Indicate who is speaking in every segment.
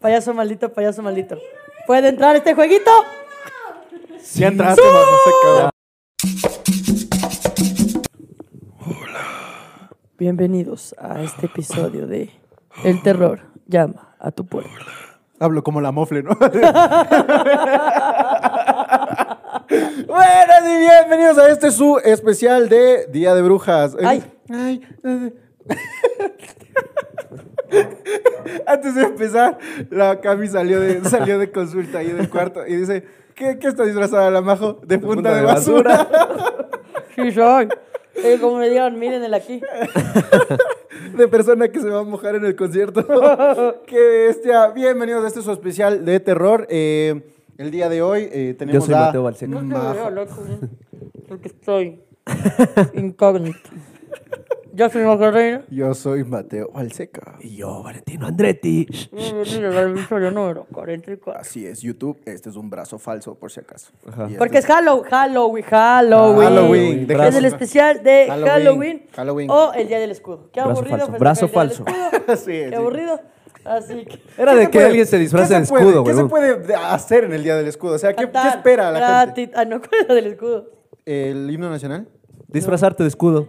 Speaker 1: Payaso maldito, payaso maldito. ¿Puede entrar este jueguito?
Speaker 2: Si entraste, más no se cabrón.
Speaker 1: Bienvenidos a este episodio de El terror llama a tu puerta.
Speaker 2: Hablo como la mofle, ¿no? Buenas y bienvenidos a este su especial de Día de Brujas. Eh,
Speaker 1: Ay.
Speaker 2: ay, ay. Antes de empezar, la Cami salió de, salió de consulta ahí del cuarto y dice, ¿qué, qué está disfrazada la Majo? De punta,
Speaker 3: punta
Speaker 2: de,
Speaker 3: de
Speaker 2: basura.
Speaker 1: Sí, soy. Eh, como me digan, miren el aquí.
Speaker 2: de persona que se va a mojar en el concierto. Qué bestia. Bienvenidos a este su especial de terror. Eh, el día de hoy eh, tenemos
Speaker 3: soy
Speaker 2: a
Speaker 3: Mateo Balseco.
Speaker 1: No te
Speaker 2: Majo.
Speaker 1: veo, loco. ¿no? Porque estoy incógnito. Yo soy Macarena.
Speaker 2: Yo soy Mateo Balseca.
Speaker 3: Y yo, Valentino Andretti.
Speaker 2: Mm.
Speaker 1: Bienvenidos al episodio número 44.
Speaker 2: Así es, YouTube. Este es un brazo falso, por si acaso.
Speaker 3: Ajá.
Speaker 2: Y este
Speaker 1: Porque es Hallow- Halloween, Halloween.
Speaker 2: Halloween, de
Speaker 1: Es el
Speaker 2: Halloween.
Speaker 1: especial de
Speaker 2: Halloween,
Speaker 1: Halloween,
Speaker 2: Halloween.
Speaker 1: o el Día del Escudo. Qué
Speaker 3: Brazo
Speaker 1: aburrido.
Speaker 3: falso,
Speaker 1: festejar
Speaker 3: brazo
Speaker 1: el Día del
Speaker 3: falso.
Speaker 1: Escudo.
Speaker 2: Sí,
Speaker 1: Qué
Speaker 2: sí.
Speaker 1: aburrido. Así que...
Speaker 3: Era
Speaker 2: ¿Qué
Speaker 3: de
Speaker 2: se
Speaker 3: que
Speaker 2: puede-
Speaker 3: alguien se disfrace
Speaker 2: qué
Speaker 3: de
Speaker 2: puede-
Speaker 3: escudo,
Speaker 2: ¿Qué se
Speaker 3: güey.
Speaker 2: puede hacer en el Día del Escudo? O sea, ¿qué, qué
Speaker 1: cantar
Speaker 2: espera la gente?
Speaker 1: gratis. Ah, no, ¿cuál era del escudo?
Speaker 2: ¿El himno nacional?
Speaker 3: Disfrazarte de escudo.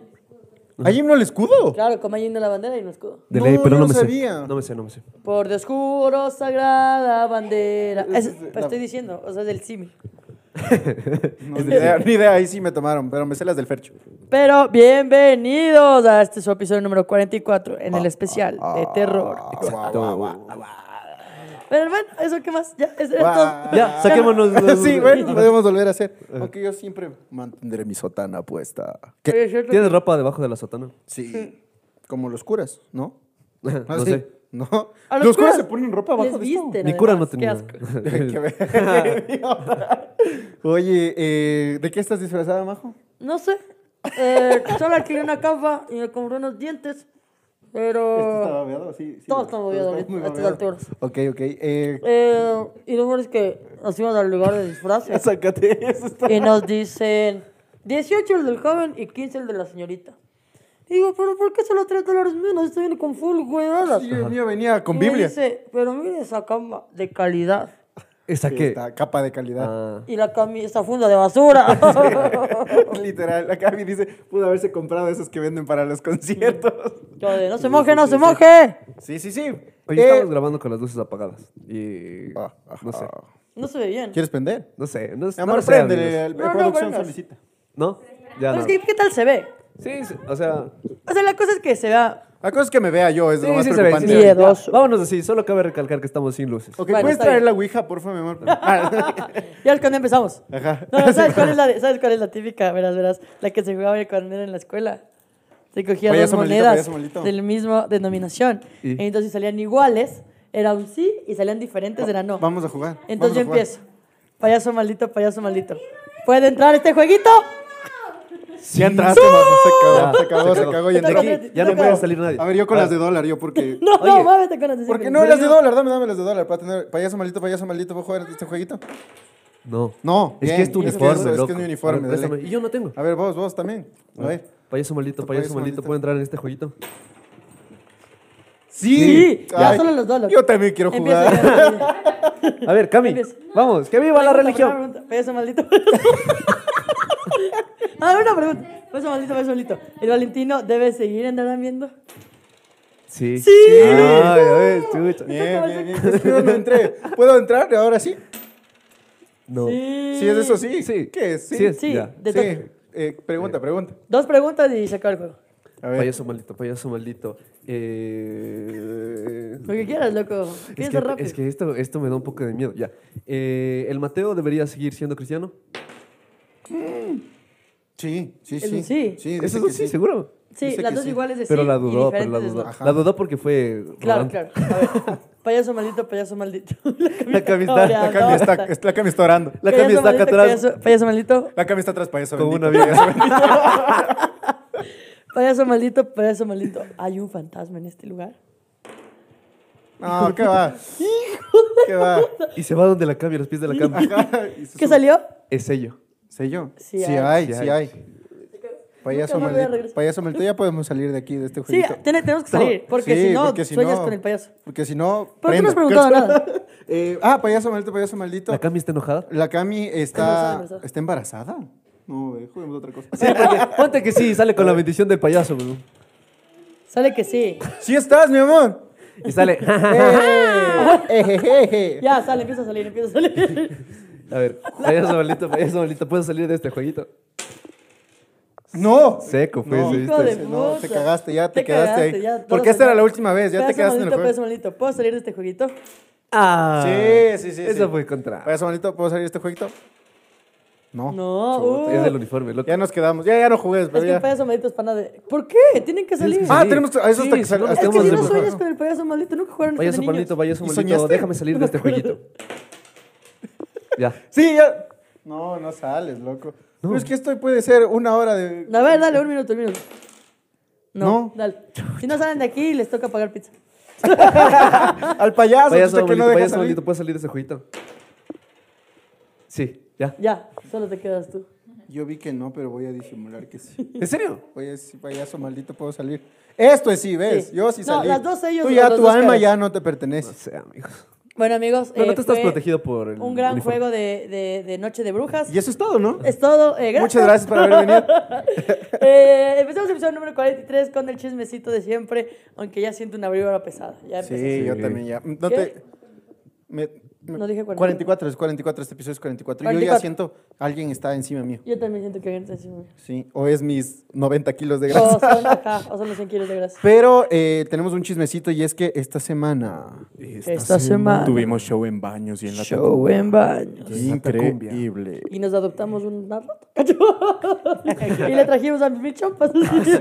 Speaker 2: ¿Hay himno al escudo?
Speaker 1: Claro, como hay himno a la bandera y un escudo.
Speaker 3: De
Speaker 2: No,
Speaker 3: ley, pero
Speaker 2: yo
Speaker 3: no
Speaker 2: no
Speaker 3: me
Speaker 2: sabía.
Speaker 3: sé. No me sé, no me sé.
Speaker 1: Por de oscuro, sagrada bandera.
Speaker 2: Es-
Speaker 1: Es-
Speaker 2: es-
Speaker 1: pues estoy diciendo, o sea, es del símil.
Speaker 2: No, ni idea, ni idea, ahí sí me tomaron, pero me sé las del Fercho.
Speaker 1: Pero bienvenidos a este su episodio número 44 en
Speaker 2: Ah,
Speaker 1: el especial de terror.
Speaker 2: Guau, guau, guau.
Speaker 1: Pero bueno, ¿eso qué más? Ya, eso era
Speaker 2: Guau.
Speaker 1: todo.
Speaker 3: Ya, saquémonos los-
Speaker 2: sí, bueno, lo podemos volver a hacer. Aunque yo siempre mantendré mi sotana puesta. ¿Qué?
Speaker 1: Oye, ¿cierto?
Speaker 3: ¿Tienes ropa debajo de la sotana?
Speaker 2: Sí. Como los curas, ¿no?
Speaker 3: No
Speaker 2: Ah, sí.
Speaker 3: sé.
Speaker 2: No.
Speaker 1: A
Speaker 2: Los, curas se ponen ropa abajo
Speaker 1: les
Speaker 2: de esto.
Speaker 1: visten,
Speaker 3: Mi cura no
Speaker 1: además, qué
Speaker 3: tenía.
Speaker 1: asco.
Speaker 2: Qué ver- idiota. Oye, eh, ¿de qué estás disfrazada, Majo?
Speaker 1: No sé. Eh, solo alquilé una capa y me compré unos dientes.
Speaker 2: ¿Este está
Speaker 1: Pero.
Speaker 2: babeado? Sí, sí,
Speaker 1: Todos estamos babeados
Speaker 2: muy
Speaker 1: ahorita, a estas
Speaker 2: babeados.
Speaker 1: alturas.
Speaker 2: Ok, ok. Eh,
Speaker 1: Eh, y lo bueno es que nos íbamos al lugar de disfraces.
Speaker 2: sácate eso. Está...
Speaker 1: y nos dicen 18 el del joven y 15 el de la señorita. Y digo, pero ¿por qué solo 3 dólares menos? Esto viene con full, güey.
Speaker 2: Sí, el mío venía con Biblia.
Speaker 1: Dice, pero mire esa cama de calidad.
Speaker 3: ¿Esa qué?
Speaker 2: Esta capa de calidad.
Speaker 3: Ah,
Speaker 1: Y la cami esa funda de basura.
Speaker 2: Literal, la Gaby dice, pudo haberse comprado esos que venden para los conciertos.
Speaker 1: Yo de, no se moje, no se moje.
Speaker 2: Sí, sí, sí.
Speaker 3: Oye,
Speaker 2: Eh,
Speaker 3: estamos grabando con las luces apagadas. Y.
Speaker 2: Ah, ah,
Speaker 3: No sé.
Speaker 2: ah.
Speaker 1: No se ve bien.
Speaker 2: ¿Quieres prender?
Speaker 3: No sé. No, no
Speaker 2: Amor,
Speaker 3: lo sé,
Speaker 2: prende.
Speaker 3: amigos.
Speaker 2: El,
Speaker 1: No, no,
Speaker 2: producción
Speaker 1: vengas.
Speaker 2: solicita.
Speaker 3: ¿No? Ya
Speaker 1: Pero
Speaker 3: no.
Speaker 1: es que, ¿qué tal se ve?
Speaker 3: Sí, sí, o sea.
Speaker 1: O sea, la cosa es que se vea.
Speaker 2: La cosa es que me vea yo, es
Speaker 3: Sí,
Speaker 2: lo más
Speaker 3: sí se ve.
Speaker 2: preocupante.
Speaker 3: sí se ve.
Speaker 1: Miedoso.
Speaker 3: Ya, Vámonos así. Solo cabe recalcar que estamos sin luces.
Speaker 2: Ok,
Speaker 1: Bueno,
Speaker 2: ¿puedes
Speaker 1: está
Speaker 2: traer
Speaker 1: bien.
Speaker 2: la ouija, por favor, mi amor? Ah,
Speaker 1: Ya cuando empezamos.
Speaker 2: Ajá.
Speaker 1: No, no, ¿sabes cuál es la, de- ¿sabes cuál es la típica? Verás, verás. La que se jugaba cuando era en la escuela. Se cogía
Speaker 2: Payaso
Speaker 1: dos
Speaker 2: maldito,
Speaker 1: monedas
Speaker 2: payaso maldito.
Speaker 1: del mismo denominación.
Speaker 3: ¿Y?
Speaker 1: Y entonces si salían iguales, era un sí, y salían diferentes, era no.
Speaker 2: Vamos a jugar.
Speaker 1: entonces
Speaker 2: vamos
Speaker 1: yo
Speaker 2: a jugar.
Speaker 1: empiezo. Payaso maldito, payaso maldito. ¿Puede entrar este jueguito?
Speaker 2: Si entraste, Majo, se cagó, se cagó, se cagó. Y
Speaker 1: Te
Speaker 2: entré
Speaker 1: toca,
Speaker 2: aquí.
Speaker 1: te
Speaker 3: ya no
Speaker 1: toca.
Speaker 3: puede salir nadie. Ah.
Speaker 2: A ver, yo con las de dólar, yo porque...
Speaker 1: No, no,
Speaker 3: Oye.
Speaker 1: muévete con las
Speaker 2: ¿Por qué no las de dólar? Dame, dame las de dólar para tener... Payaso maldito, payaso maldito, ¿puedo jugar este jueguito?
Speaker 3: No.
Speaker 2: No,
Speaker 3: Es
Speaker 2: bien,
Speaker 3: que es tu
Speaker 2: es que
Speaker 3: uniforme,
Speaker 2: es- es que es
Speaker 3: loco.
Speaker 2: mi uniforme,
Speaker 3: A ver, préstame.
Speaker 2: dale.
Speaker 3: Y yo no tengo.
Speaker 2: A ver, vos, vos también. A ver.
Speaker 3: Payaso maldito, payaso
Speaker 2: Payaso
Speaker 3: maldito,
Speaker 2: maldito.
Speaker 3: ¿puedo entrar en este jueguito?
Speaker 1: Sí, ya
Speaker 2: Ay,
Speaker 1: solo los dólares.
Speaker 2: Yo también quiero
Speaker 1: Empieza,
Speaker 2: jugar.
Speaker 1: ya.
Speaker 3: A ver, Cami,
Speaker 1: Empieza.
Speaker 3: vamos, que viva la
Speaker 1: Pregunta,
Speaker 3: religión.
Speaker 1: pregunta, Payaso maldito. ah, una pregunta. Payaso maldito, payaso maldito. ¿El Valentino debe seguir andando?
Speaker 3: Sí.
Speaker 1: Sí.
Speaker 3: Ay, a ver, chucha.
Speaker 2: Bien, bien, bien. Es que yo no entré. ¿Puedo entrar ahora sí?
Speaker 3: No.
Speaker 1: Sí.
Speaker 2: Sí, es eso, sí.
Speaker 3: Sí.
Speaker 2: ¿Qué es? Sí.
Speaker 3: Sí es.
Speaker 1: Sí,
Speaker 3: Ya.
Speaker 1: de
Speaker 2: Sí.
Speaker 1: toque.
Speaker 2: Eh, pregunta, pregunta.
Speaker 1: Dos preguntas y se acaba el juego.
Speaker 2: A ver.
Speaker 3: Payaso maldito, payaso maldito. Eh...
Speaker 1: Lo que quieras, loco.
Speaker 3: Es
Speaker 1: Piensa
Speaker 3: que,
Speaker 1: rápido.
Speaker 3: es que esto, esto me da un poco de miedo. Ya. Eh, ¿El Mateo debería seguir siendo cristiano?
Speaker 2: Sí, sí,
Speaker 1: Es
Speaker 2: sí.
Speaker 1: un sí.
Speaker 2: dice
Speaker 3: Eso
Speaker 2: que
Speaker 3: sí, seguro.
Speaker 1: sí,
Speaker 2: dice
Speaker 1: las
Speaker 2: que
Speaker 1: dos
Speaker 2: sí.
Speaker 1: iguales de
Speaker 3: Pero
Speaker 1: sí
Speaker 3: la
Speaker 1: y
Speaker 3: dudó, pero la
Speaker 1: diferentes de
Speaker 3: dudó.
Speaker 1: no.
Speaker 2: Ajá.
Speaker 3: La dudó porque fue.
Speaker 1: Claro,
Speaker 3: rodante.
Speaker 1: claro. A ver. Payaso maldito, payaso maldito.
Speaker 3: La Cami está-
Speaker 1: cabreada,
Speaker 2: La Cami está,
Speaker 1: no,
Speaker 2: es- la Cami está orando.
Speaker 3: La Cami
Speaker 1: Payaso
Speaker 3: está acá
Speaker 1: maldito,
Speaker 3: atrás
Speaker 1: Payaso, payaso maldito,
Speaker 2: La Cami está atrás, payaso
Speaker 3: con
Speaker 2: bendito.
Speaker 3: una vieja.
Speaker 1: payaso maldito, payaso maldito. Hay un fantasma en este lugar.
Speaker 2: No, ¿qué va? ¿Qué va?
Speaker 3: y se va donde la Cami, a los pies de la Cami.
Speaker 2: Ajá, y se
Speaker 1: ¿Qué
Speaker 2: sube.
Speaker 1: salió?
Speaker 3: Es sello.
Speaker 2: ¿Sello?
Speaker 1: Sí
Speaker 2: Sí
Speaker 1: hay.
Speaker 2: hay, sí hay. Payaso,
Speaker 1: Nunca más voy a
Speaker 2: maldito-
Speaker 1: regresar.
Speaker 2: payaso maldito, ya podemos salir de aquí, de este
Speaker 1: Sí,
Speaker 2: jueguito.
Speaker 1: ten- tenemos que salir, porque
Speaker 2: Sí,
Speaker 1: si no,
Speaker 2: porque
Speaker 1: sueñas con el payaso.
Speaker 2: Porque si no.
Speaker 1: ¿Por qué no has
Speaker 2: prendo.
Speaker 1: preguntado nada?
Speaker 2: Eh, ah, payaso maldito, payaso maldito.
Speaker 3: ¿La Cami está enojada?
Speaker 2: La Cami
Speaker 1: Embarazada,
Speaker 2: está.
Speaker 1: embarazada.
Speaker 2: ¿Está embarazada? No, eh, juguemos otra cosa.
Speaker 3: Sí, porque ponte que sí, sale con la bendición del payaso, bro.
Speaker 1: Sale que sí.
Speaker 2: ¡Sí estás, mi amor!
Speaker 3: Y sale.
Speaker 2: ¡Eh! Ejejeje.
Speaker 1: Ya, sale, empieza a salir, empieza a salir.
Speaker 3: A ver, payaso maldito, payaso maldito, ¿puedes salir de este jueguito?
Speaker 2: ¡No!
Speaker 3: Seco, pues,
Speaker 2: No,
Speaker 3: ¿viste?
Speaker 1: Hijo de
Speaker 2: No,
Speaker 1: puta.
Speaker 2: te cagaste, ya te,
Speaker 1: Te
Speaker 2: quedaste
Speaker 1: cagaste,
Speaker 2: ahí.
Speaker 1: ya, todo
Speaker 2: Porque esta
Speaker 1: se
Speaker 2: era la
Speaker 1: acaba.
Speaker 2: última vez, ya te
Speaker 1: Pedazo
Speaker 2: quedaste en el
Speaker 1: maldito,
Speaker 2: juego.
Speaker 1: pedazo maldito. ¿Puedo salir de este jueguito?
Speaker 3: Ah,
Speaker 2: Sí, sí, sí.
Speaker 3: Eso
Speaker 2: sí.
Speaker 3: fue contra.
Speaker 2: Payaso maldito, ¿puedo salir de este jueguito? No.
Speaker 1: No,
Speaker 3: Chuta, Es
Speaker 1: uh.
Speaker 3: del uniforme, loco.
Speaker 2: Ya nos quedamos. Ya, ya no jugues,
Speaker 1: Es
Speaker 2: pero
Speaker 1: que el
Speaker 2: ya.
Speaker 1: payaso maldito es pana de... ¿Por qué? Tienen que salir.
Speaker 3: que
Speaker 2: Ah,
Speaker 3: Sí.
Speaker 2: tenemos. A eso hasta
Speaker 3: Sí,
Speaker 2: que
Speaker 3: si
Speaker 2: salga-
Speaker 3: no nos
Speaker 2: hasta
Speaker 1: es
Speaker 2: que
Speaker 1: que
Speaker 3: tenemos
Speaker 1: si
Speaker 2: salga-
Speaker 1: no
Speaker 3: de-
Speaker 1: sueñas con el payaso maldito, nunca jugaron con
Speaker 3: Payaso
Speaker 1: niños.
Speaker 3: maldito, payaso
Speaker 2: ¿Y
Speaker 3: maldito,
Speaker 2: soñaste?
Speaker 3: déjame salir
Speaker 1: No
Speaker 3: de
Speaker 1: me
Speaker 3: este
Speaker 1: acuerdo.
Speaker 3: jueguito. Ya.
Speaker 2: Sí, ya. No, no sales, loco. Pero es que esto puede ser una hora de.
Speaker 1: A ver, dale, un minuto, un minuto. No,
Speaker 2: No.
Speaker 1: dale. Si no salen de aquí, les toca pagar pizza.
Speaker 2: Al payaso,
Speaker 3: Payaso
Speaker 2: chucha, que no
Speaker 3: maldito,
Speaker 2: deja
Speaker 3: payaso
Speaker 2: salir.
Speaker 3: maldito, ¿puedes salir de ese jueguito? Sí, ya.
Speaker 1: Ya, solo te quedas tú.
Speaker 2: Yo vi que no, pero voy a disimular que sí.
Speaker 3: ¿En serio?
Speaker 2: Voy a decir, payaso maldito, puedo salir. Esto es sí, ¿ves?
Speaker 1: Sí.
Speaker 2: Yo sí
Speaker 1: No,
Speaker 2: salí.
Speaker 1: las dos ellos,
Speaker 2: Tú ya,
Speaker 1: las
Speaker 2: tu
Speaker 1: dos
Speaker 2: alma
Speaker 1: caras. Pues.
Speaker 2: ya no te pertenece.
Speaker 3: No sé, amigos.
Speaker 1: Bueno, amigos,
Speaker 3: No, no
Speaker 1: eh,
Speaker 3: te estás
Speaker 1: fue
Speaker 3: protegido por el
Speaker 1: un gran
Speaker 3: uniforme.
Speaker 1: juego de, de- de Noche de Brujas.
Speaker 2: Y eso es todo, ¿no?
Speaker 1: Es todo. eh, gracias.
Speaker 2: Muchas gracias por haber venido.
Speaker 1: Eh, empezamos el episodio número 43 con el chismecito de siempre, aunque ya siento una vibra pesada. Ya
Speaker 2: Sí,
Speaker 1: empezó.
Speaker 2: yo también ya. No
Speaker 1: ¿Qué?
Speaker 2: te. me- me-
Speaker 1: No dije 44.
Speaker 2: 44, es 44, este episodio es 44. Yo ya
Speaker 1: 44.
Speaker 2: siento alguien está encima mío.
Speaker 1: Yo también siento que alguien está encima mío.
Speaker 2: Sí, o es mis 90 kilos de grasa.
Speaker 1: O Oh, son, ajá, o son los 100 kilos de grasa.
Speaker 2: Pero eh, tenemos un chismecito y es que esta semana.
Speaker 1: Esta, semana.
Speaker 4: Tuvimos show en baños y en la
Speaker 1: show en baños.
Speaker 2: Increíble.
Speaker 1: Y nos adoptamos una rata. y le trajimos a mi chompa.
Speaker 4: tacón. Así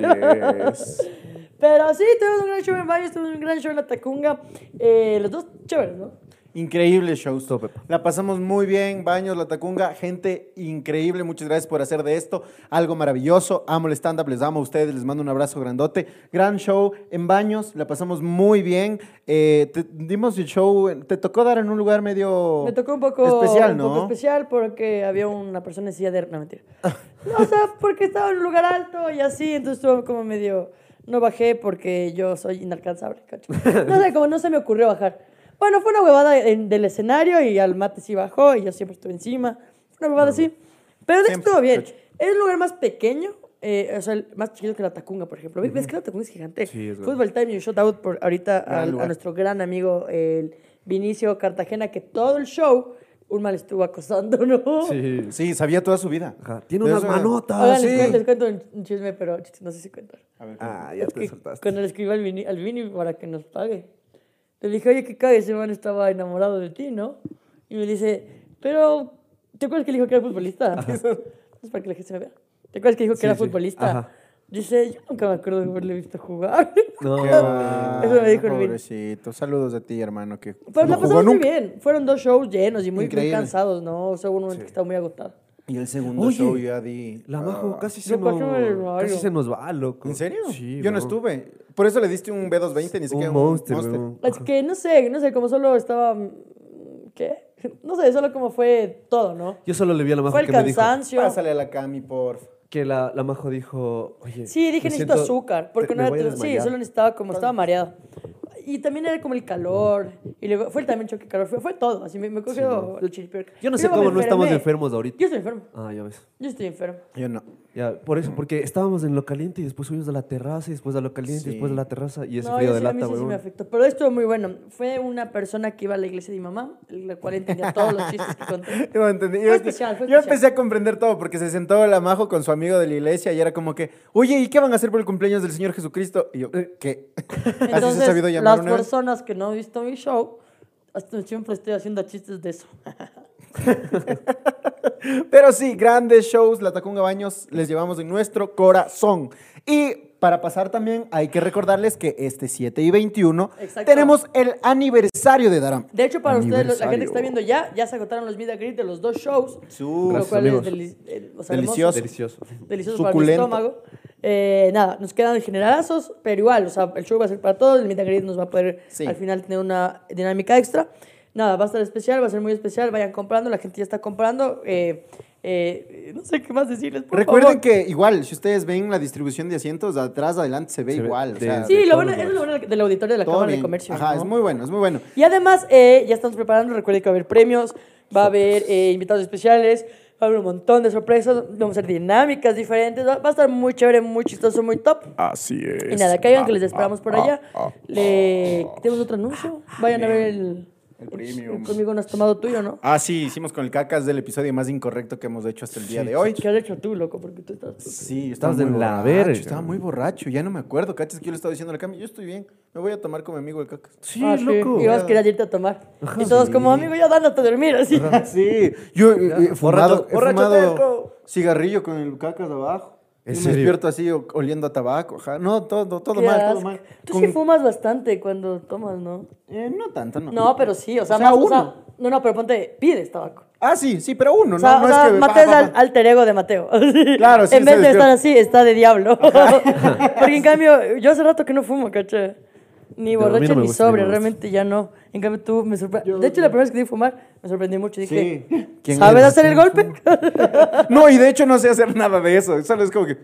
Speaker 4: es.
Speaker 1: Pero sí, tuvimos un gran show en Valles, tuvimos un gran show en la Tacunga. Eh, los dos chéveres, ¿no?
Speaker 2: Increíble show.
Speaker 3: Todo, Pepa.
Speaker 2: La pasamos muy bien, Baños, La Tacunga, gente increíble. Muchas gracias por hacer de esto algo maravilloso. Amo el stand-up, les amo a ustedes, les mando un abrazo grandote. Gran show en Baños, la pasamos muy bien. Eh, te- dimos el show, en- te tocó dar en un lugar medio...
Speaker 1: Me tocó un poco
Speaker 2: Especial,
Speaker 1: un
Speaker 2: ¿no? Ah.
Speaker 1: poco especial porque había una persona en silla de no mentira. No, o sea, porque estaba en un lugar alto y así, entonces estuvo como medio no bajé porque yo soy inalcanzable, cacho. No sé, como no se me ocurrió bajar. Bueno, fue una huevada en- del escenario y al mate sí bajó y yo siempre estuve encima. Fue una huevada así. Pero de hecho
Speaker 2: Siempre,
Speaker 1: estuvo bien.
Speaker 2: cacho.
Speaker 1: Es un lugar más pequeño, eh, o sea, el más chiquito que la Tacunga, por ejemplo. ¿Ves que la Tacunga es gigante?
Speaker 3: Sí, es grande.
Speaker 1: Fútbol Time y un shout out por ahorita
Speaker 2: Gran
Speaker 1: al- a
Speaker 2: lugar.
Speaker 1: nuestro gran amigo el Vinicio Cartagena, que todo el show un mal estuvo acosando, ¿no?
Speaker 3: Sí.
Speaker 2: Sí, sabía toda su vida.
Speaker 3: Ajá. Tiene
Speaker 2: De
Speaker 3: unas
Speaker 2: eso-
Speaker 3: manotas.
Speaker 1: Ahora
Speaker 3: Ah, sí.
Speaker 1: les, cuento, les cuento un- un chisme, pero ch- no sé si contar.
Speaker 2: A ver,
Speaker 3: Ah, ya te
Speaker 1: Que
Speaker 3: soltaste.
Speaker 1: Cuando le escribí al Vini, al Vini para que nos pague, le dije, oye, que cae, ese man estaba enamorado de ti, ¿no? Y me dice, pero, ¿te acuerdas que le dijo que era futbolista? Es para que la gente se me vea. ¿Te acuerdas que dijo que
Speaker 3: Sí,
Speaker 1: era
Speaker 3: sí.
Speaker 1: futbolista?
Speaker 3: Ajá.
Speaker 1: Dice, yo nunca me acuerdo de haberle visto jugar.
Speaker 3: No.
Speaker 2: qué va-
Speaker 1: Eso me dijo el Vini.
Speaker 2: Pobrecito, saludos a ti, hermano. Que
Speaker 1: Pero
Speaker 2: no
Speaker 1: la
Speaker 2: jugó
Speaker 1: pasamos muy
Speaker 2: nunca.
Speaker 1: bien. Fueron dos shows llenos y muy, muy
Speaker 2: Increíble.
Speaker 1: cansados, ¿no? O sea, hubo un momento que estaba muy agotado.
Speaker 2: Y el segundo
Speaker 3: Oye,
Speaker 2: show ya di...
Speaker 3: La
Speaker 2: ah,
Speaker 3: majo casi se,
Speaker 1: Yo
Speaker 3: nos,
Speaker 1: casi me desmayo.
Speaker 3: casi se nos va, loco.
Speaker 2: ¿En serio?
Speaker 3: Sí,
Speaker 2: Yo no
Speaker 3: bro.
Speaker 2: estuve. Por eso le diste un B220, ni siquiera
Speaker 3: Un monster,
Speaker 1: Es que no sé, no sé, como solo estaba. mm, ¿Qué? No sé, solo como fue todo, ¿no?
Speaker 3: Yo solo le vi a la majo
Speaker 1: Fue el
Speaker 3: que me dijo
Speaker 1: cansancio.
Speaker 2: Pásale a la Cami, porfa.
Speaker 3: que la, la majo dijo, oye,
Speaker 1: Sí, dije
Speaker 3: me
Speaker 1: necesito
Speaker 3: siento-
Speaker 1: azúcar, porque
Speaker 3: te-
Speaker 1: no
Speaker 3: me
Speaker 1: era
Speaker 3: voy a
Speaker 1: todo- Sí,
Speaker 3: desmayar".
Speaker 1: solo necesitaba como estaba mareado. Y también era como el calor, y luego fue el también choque de calor, fue, fue todo, así me, me cogió el chiripiorca.
Speaker 3: Yo no
Speaker 1: Y
Speaker 3: sé
Speaker 1: luego
Speaker 3: cómo
Speaker 1: me
Speaker 3: no estamos
Speaker 1: enfermé.
Speaker 3: enfermos ahorita.
Speaker 1: Yo estoy enfermo,
Speaker 3: Ah, ya ves.
Speaker 1: yo estoy enfermo.
Speaker 2: Yo no.
Speaker 3: Ya, por eso, porque estábamos en lo caliente y después subimos a la terraza y después a lo caliente
Speaker 2: Sí.
Speaker 3: y después a la terraza y ese
Speaker 1: No,
Speaker 3: frío
Speaker 1: yo
Speaker 3: de
Speaker 1: sí, a mí
Speaker 3: lata,
Speaker 1: sí, sí me
Speaker 3: güey.
Speaker 1: afectó. Pero estuvo muy bueno. Fue una persona que iba a la iglesia de mi mamá, la cual entendía todos los chistes que conté.
Speaker 2: Yo, entendí. Yo,
Speaker 1: Fue
Speaker 2: yo
Speaker 1: especial, fue especial.
Speaker 2: empecé a comprender todo porque se sentó la Majo con su amigo de la iglesia y era como que, oye, ¿y qué van a hacer por el cumpleaños del Señor Jesucristo? Y yo, "Eh, ¿qué? Así se ha
Speaker 1: Entonces,
Speaker 2: sabido llamar
Speaker 1: las
Speaker 2: una vez.
Speaker 1: personas que no han visto mi show, hasta siempre estoy haciendo chistes de eso.
Speaker 2: Pero sí, grandes shows, la Tacunga Baños, les llevamos en nuestro corazón. Y para pasar también, hay que recordarles que este 7 y 21
Speaker 1: Exacto.
Speaker 2: tenemos el aniversario de Daram.
Speaker 1: De hecho, para ustedes, lo- la gente que está
Speaker 2: Aniversario.
Speaker 1: viendo ya, ya se agotaron los meet and greet de los dos shows.
Speaker 2: Su-
Speaker 1: lo cual
Speaker 3: amigos.
Speaker 1: es deli- eh, o sea,
Speaker 2: Delicioso.
Speaker 3: Delicioso.
Speaker 1: hermoso, delicioso
Speaker 2: Suculento.
Speaker 1: para el estómago. Eh, nada, nos quedan generalazos, pero igual, o sea, el show va a ser para todos, el meet and greet nos va a poder
Speaker 2: Sí.
Speaker 1: al final tener una dinámica extra. Nada, va a estar especial, va a ser muy especial, vayan comprando, la gente ya está comprando. eh, Eh, no sé qué más decirles. por
Speaker 2: Recuerden
Speaker 1: favor.
Speaker 2: que igual, si ustedes ven la distribución de asientos, de atrás adelante se ve
Speaker 3: Se ve
Speaker 2: igual. o sea,
Speaker 3: desde
Speaker 1: Sí,
Speaker 3: de
Speaker 1: lo bueno,
Speaker 3: todos
Speaker 1: eso es lo bueno del auditorio de la
Speaker 2: todo
Speaker 1: Cámara de
Speaker 2: bien.
Speaker 1: Comercio.
Speaker 2: Ajá,
Speaker 1: ¿no?
Speaker 2: es muy bueno, es muy bueno.
Speaker 1: Y además, eh, ya estamos preparando, recuerden que va a haber premios, va a haber eh, invitados especiales, va a haber un montón de sorpresas, vamos a hacer dinámicas diferentes, va, va a estar muy chévere, muy chistoso, muy top.
Speaker 4: Así es.
Speaker 1: Y nada, caigan que les
Speaker 4: Ah,
Speaker 1: esperamos por
Speaker 4: ah,
Speaker 1: allá.
Speaker 4: ah,
Speaker 1: Le... ¿Tenemos otro anuncio? Vayan a ver el...
Speaker 4: El premium.
Speaker 1: Conmigo no has tomado tuyo, ¿no?
Speaker 2: Ah, sí, hicimos con el cacas del episodio más incorrecto que hemos hecho hasta el día de hoy.
Speaker 1: ¿Qué has hecho tú, loco? Porque tú estás...
Speaker 2: Sí, yo estaba
Speaker 3: Estás
Speaker 2: muy
Speaker 3: de la
Speaker 2: borracho,
Speaker 3: verga.
Speaker 2: Estaba muy borracho, ya no me acuerdo. Cachas que yo le estaba diciendo a la cama, yo estoy bien, me voy a tomar con mi amigo el cacas.
Speaker 3: Sí,
Speaker 1: Ah,
Speaker 3: loco.
Speaker 1: Y vas a querer irte a tomar. y todos como, amigo, ya dándote a dormir, así.
Speaker 2: sí, yo eh, he
Speaker 3: Borracho-
Speaker 2: fumado, he
Speaker 3: borracho
Speaker 2: fumado
Speaker 3: terco.
Speaker 2: cigarrillo con el cacas de abajo.
Speaker 3: ¿En
Speaker 2: Y me
Speaker 3: serio?
Speaker 2: despierto así o- oliendo a tabaco. ajá. No, todo, todo
Speaker 1: Qué
Speaker 2: mal, todo
Speaker 1: asco.
Speaker 2: mal.
Speaker 1: Tú
Speaker 2: Con-
Speaker 1: sí fumas bastante cuando tomas, ¿no?
Speaker 2: Eh, no tanto, no.
Speaker 1: No, pero sí, o sea,
Speaker 2: O sea,
Speaker 1: más- o sea,
Speaker 2: uno.
Speaker 1: no, no, pero ponte, pides tabaco.
Speaker 2: Ah, sí, sí, pero uno,
Speaker 1: O sea,
Speaker 2: no, no
Speaker 1: o sea,
Speaker 2: es que.
Speaker 1: Mateo
Speaker 2: va, va,
Speaker 1: es al-
Speaker 2: va.
Speaker 1: alter ego de Mateo.
Speaker 2: Claro, sí,
Speaker 1: En vez
Speaker 2: se
Speaker 1: de
Speaker 2: desvió.
Speaker 1: estar así, está de diablo. Porque en cambio, yo hace rato que no fumo, caché. Ni
Speaker 3: No, a mí no
Speaker 1: borracha
Speaker 3: me
Speaker 1: ni
Speaker 3: gusta, a mí
Speaker 1: sobria,
Speaker 3: no me gusta.
Speaker 1: realmente ya no. En cambio, tú me sorprendiste. De hecho, la primera vez que te vi fumar, me sorprendí mucho. Dije,
Speaker 2: Sí. ¿Quién
Speaker 1: ¿sabes
Speaker 2: eres?
Speaker 1: hacer el golpe?
Speaker 2: No, y de hecho no sé hacer nada de eso. Solo es como que.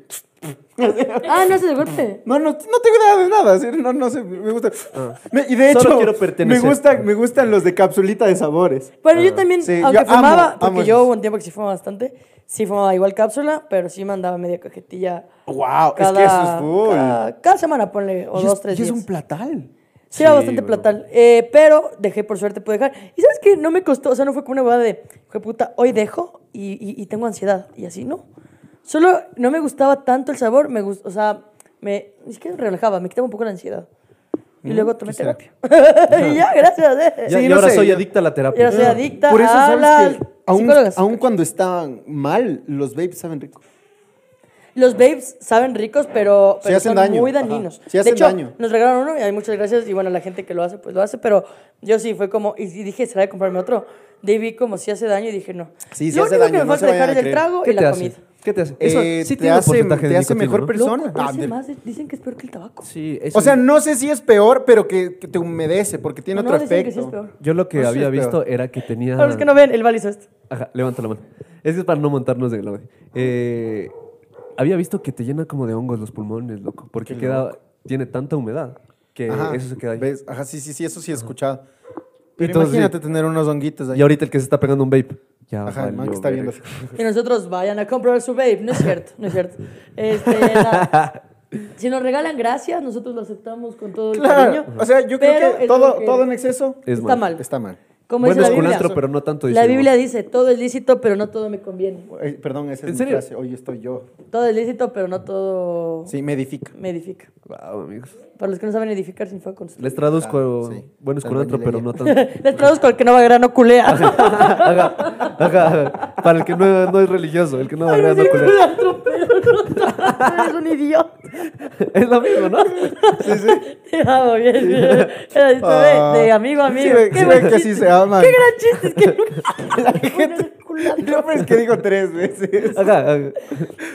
Speaker 1: ah, no haces el golpe.
Speaker 2: No, no, no tengo idea de nada. así, No, no sé, me gusta.
Speaker 1: Ah.
Speaker 2: Me- y de hecho,
Speaker 3: Solo quiero pertenecer.
Speaker 2: Me, gusta, me gustan los de capsulita de sabores.
Speaker 1: Bueno, yo también,
Speaker 2: Ah. Sí,
Speaker 1: aunque
Speaker 2: yo amo,
Speaker 1: fumaba, porque
Speaker 2: amo
Speaker 1: yo
Speaker 2: esos.
Speaker 1: hubo un tiempo que sí fumaba bastante, sí fumaba igual cápsula, pero sí mandaba media cajetilla.
Speaker 2: ¡Wow!
Speaker 1: Cada,
Speaker 2: es que eso es full.
Speaker 1: cada, cada semana, ponle, o
Speaker 2: Y es-
Speaker 1: dos, tres
Speaker 2: y es
Speaker 1: días.
Speaker 2: un platal.
Speaker 1: Sí, era
Speaker 3: Sí,
Speaker 1: bastante
Speaker 3: bro.
Speaker 1: platal. Eh, pero dejé, por suerte pude dejar. Y sabes que no me costó, o sea, no fue como una huevada de, "Jue puta, hoy dejo y, y- y tengo ansiedad. Y así, no. Solo no me gustaba tanto el sabor, me gustó, o sea, me, es que relajaba, me quitaba un poco la ansiedad. Y luego tomé
Speaker 2: Mm, quisiera.
Speaker 1: terapia. y ya, gracias. eh.
Speaker 3: Ya,
Speaker 2: Sí,
Speaker 3: y
Speaker 2: no
Speaker 3: ahora
Speaker 2: sé,
Speaker 3: soy
Speaker 2: yo-
Speaker 3: adicta a la terapia. Ah.
Speaker 1: Yo soy adicta
Speaker 2: Por eso
Speaker 1: a
Speaker 2: sabes
Speaker 1: las
Speaker 2: que aún,
Speaker 1: psicólogas.
Speaker 2: aún cuando estaban mal, los babes saben rico.
Speaker 1: Los babes saben ricos, pero,
Speaker 2: Sí
Speaker 1: pero
Speaker 2: hacen
Speaker 1: son
Speaker 2: daño,
Speaker 1: muy
Speaker 2: ajá.
Speaker 1: dañinos.
Speaker 2: Sí
Speaker 1: de
Speaker 2: hacen
Speaker 1: hecho,
Speaker 2: daño.
Speaker 1: nos regalaron uno y hay muchas gracias. Y bueno, la gente que lo hace, pues lo hace. Pero yo sí fue como, y sí dije, ¿será de comprarme otro? De vi como si hace daño y dije, no.
Speaker 2: Sí, sí
Speaker 1: lo
Speaker 2: hace
Speaker 1: único
Speaker 2: daño,
Speaker 1: que me
Speaker 2: no
Speaker 1: falta
Speaker 2: se
Speaker 1: dejar es
Speaker 2: vayan a
Speaker 1: el
Speaker 2: creer.
Speaker 1: trago
Speaker 3: ¿Qué
Speaker 1: y
Speaker 3: te
Speaker 1: la
Speaker 3: hace?
Speaker 1: comida.
Speaker 3: ¿Qué te hace?
Speaker 2: Eh,
Speaker 3: sí
Speaker 2: te
Speaker 3: tiene un
Speaker 2: hace-
Speaker 3: porcentaje de
Speaker 2: te hace
Speaker 3: nicotina,
Speaker 2: mejor
Speaker 3: ¿no?
Speaker 2: persona. Persona.
Speaker 1: Loco,
Speaker 2: Ah,
Speaker 1: hace
Speaker 2: de-
Speaker 1: más de- dicen que es peor que el tabaco.
Speaker 3: Sí, eso
Speaker 2: O sea, no sé si es peor, pero que, que te humedece porque tiene
Speaker 1: No,
Speaker 2: otro
Speaker 1: dicen
Speaker 2: efecto.
Speaker 1: que sí es peor.
Speaker 3: Yo lo que
Speaker 2: No sé,
Speaker 3: había
Speaker 2: pero-
Speaker 3: visto era que tenía...
Speaker 1: Para los que no ven, el Val hizo esto.
Speaker 3: Ajá, levanta la mano. Es que es para no montarnos de globo. Eh, había visto que te llena como de hongos los pulmones, loco, porque queda, tiene tanta humedad que
Speaker 2: Ajá,
Speaker 3: eso se queda ahí.
Speaker 2: ¿ves? Ajá, sí, sí, sí, eso sí he escuchado. Pero
Speaker 3: Entonces,
Speaker 2: imagínate tener unos honguitos ahí.
Speaker 3: Y ahorita el que se está pegando un vape. Ya,
Speaker 2: Ajá, el man
Speaker 3: valió
Speaker 2: que está viendo.
Speaker 3: verga.
Speaker 1: Y nosotros vayan a comprar su vape. No es cierto, no es cierto. Este, la- si nos regalan gracias, nosotros lo aceptamos con todo el
Speaker 2: Claro,
Speaker 1: cariño.
Speaker 2: o sea, yo
Speaker 1: Pero
Speaker 2: creo
Speaker 1: es lo
Speaker 2: que todo,
Speaker 1: que-
Speaker 2: todo en exceso
Speaker 3: Es
Speaker 1: está
Speaker 3: mal.
Speaker 1: mal.
Speaker 2: está mal.
Speaker 1: Como
Speaker 3: Bueno,
Speaker 1: dice
Speaker 3: es
Speaker 1: la Biblia.
Speaker 3: culantro, pero no tanto.
Speaker 1: La
Speaker 3: dice,
Speaker 1: Biblia dice, todo es lícito, pero no todo me conviene.
Speaker 2: Eh, perdón, esa es
Speaker 3: ¿En
Speaker 2: mi
Speaker 3: serio?
Speaker 2: frase. Hoy estoy yo.
Speaker 1: Todo es lícito, pero no todo
Speaker 2: Sí, me edifica.
Speaker 1: me edifica.
Speaker 3: Wow, amigos.
Speaker 1: Para los que no saben edificar, sin fue construir.
Speaker 3: Les traduzco.
Speaker 2: Ah, sí.
Speaker 3: Bueno, es
Speaker 2: La
Speaker 3: culantro, pero no tanto.
Speaker 1: Les traduzco al que no va a grano
Speaker 2: Ah,
Speaker 1: culea.
Speaker 3: Ajá, ajá, ajá. Para el que no, no es religioso, el que no va a
Speaker 1: Pero
Speaker 3: grano
Speaker 1: sí,
Speaker 3: culero.
Speaker 1: culantro, pero no todo. Eres un idiota.
Speaker 3: Es lo mismo, ¿no?
Speaker 1: Te amo, ah, bien. Era esto
Speaker 2: Ah.
Speaker 1: de, de amigo a amigo.
Speaker 2: Sí, ve- sí
Speaker 1: buen
Speaker 2: ve que
Speaker 1: chiste.
Speaker 2: sí se aman.
Speaker 1: Qué gran chiste. Es que
Speaker 2: No, pero es que digo tres veces.
Speaker 3: Ajá, ajá.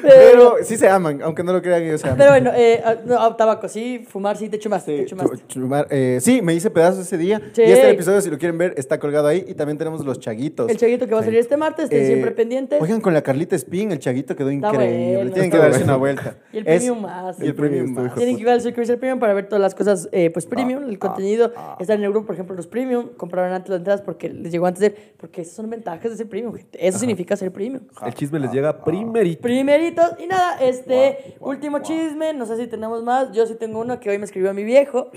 Speaker 2: Pero sí se aman, aunque no lo crean ellos se aman.
Speaker 1: Pero bueno, eh, ah, no, ah, tabaco, sí, fumar, sí, te chumaste,
Speaker 2: Sí,
Speaker 1: te chumaste.
Speaker 2: chu- chumar, eh, sí, me hice pedazos ese día.
Speaker 1: Sí.
Speaker 2: Y este episodio, si lo quieren ver, está colgado ahí. Y también tenemos los chaguitos.
Speaker 1: El chaguito que va a salir este martes, estén
Speaker 2: Eh,
Speaker 1: siempre pendientes.
Speaker 2: Oigan, con la Carlita Spin, el chaguito quedó
Speaker 1: Está
Speaker 2: increíble.
Speaker 1: bueno.
Speaker 2: Tienen que
Speaker 1: Está
Speaker 2: darse
Speaker 1: bueno.
Speaker 2: una vuelta.
Speaker 1: Y el
Speaker 2: Es-
Speaker 1: premium más.
Speaker 2: Y el premium más.
Speaker 1: Tienen que ir al Circuit Premium para ver todas las cosas eh,
Speaker 2: Ah,
Speaker 1: pues premium, el contenido. Estar en el grupo, por ejemplo, los premium. Compraron antes las entradas porque les llegó antes de. Porque esas son ventajas de ser premium, gente. Eso significa ser premium.
Speaker 3: El chisme
Speaker 2: Ah,
Speaker 3: les llega primerito.
Speaker 1: Primeritos. Y nada, este último chisme. No sé si tenemos más. Yo sí tengo uno que hoy me escribió a mi viejo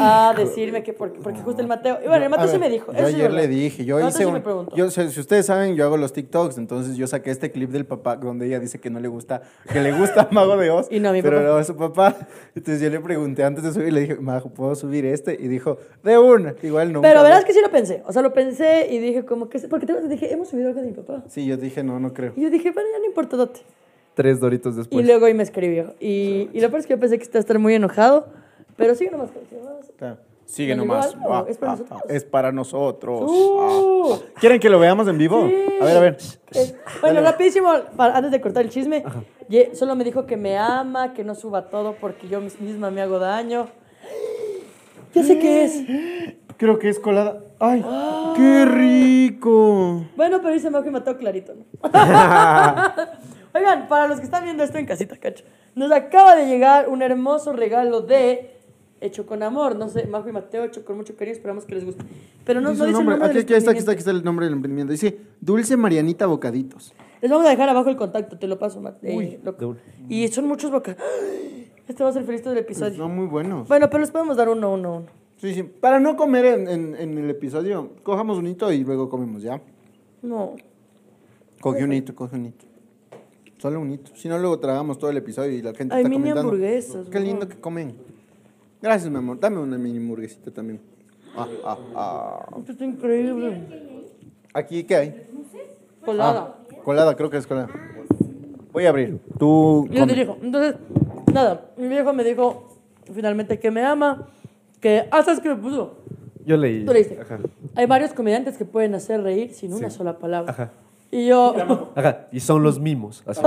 Speaker 1: a decirme que porque, porque justo el Mateo. Y bueno, el
Speaker 2: A
Speaker 1: Mateo sí
Speaker 2: ver,
Speaker 1: me dijo.
Speaker 2: Yo
Speaker 1: eso sí es
Speaker 2: ayer
Speaker 1: verdad.
Speaker 2: le dije, yo
Speaker 1: El Mateo
Speaker 2: hice
Speaker 1: sí
Speaker 2: un-
Speaker 1: me preguntó.
Speaker 2: yo sé- si ustedes saben, yo hago los TikToks, entonces yo saqué este clip del papá donde ella dice que no le gusta, que le gusta Mago de Oz,
Speaker 1: Y no a mi
Speaker 2: pero
Speaker 1: papá.
Speaker 2: no a su papá. Entonces yo le pregunté antes de subir, le dije, "Mago, ¿puedo subir este?" y dijo, "De una." Igual no.
Speaker 1: Pero verás que sí lo pensé. O sea, lo pensé y dije, como que. Porque te dije, hemos subido algo de mi papá.
Speaker 2: Sí, yo dije, "No, no creo."
Speaker 1: Y yo dije, bueno, ya no importa, date.
Speaker 3: Tres doritos
Speaker 1: Y
Speaker 3: después.
Speaker 1: luego ahí me escribió. Y, y lo peor es que yo pensé que estaba a estar muy enojado. Pero sigue nomás. sigue nomás.
Speaker 2: Claro.
Speaker 4: Sigue
Speaker 1: ¿No
Speaker 4: nomás.
Speaker 1: llegó algo?
Speaker 4: Ah,
Speaker 1: ¿Es para
Speaker 4: ah,
Speaker 1: nosotros?
Speaker 4: ah, es para nosotros.
Speaker 2: Pues,
Speaker 1: ¡Uh!
Speaker 4: Ah, ah.
Speaker 2: ¿Quieren que lo veamos en vivo? A ver, a ver.
Speaker 1: Es- bueno, rapidísimo, para- antes de cortar el chisme, ye- solo me dijo que me ama, que no suba todo porque yo mis- misma me hago daño. Ya sé qué es.
Speaker 2: Creo que es colada. Ay.
Speaker 1: Ah.
Speaker 2: ¡Qué rico!
Speaker 1: Bueno, pero ahí se me ojo y mató clarito, ¿no? Oigan, para los que están viendo esto en casita, cacho, nos acaba de llegar un hermoso regalo de Hecho con Amor. No sé, Majo y Mateo, hecho con mucho cariño, esperamos que les guste. Pero no,
Speaker 2: Dice
Speaker 1: no
Speaker 2: el
Speaker 1: dice el
Speaker 2: nombre.
Speaker 1: nombre
Speaker 2: Aquí,
Speaker 1: del
Speaker 2: aquí está, aquí
Speaker 1: emprendimiento.
Speaker 2: está, aquí está el nombre del emprendimiento. Dice Dulce Marianita Bocaditos.
Speaker 1: Les vamos a dejar abajo el contacto, te lo paso, Mateo.
Speaker 3: Uy, de una.
Speaker 1: Y son muchos boca. Este va a ser el feliz del episodio.
Speaker 2: Son muy buenos.
Speaker 1: Bueno, pero les podemos dar uno, uno, uno.
Speaker 2: Sí, sí. Para no comer en, en- en el episodio, cojamos un hito y luego comemos, ¿ya?
Speaker 1: No.
Speaker 2: Coge un hito, coge un hito. Solo un hito. Si no, luego tragamos todo el episodio y la gente
Speaker 1: Ay,
Speaker 2: está
Speaker 1: mini
Speaker 2: comentando.
Speaker 1: hamburguesas,
Speaker 2: Qué
Speaker 1: wow.
Speaker 2: lindo que comen. Gracias, mi amor. Dame una mini hamburguesita también. Ah, ah, ah.
Speaker 1: Esto está increíble.
Speaker 2: Aquí, ¿qué hay?
Speaker 1: Colada.
Speaker 2: Ah, colada, creo que es colada. Voy a abrir. Tú.
Speaker 1: Yo
Speaker 2: come.
Speaker 1: dirijo. Entonces, nada, mi viejo me dijo finalmente que me ama, que hasta es que me puso.
Speaker 3: Yo leí.
Speaker 1: Tú leíste.
Speaker 3: Ajá.
Speaker 1: Hay varios comediantes que pueden hacer reír sin una sola palabra.
Speaker 3: Ajá.
Speaker 1: Y yo,
Speaker 3: Ajá. Y son los mimos. Así.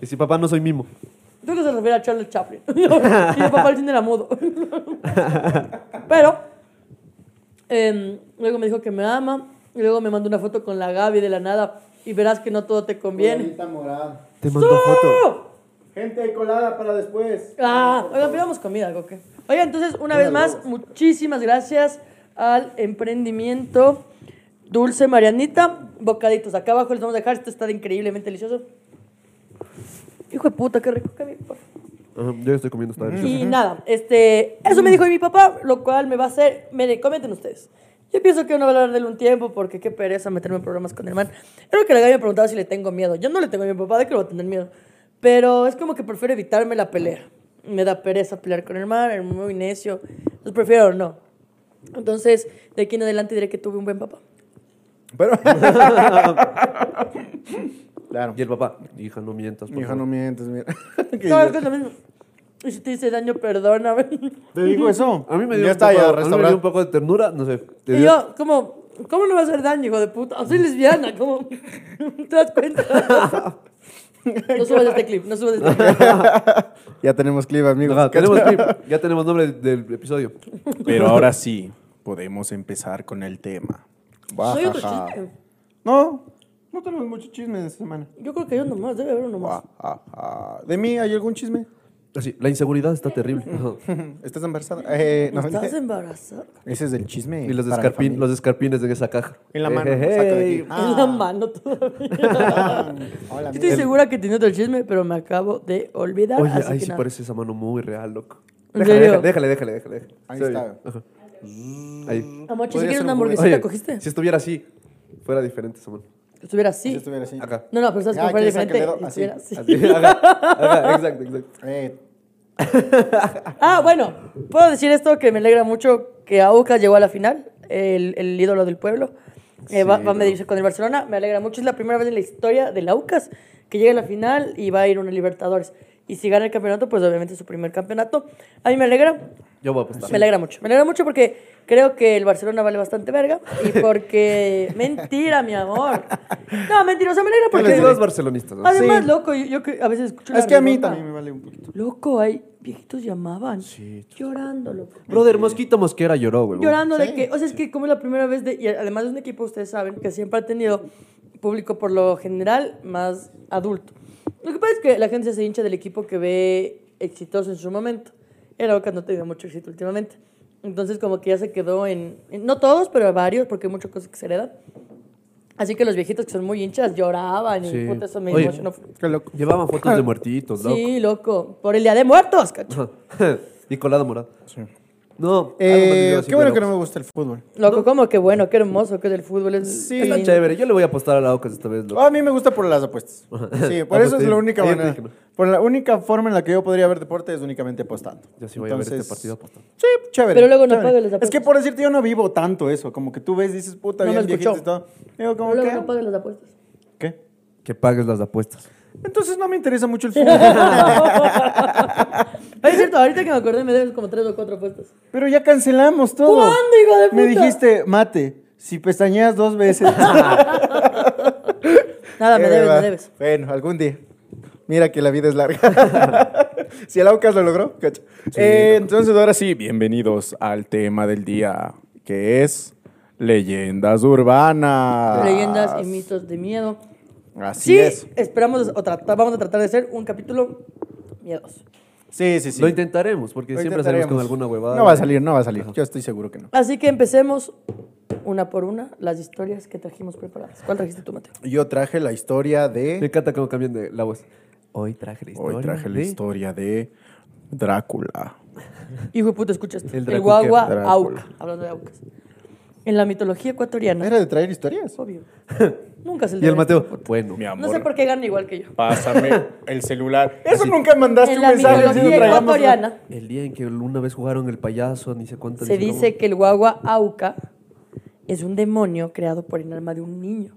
Speaker 3: y si papá no soy mimo.
Speaker 1: creo que se refiere a Charles Chaplin. y yo, papá el cine era mudo. Pero, em, luego me dijo que me ama, y luego me mandó una foto con la Gaby de la nada, y verás que no todo te conviene.
Speaker 2: Colgadita morada.
Speaker 3: Te mando foto.
Speaker 1: ¡Oh!
Speaker 2: Gente, colada para después.
Speaker 1: Ah, oigan, pidamos comida, algo que. Oiga, entonces, una vez más, muchísimas gracias al emprendimiento Dulce Marianita. Bocaditos, acá abajo les vamos a dejar, esto está increíblemente delicioso. Hijo de puta, qué rico que me- por favor.
Speaker 3: Ajá, Yo estoy comiendo esta deliciosa.
Speaker 1: Y nada, este, eso me dijo mi papá, lo cual me va a hacer, miren, comenten ustedes. Yo pienso que no voy a hablar de él un tiempo porque qué pereza meterme en problemas con el man. Creo que la Gaby me preguntaba si le tengo miedo. Yo no le tengo miedo a mi papá, de que lo voy a tener miedo. Pero es como que prefiero evitarme la pelea. Me da pereza pelear con el man, es muy necio. Entonces prefiero no. Entonces, de aquí en adelante diré que tuve un buen papá.
Speaker 2: Pero. claro.
Speaker 1: Mm.
Speaker 3: Y el papá. Hija, no mientas. Pues, por
Speaker 2: Mi hija, no
Speaker 3: favor.
Speaker 2: mientes, mira. ¿Qué
Speaker 1: No, es que
Speaker 2: idiota.
Speaker 1: es lo mismo. Y si te hice daño, perdóname.
Speaker 2: ¿Te digo eso?
Speaker 3: A mí me dio,
Speaker 2: ya
Speaker 3: un,
Speaker 2: está,
Speaker 3: poco,
Speaker 2: ya
Speaker 3: a mí me dio un
Speaker 2: restaurado.
Speaker 3: poco de ternura. No sé. te
Speaker 1: Y
Speaker 3: dio-
Speaker 1: yo, como, ¿cómo no va a ser daño, hijo de puta? Soy lesbiana, ¿cómo? ¿Te das cuenta? No subas este clip, no subas este clip.
Speaker 2: Ya tenemos clip, amigos.
Speaker 3: Ajá, tenemos clip, ya tenemos nombre del episodio.
Speaker 4: Pero ahora sí, podemos empezar con el tema.
Speaker 1: No hay otro
Speaker 2: Bajaja.
Speaker 1: chiste.
Speaker 2: No, no tenemos mucho chisme esta semana.
Speaker 1: Yo creo que hay uno más, debe haber uno más.
Speaker 2: Bajaja. ¿De mí hay algún chisme?
Speaker 3: Así, la inseguridad está terrible. Ajá.
Speaker 2: ¿Estás embarazada? Eh, no,
Speaker 1: ¿Estás em- embarazada?
Speaker 2: Ese es el chisme.
Speaker 3: Y los,
Speaker 2: para
Speaker 3: escarpin-
Speaker 2: mi familia.
Speaker 3: los escarpines en esa caja. Eh,
Speaker 2: En la mano.
Speaker 3: Ejejey.
Speaker 2: saca de aquí.
Speaker 1: En la mano todavía.
Speaker 2: Ah. Hola,
Speaker 1: Yo estoy
Speaker 2: amigo.
Speaker 1: segura que tenía otro chisme, pero me acabo de olvidar.
Speaker 3: Oye,
Speaker 1: así
Speaker 3: ahí
Speaker 1: que
Speaker 3: sí
Speaker 1: nada.
Speaker 3: parece esa mano muy real, loco.
Speaker 1: ¿En
Speaker 3: Déjale,
Speaker 1: serio?
Speaker 3: déjale, déjale, déjale, déjale.
Speaker 2: Ahí
Speaker 3: Se oye.
Speaker 2: está.
Speaker 3: Ajá. Ahí.
Speaker 1: Amoche, si
Speaker 2: Podría
Speaker 1: quieres
Speaker 2: ser un
Speaker 1: una
Speaker 2: buen-
Speaker 1: hamburguesita,
Speaker 3: Oye,
Speaker 1: ¿cogiste?
Speaker 3: si estuviera así, fuera diferente esa mano.
Speaker 1: Que estuviera
Speaker 2: Si
Speaker 1: así.
Speaker 2: estuviera así.
Speaker 3: Acá.
Speaker 1: No, no, pero sabes
Speaker 2: Ya,
Speaker 1: cómo fuera
Speaker 2: que saque
Speaker 1: diferente.
Speaker 2: el dedo,
Speaker 1: que
Speaker 2: así,
Speaker 1: estuviera así.
Speaker 3: Así, ajá, ajá, exacto, exacto.
Speaker 2: Eh,
Speaker 1: Ah, bueno, puedo decir esto que me alegra mucho que Aucas llegó a la final, el, el ídolo del pueblo. Eh, va, va a medirse con el Barcelona, me alegra mucho. Es la primera vez en la historia del Aucas que llega a la final y va a ir a una Libertadores. Y si gana el campeonato, pues obviamente es su primer campeonato. A mí me alegra,
Speaker 3: Yo voy a apostar.
Speaker 1: me alegra mucho. Me alegra mucho porque creo que el Barcelona vale bastante verga y porque... Mentira, mi amor. No, mentira, o sea, me alegra
Speaker 3: Porque hay
Speaker 1: porque...
Speaker 3: dos barcelonistas. ¿no?
Speaker 1: Además,
Speaker 2: Sí.
Speaker 1: loco, yo, yo que a veces escucho...
Speaker 2: es
Speaker 1: la
Speaker 2: que a mí
Speaker 1: redonda.
Speaker 2: también me vale un poquito.
Speaker 1: Loco, hay viejitos llamaban. Llorando, loco.
Speaker 3: Brother, Mosquito Mosquera lloró, güey.
Speaker 1: Llorando de que, o sea, es que como es la primera vez de, y además es un equipo, ustedes saben, que siempre ha tenido público por lo general más adulto. Lo que pasa es que la gente se hincha del equipo que ve exitoso en su momento. El Aucas no ha tenido mucho éxito últimamente. Entonces como que ya se quedó en, en- no todos, pero varios, porque hay muchas cosas que se heredan. Así que los viejitos que son muy hinchas lloraban y
Speaker 3: Sí.
Speaker 1: puta, eso me
Speaker 3: Oye,
Speaker 1: emocionó.
Speaker 2: Qué loco.
Speaker 3: Llevaban fotos de muertitos, loco.
Speaker 1: Sí, loco. Por el Día de Muertos, cacho.
Speaker 3: y colado morado. No, algo más
Speaker 2: Eh,
Speaker 3: yo sí
Speaker 2: qué bueno
Speaker 3: quiero.
Speaker 2: que no me gusta el fútbol.
Speaker 1: Loco, como que bueno, qué hermoso que es el fútbol. Es
Speaker 2: Sí.
Speaker 1: es
Speaker 3: Está
Speaker 1: lindo.
Speaker 3: chévere. Yo le voy a apostar a la Ocas esta vez, loco.
Speaker 2: Ah, A mí me gusta por las apuestas. Sí, por eso es la única
Speaker 3: Ah, pues Ahí te
Speaker 2: manera.
Speaker 3: dije, ¿no?
Speaker 2: Por la única forma en la que yo podría ver deporte es únicamente apostando.
Speaker 4: Oh,
Speaker 3: Yo sí voy a ver este partido apostando.
Speaker 2: Sí, chévere.
Speaker 1: Pero luego no
Speaker 2: chévere.
Speaker 1: pagas las apuestas.
Speaker 2: Es que por decirte, yo no vivo tanto eso. Como que tú ves, dices, puta,
Speaker 1: No me
Speaker 2: bien viejitos y
Speaker 1: escuchó.
Speaker 2: todo. Digo, como
Speaker 1: Pero luego
Speaker 2: que-
Speaker 1: no pagues las apuestas.
Speaker 2: ¿Qué?
Speaker 3: Que pagues las apuestas.
Speaker 2: Entonces no me interesa mucho el fútbol.
Speaker 1: Oye, es cierto, ahorita que me acordé me debes como tres o cuatro apuestas.
Speaker 2: pero ya cancelamos todo.
Speaker 1: ¿Cuándo, hijo de
Speaker 2: Me
Speaker 1: puta?
Speaker 2: dijiste, mate, si pestañeas dos veces.
Speaker 1: Nada, me
Speaker 2: Es
Speaker 1: debes,
Speaker 2: verdad.
Speaker 1: me debes.
Speaker 2: Bueno, algún día. Mira que la vida es larga. si el Aucas lo logró, cacho.
Speaker 4: Eh, entonces, ahora sí, bienvenidos al tema del día, que es Leyendas urbanas.
Speaker 1: Leyendas y mitos de miedo.
Speaker 4: Así
Speaker 1: sí,
Speaker 4: es.
Speaker 1: esperamos o trata- vamos a tratar de hacer un capítulo miedos.
Speaker 2: Sí, sí, sí.
Speaker 3: Lo intentaremos, porque
Speaker 2: Lo
Speaker 3: siempre salimos con
Speaker 2: intentaremos.
Speaker 3: alguna huevada.
Speaker 4: No va a salir, no va a salir. Yo estoy seguro que no.
Speaker 1: Así que empecemos una por una las historias que trajimos preparadas. ¿Cuál trajiste tú, Mateo?
Speaker 4: Yo traje la historia
Speaker 3: Me
Speaker 4: de.
Speaker 3: encanta cómo cambian de la voz. Hoy traje la historia.
Speaker 4: Hoy traje la
Speaker 3: de-
Speaker 4: historia de Drácula.
Speaker 1: Hijo de puta, escuchaste.
Speaker 3: El
Speaker 1: El,
Speaker 3: Drácula.
Speaker 1: guagua
Speaker 4: Drácula.
Speaker 1: Auca. Hablando de Aucas. En la mitología ecuatoriana.
Speaker 2: ¿Era de traer historias?
Speaker 1: Obvio. Nunca se le
Speaker 3: Y el
Speaker 1: da
Speaker 3: Mateo,
Speaker 1: este soporte.
Speaker 3: bueno.
Speaker 4: Mi amor.
Speaker 1: No sé por qué gana igual que yo.
Speaker 4: Pásame el celular. Eso nunca mandaste
Speaker 1: En la
Speaker 4: diciendo,
Speaker 1: mitología
Speaker 4: "Traigamos la-".
Speaker 1: ecuatoriana
Speaker 3: El día en que una vez jugaron el payaso, ni sé cuánto.
Speaker 1: se
Speaker 3: ni sé
Speaker 1: dice
Speaker 3: cómo.
Speaker 1: que el guagua Auca es un demonio creado por el alma de un niño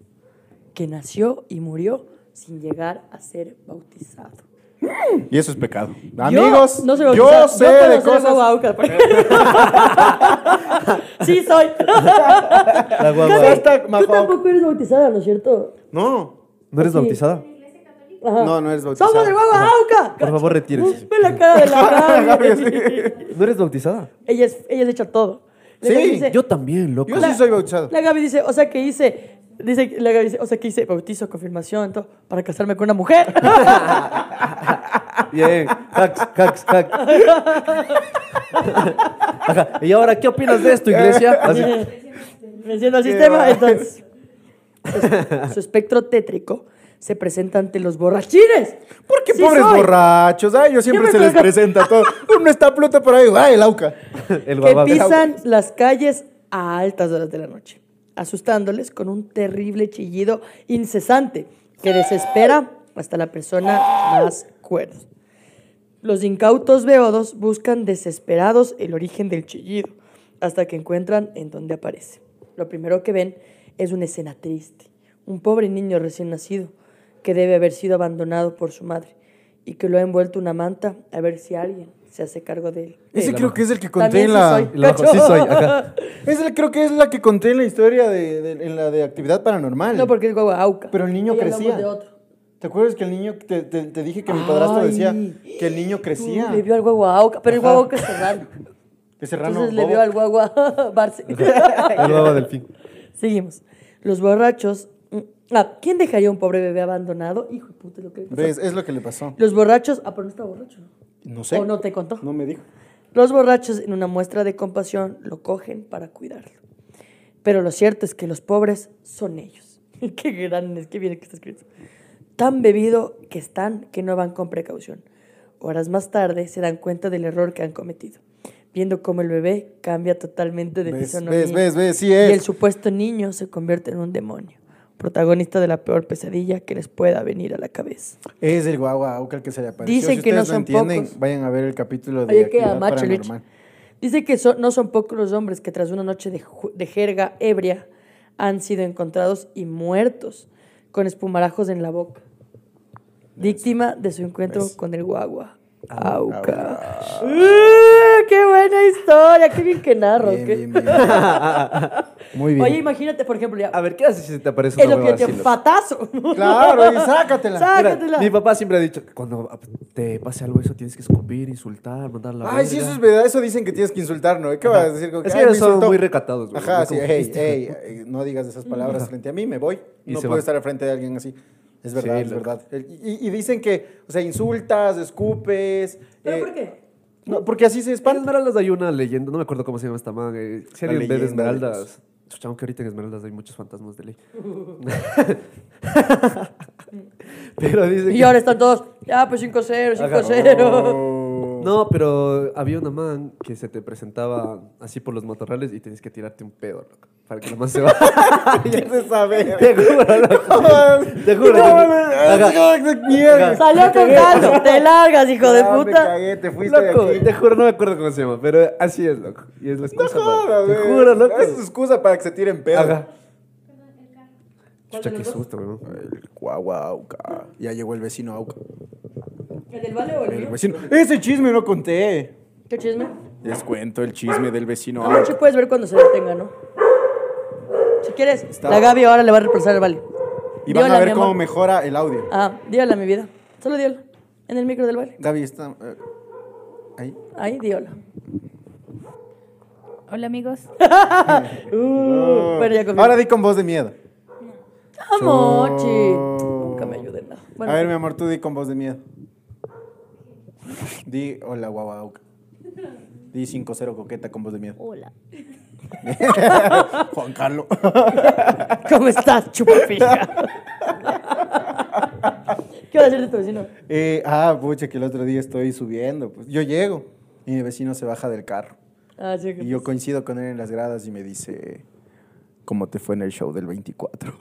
Speaker 1: que nació y murió sin llegar a ser bautizado.
Speaker 4: Y eso es pecado. Amigos,
Speaker 1: no soy
Speaker 4: yo
Speaker 1: bautizada.
Speaker 4: sé
Speaker 1: puedo
Speaker 4: de
Speaker 1: ser
Speaker 4: cosas.
Speaker 1: guagua Auca, porque- sí, soy.
Speaker 3: La guagua.
Speaker 1: Gaby,
Speaker 2: Hashtag
Speaker 1: Tú
Speaker 2: Majo.
Speaker 1: tampoco eres bautizada, ¿no es cierto?
Speaker 2: No.
Speaker 3: ¿No eres
Speaker 1: Sí.
Speaker 3: bautizada?
Speaker 1: Ajá.
Speaker 2: No, no eres bautizada.
Speaker 1: ¡Somos el guagua Auca!
Speaker 3: Por favor, retírese.
Speaker 1: Ve la cara de la Gaby.
Speaker 3: ¿No eres bautizada?
Speaker 1: ella, es, ella es hecha todo. La
Speaker 2: Sí,
Speaker 1: Gaby dice-
Speaker 3: Yo también, loco.
Speaker 2: Yo sí soy bautizado.
Speaker 1: La Gaby dice, o sea que hice, dice, la Gaby dice, o sea que hice bautizo, confirmación, todo, para casarme con una mujer.
Speaker 3: Bien. Hacks, hacks, hacks. Ajá. ¿Y ahora qué opinas de esto, iglesia?
Speaker 4: Ah,
Speaker 3: Así.
Speaker 1: Venciendo al sistema, entonces. Su, su espectro tétrico se presenta ante los borrachines.
Speaker 4: ¿Por qué
Speaker 1: Sí
Speaker 4: pobres
Speaker 1: soy.
Speaker 4: borrachos? Ay, yo siempre
Speaker 1: Siempre
Speaker 4: se les
Speaker 1: traigo-
Speaker 4: presenta todo. Uno está pluto por ahí. Ay, el auca.
Speaker 3: El
Speaker 1: que
Speaker 3: guagua.
Speaker 1: pisan las calles a altas horas de la noche, asustándoles con un terrible chillido incesante que desespera hasta la persona más cuerda. Los incautos beodos buscan desesperados el origen del chillido, hasta que encuentran en dónde aparece. Lo primero que ven es una escena triste, un pobre niño recién nacido, que debe haber sido abandonado por su madre y que lo ha envuelto una manta a ver si alguien se hace cargo de él.
Speaker 2: Ese
Speaker 1: Eh,
Speaker 2: creo que es el que conté
Speaker 1: También
Speaker 2: en
Speaker 1: sí
Speaker 2: la.
Speaker 1: soy.
Speaker 3: Y la- Sí soy, ajá.
Speaker 2: Es el- creo que es la que conté en la historia de, de- en la de actividad paranormal.
Speaker 1: No, porque es guagua auca.
Speaker 2: Pero el niño
Speaker 1: Ahí hablamos
Speaker 2: crecía.
Speaker 1: de otro.
Speaker 2: ¿Te acuerdas que el niño te, te- te dije que mi padrastro
Speaker 1: Ay.
Speaker 2: decía que el niño crecía?
Speaker 1: Tú Le vio al guagua auca, pero el guagua auca es serrano.
Speaker 2: Que serrano.
Speaker 1: Entonces le
Speaker 2: bobo.
Speaker 1: vio al guagua Barce.
Speaker 3: El guagua del fin.
Speaker 1: Seguimos. Los borrachos. Ah, ¿Quién dejaría a un pobre bebé abandonado? Hijo de puta, lo que le pasó.
Speaker 2: ¿Ves? Es lo que le pasó.
Speaker 1: Los borrachos. Ah, pero no está borracho. ¿no?
Speaker 2: No sé.
Speaker 1: ¿O no te contó?
Speaker 2: No me dijo.
Speaker 1: Los borrachos, en una muestra de compasión, lo cogen para cuidarlo. Pero lo cierto es que los pobres son ellos. qué gran, es que viene que está escrito. Tan bebido que están que no van con precaución. Horas más tarde se dan cuenta del error que han cometido, viendo cómo el bebé cambia totalmente de
Speaker 2: ¿Ves?
Speaker 1: fisonomía.
Speaker 2: ¿Ves? ¿Ves? ¿Ves? Sí
Speaker 1: Y el
Speaker 2: es.
Speaker 1: supuesto niño se convierte en un demonio, protagonista de la peor pesadilla que les pueda venir a la cabeza.
Speaker 2: Es el guagua auca el que se le apareció.
Speaker 1: Dicen
Speaker 2: Si
Speaker 1: que no
Speaker 2: ustedes
Speaker 1: son
Speaker 2: entienden,
Speaker 1: pocos.
Speaker 2: vayan a ver el capítulo de
Speaker 1: Oye, que a
Speaker 2: actividad
Speaker 1: Macho Lich.
Speaker 2: paranormal.
Speaker 1: Dice que son- no son pocos los hombres que tras una noche de, ju- de jerga ebria han sido encontrados y muertos con espumarajos en la boca. Víctima de su encuentro con el guagua.
Speaker 2: Ah,
Speaker 1: Auca. ¡Uh! ¡Qué buena historia! ¡Qué bien que narro!
Speaker 2: Bien,
Speaker 1: qué-
Speaker 2: bien, bien. Muy bien.
Speaker 1: Oye, imagínate, por ejemplo, ya,
Speaker 3: A ver, ¿qué haces si te aparece
Speaker 1: es
Speaker 3: una
Speaker 1: lo que
Speaker 3: hueva
Speaker 1: yo te
Speaker 3: así? loco?
Speaker 1: fatazo.
Speaker 2: Claro, y sácatela.
Speaker 3: Mira,
Speaker 1: Sácatela.
Speaker 3: mi papá siempre ha dicho, cuando te pase algo eso tienes que escupir, insultar, mandar la
Speaker 2: Ay, sí, eso es verdad. Eso dicen que tienes que insultar, ¿no? ¿Qué vas a decir? Como
Speaker 3: Es que
Speaker 2: "Ay, me
Speaker 3: ellos son
Speaker 2: insultó"?
Speaker 3: muy recatados, güey.
Speaker 2: Ajá,
Speaker 3: No
Speaker 2: sí.
Speaker 3: como-
Speaker 2: Hey, hey, eh, no digas esas palabras frente a mí, me voy.
Speaker 3: Y
Speaker 2: no
Speaker 3: se
Speaker 2: puedo
Speaker 3: va.
Speaker 2: estar al frente de alguien así. Es verdad,
Speaker 3: Sí,
Speaker 2: es
Speaker 3: loco.
Speaker 2: verdad. El- Y, y dicen que, o sea, insultas, escupes.
Speaker 1: ¿Pero
Speaker 2: eh,
Speaker 1: por qué?
Speaker 2: No, porque así se
Speaker 3: En
Speaker 2: espanta.
Speaker 3: Esmeraldas hay una leyenda, no me acuerdo cómo se llama esta man. Eh, si
Speaker 2: La
Speaker 3: alguien ve de
Speaker 2: leyenda pues. de
Speaker 3: Esmeraldas. Chucha, aunque ahorita en Esmeraldas hay muchos fantasmas de ley. pero dice
Speaker 1: Y ahora están todos, ya, pues 5-0,
Speaker 3: Ajá.
Speaker 1: 5-0.
Speaker 3: No, pero había una man que se te presentaba así por los matorrales y tenías que tirarte un pedo, loco. Para que la man se vaya.
Speaker 2: ¿Qué sabe?
Speaker 3: Te juro, loco. Te juro.
Speaker 2: No, mames,
Speaker 3: Ajá.
Speaker 2: qué mierda.
Speaker 1: Salió con caldo, te largas, hijo de
Speaker 2: Ah, me
Speaker 1: puta.
Speaker 2: cagué, te fuiste de
Speaker 3: Loco,
Speaker 2: aquí.
Speaker 3: te juro, no me acuerdo cómo se llama, pero así es, loco. Y es la excusa.
Speaker 2: No
Speaker 3: man.
Speaker 2: jodas,
Speaker 3: Te
Speaker 2: güey. Ah,
Speaker 3: juro, loco.
Speaker 2: Es tu excusa para que se tiren pedo.
Speaker 3: Ajá.
Speaker 1: ¿Cuál
Speaker 3: Chucha,
Speaker 1: de
Speaker 3: qué
Speaker 1: los dos?
Speaker 3: susto, weón.
Speaker 2: Guagua, auca. Ya llegó el vecino, auca.
Speaker 1: ¿El del vale o el
Speaker 2: El
Speaker 1: mío?
Speaker 2: vecino. Ese chisme no conté.
Speaker 1: ¿Qué chisme?
Speaker 4: Les cuento el chisme del vecino
Speaker 1: No,
Speaker 4: auca.
Speaker 1: noche puedes ver cuando se detenga, ¿no? Si quieres, la Gaby ahora le va a reemplazar el vale.
Speaker 2: Y van
Speaker 1: Diola,
Speaker 2: a ver
Speaker 1: mi
Speaker 2: cómo
Speaker 1: amor.
Speaker 2: mejora el audio.
Speaker 1: Ah, díola, mi vida. Solo diola. En el micro del vale.
Speaker 2: Gaby, está. eh, ahí.
Speaker 1: Ahí, diola.
Speaker 5: Hola amigos.
Speaker 1: Uh, bueno, ya comí.
Speaker 2: Ahora di con voz de miedo.
Speaker 1: ¡Vamos, chi! Nunca me ayuden. No. Bueno,
Speaker 2: a ver, mi amor, tú di con voz de miedo. Di hola, guauauca. Di 5-0 coqueta con voz de miedo.
Speaker 5: Hola.
Speaker 2: Juan Carlos.
Speaker 1: ¿cómo estás, chupapija? ¿Qué va a decir de tu vecino?
Speaker 2: Eh, ah, pucha, que el otro día estoy subiendo. Pues yo llego y mi vecino se baja del carro.
Speaker 1: Ah, sí, que-
Speaker 2: Y yo coincido con él en las gradas y me dice, ¿cómo te fue en el show del 24?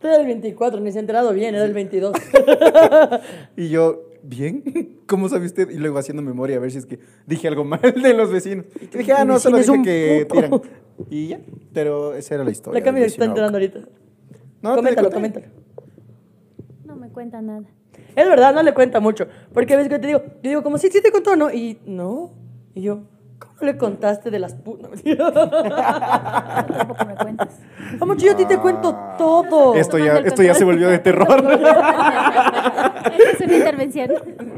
Speaker 1: Tú eres el 24, ni se ha enterado bien, era el 22.
Speaker 2: Y yo, ¿bien? ¿Cómo sabe usted? Y luego haciendo memoria a ver si es que dije algo mal de los vecinos. Y dije, ah,
Speaker 1: mi
Speaker 2: no, solo
Speaker 1: vecino
Speaker 2: dije
Speaker 1: es
Speaker 2: que
Speaker 1: un puto".
Speaker 2: tiran. Y ya, pero esa era la historia.
Speaker 1: La Camila
Speaker 2: del
Speaker 1: se está
Speaker 2: vecino
Speaker 1: enterando ahorita.
Speaker 2: Arauco. No, te
Speaker 1: coméntalo,
Speaker 2: conté.
Speaker 1: coméntalo.
Speaker 5: No me cuenta nada.
Speaker 1: Es verdad, no le cuenta mucho. Porque ves que yo te digo, yo digo, como, sí, sí te contó, ¿no? Y no. Y yo, ¿cómo le contaste de las putas?
Speaker 5: Tampoco me cuentas.
Speaker 1: Vamos, yo a ti te cuento todo.
Speaker 2: Ah, Esto ya, esto ya se volvió de terror.
Speaker 5: Esta es una intervención.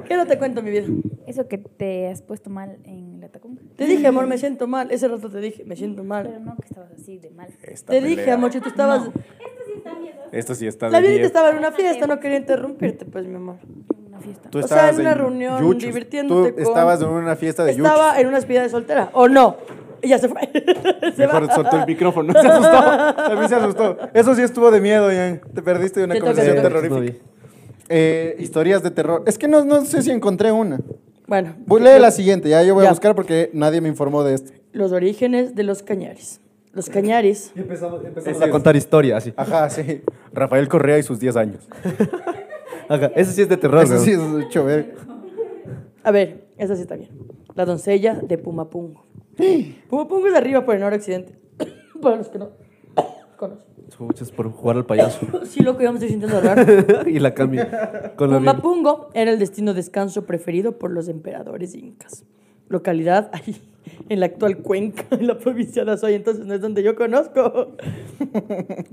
Speaker 1: ¿Qué no te cuento, mi vida?
Speaker 5: Eso que te has puesto mal en la tacunga.
Speaker 1: Te dije, amor, me siento mal. Ese rato te dije, me siento
Speaker 5: Pero
Speaker 1: mal.
Speaker 5: no que estabas así de mal.
Speaker 4: Esta
Speaker 1: Te
Speaker 4: pelea.
Speaker 1: dije, amor, tú estabas...
Speaker 4: Esto sí está
Speaker 1: La
Speaker 4: de
Speaker 1: vida
Speaker 4: 10.
Speaker 1: estaba en una fiesta, no quería interrumpirte, pues, mi amor.
Speaker 5: en Una fiesta.
Speaker 2: Tú
Speaker 1: O sea,
Speaker 2: estabas
Speaker 1: en una reunión,
Speaker 2: yuchos.
Speaker 1: divirtiéndote
Speaker 2: Tú
Speaker 1: con-
Speaker 2: estabas en una fiesta de yuchos.
Speaker 1: Estaba en una despedida de soltera, ¿o no? Y ya se fue. se va.
Speaker 2: Mejor soltó el micrófono. Se asustó. También se asustó. Eso sí estuvo de miedo, Ian. Te perdiste de una
Speaker 1: Te toca,
Speaker 2: conversación
Speaker 1: te toca.
Speaker 3: No
Speaker 2: terrorífica.
Speaker 3: vi.
Speaker 2: Eh, historias de terror. Es que no, no sé si encontré una.
Speaker 1: Bueno,
Speaker 2: Voy, lee la siguiente. Ya yo voy
Speaker 1: Ya.
Speaker 2: a buscar porque nadie me informó de esto.
Speaker 1: los orígenes de los cañaris. Los cañaris.
Speaker 2: empezamos,
Speaker 3: Vamos a contar historia, así.
Speaker 2: Ajá, sí. Rafael Correa y sus 10 años.
Speaker 3: Ajá, Eso sí es de terror,
Speaker 2: Eso
Speaker 3: weón.
Speaker 2: sí es un chover.
Speaker 1: A ver, esa sí está bien. La doncella de Pumapungo. Pumapungo es de arriba por el noroccidente. Para los que no conocen.
Speaker 3: Chucha, es por jugar al payaso.
Speaker 1: Sí, lo que yo me estoy sintiendo raro.
Speaker 3: y la cambia. Con la miel.
Speaker 1: Pumapungo era el destino de descanso preferido por los emperadores incas. Localidad ahí, en la actual Cuenca, en la provincia de Azuay, entonces no es donde yo conozco.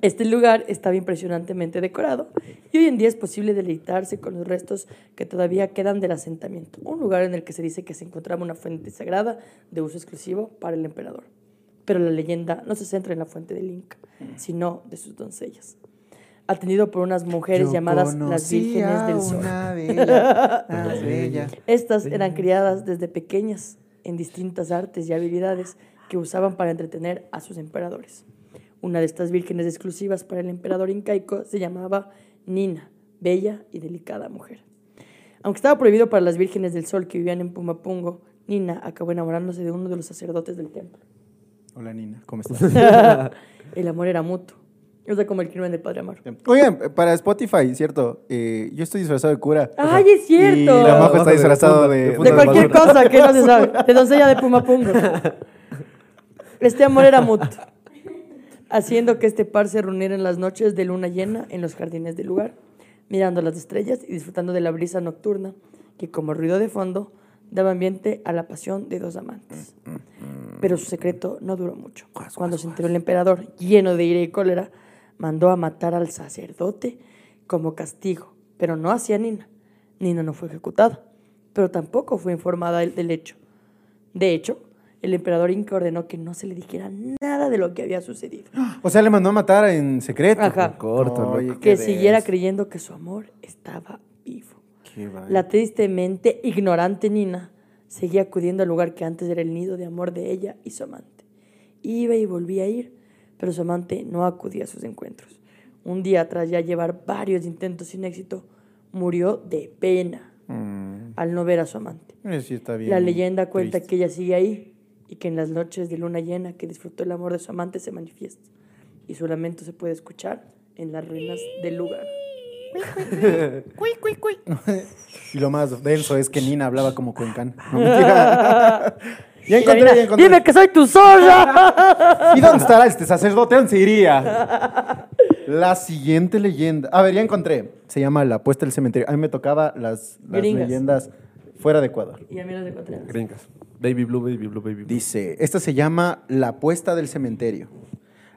Speaker 1: Este lugar estaba impresionantemente decorado y hoy en día es posible deleitarse con los restos que todavía quedan del asentamiento, un lugar en el que se dice que se encontraba una fuente sagrada de uso exclusivo para el emperador. Pero la leyenda no se centra en la fuente del Inca, sino de sus doncellas. Atendido por unas mujeres
Speaker 2: Yo
Speaker 1: llamadas las
Speaker 2: conocí
Speaker 1: vírgenes
Speaker 2: a
Speaker 1: del sol.
Speaker 2: Una de ellas, una de ellas.
Speaker 1: Estas eran criadas desde pequeñas en distintas artes y habilidades que usaban para entretener a sus emperadores. Una de estas vírgenes exclusivas para el emperador incaico se llamaba Nina, bella y delicada mujer. Aunque estaba prohibido para las vírgenes del sol que vivían en Pumapungo, Nina acabó enamorándose de uno de los sacerdotes del templo.
Speaker 2: Hola, Nina. ¿Cómo estás?
Speaker 1: El amor era mutuo. O sea, como el crimen del padre Amaro.
Speaker 2: Oigan, para Spotify, ¿cierto? Eh, yo estoy disfrazado de cura.
Speaker 1: ¡Ay, es cierto!
Speaker 2: Y la Majo está
Speaker 3: De
Speaker 2: disfrazada
Speaker 3: funda,
Speaker 2: de...
Speaker 3: de
Speaker 1: De
Speaker 3: funda.
Speaker 1: cualquier
Speaker 3: basura.
Speaker 1: cosa que no se sabe. De doncella de Pumapungo. Este amor era mutuo, haciendo que este par se reuniera en las noches de luna llena en los jardines del lugar, mirando las estrellas y disfrutando de la brisa nocturna que, como ruido de fondo, daba ambiente a la pasión de dos amantes. Pero su secreto no duró mucho. Cuando se enteró el emperador, lleno de ira y cólera, mandó a matar al sacerdote como castigo, pero no hacia Nina. Nina no fue ejecutada, pero tampoco fue informada del- del hecho. De hecho, el emperador Inca ordenó que no se le dijera nada de lo que había sucedido,
Speaker 2: O sea, le mandó a matar en secreto.
Speaker 1: Ajá.
Speaker 3: Corto,
Speaker 2: Oye,
Speaker 3: loco.
Speaker 1: que
Speaker 2: des-
Speaker 1: siguiera creyendo que su amor estaba vivo.
Speaker 2: Qué vaina.
Speaker 1: La tristemente ignorante Nina seguía acudiendo al lugar que antes era el nido de amor de ella y su amante. Iba y volvía a ir, pero su amante no acudía a sus encuentros. Un día, tras ya llevar varios intentos sin éxito, murió de pena al no ver a su amante.
Speaker 2: Mm. Eh, sí está bien
Speaker 1: La leyenda cuenta
Speaker 2: triste.
Speaker 1: que ella sigue ahí y que en las noches de luna llena que disfrutó el amor de su amante se manifiesta. Y su lamento se puede escuchar en las ruinas del lugar.
Speaker 2: Y lo más denso es que Nina hablaba como cuencana. No, mentira. ya encontré, ya encontré.
Speaker 1: ¡Dime que soy tu zorra!
Speaker 2: ¿Y dónde estará este sacerdote? ¿Dónde se iría? La siguiente leyenda. A ver, ya encontré. Se llama La Puesta del Cementerio. A mí me tocaba las, las
Speaker 1: Gringas.
Speaker 2: leyendas fuera de Ecuador.
Speaker 1: y a mí las encontré.
Speaker 3: Gringas. Baby blue, baby blue, baby blue.
Speaker 2: Dice, esta se llama La Puesta del Cementerio.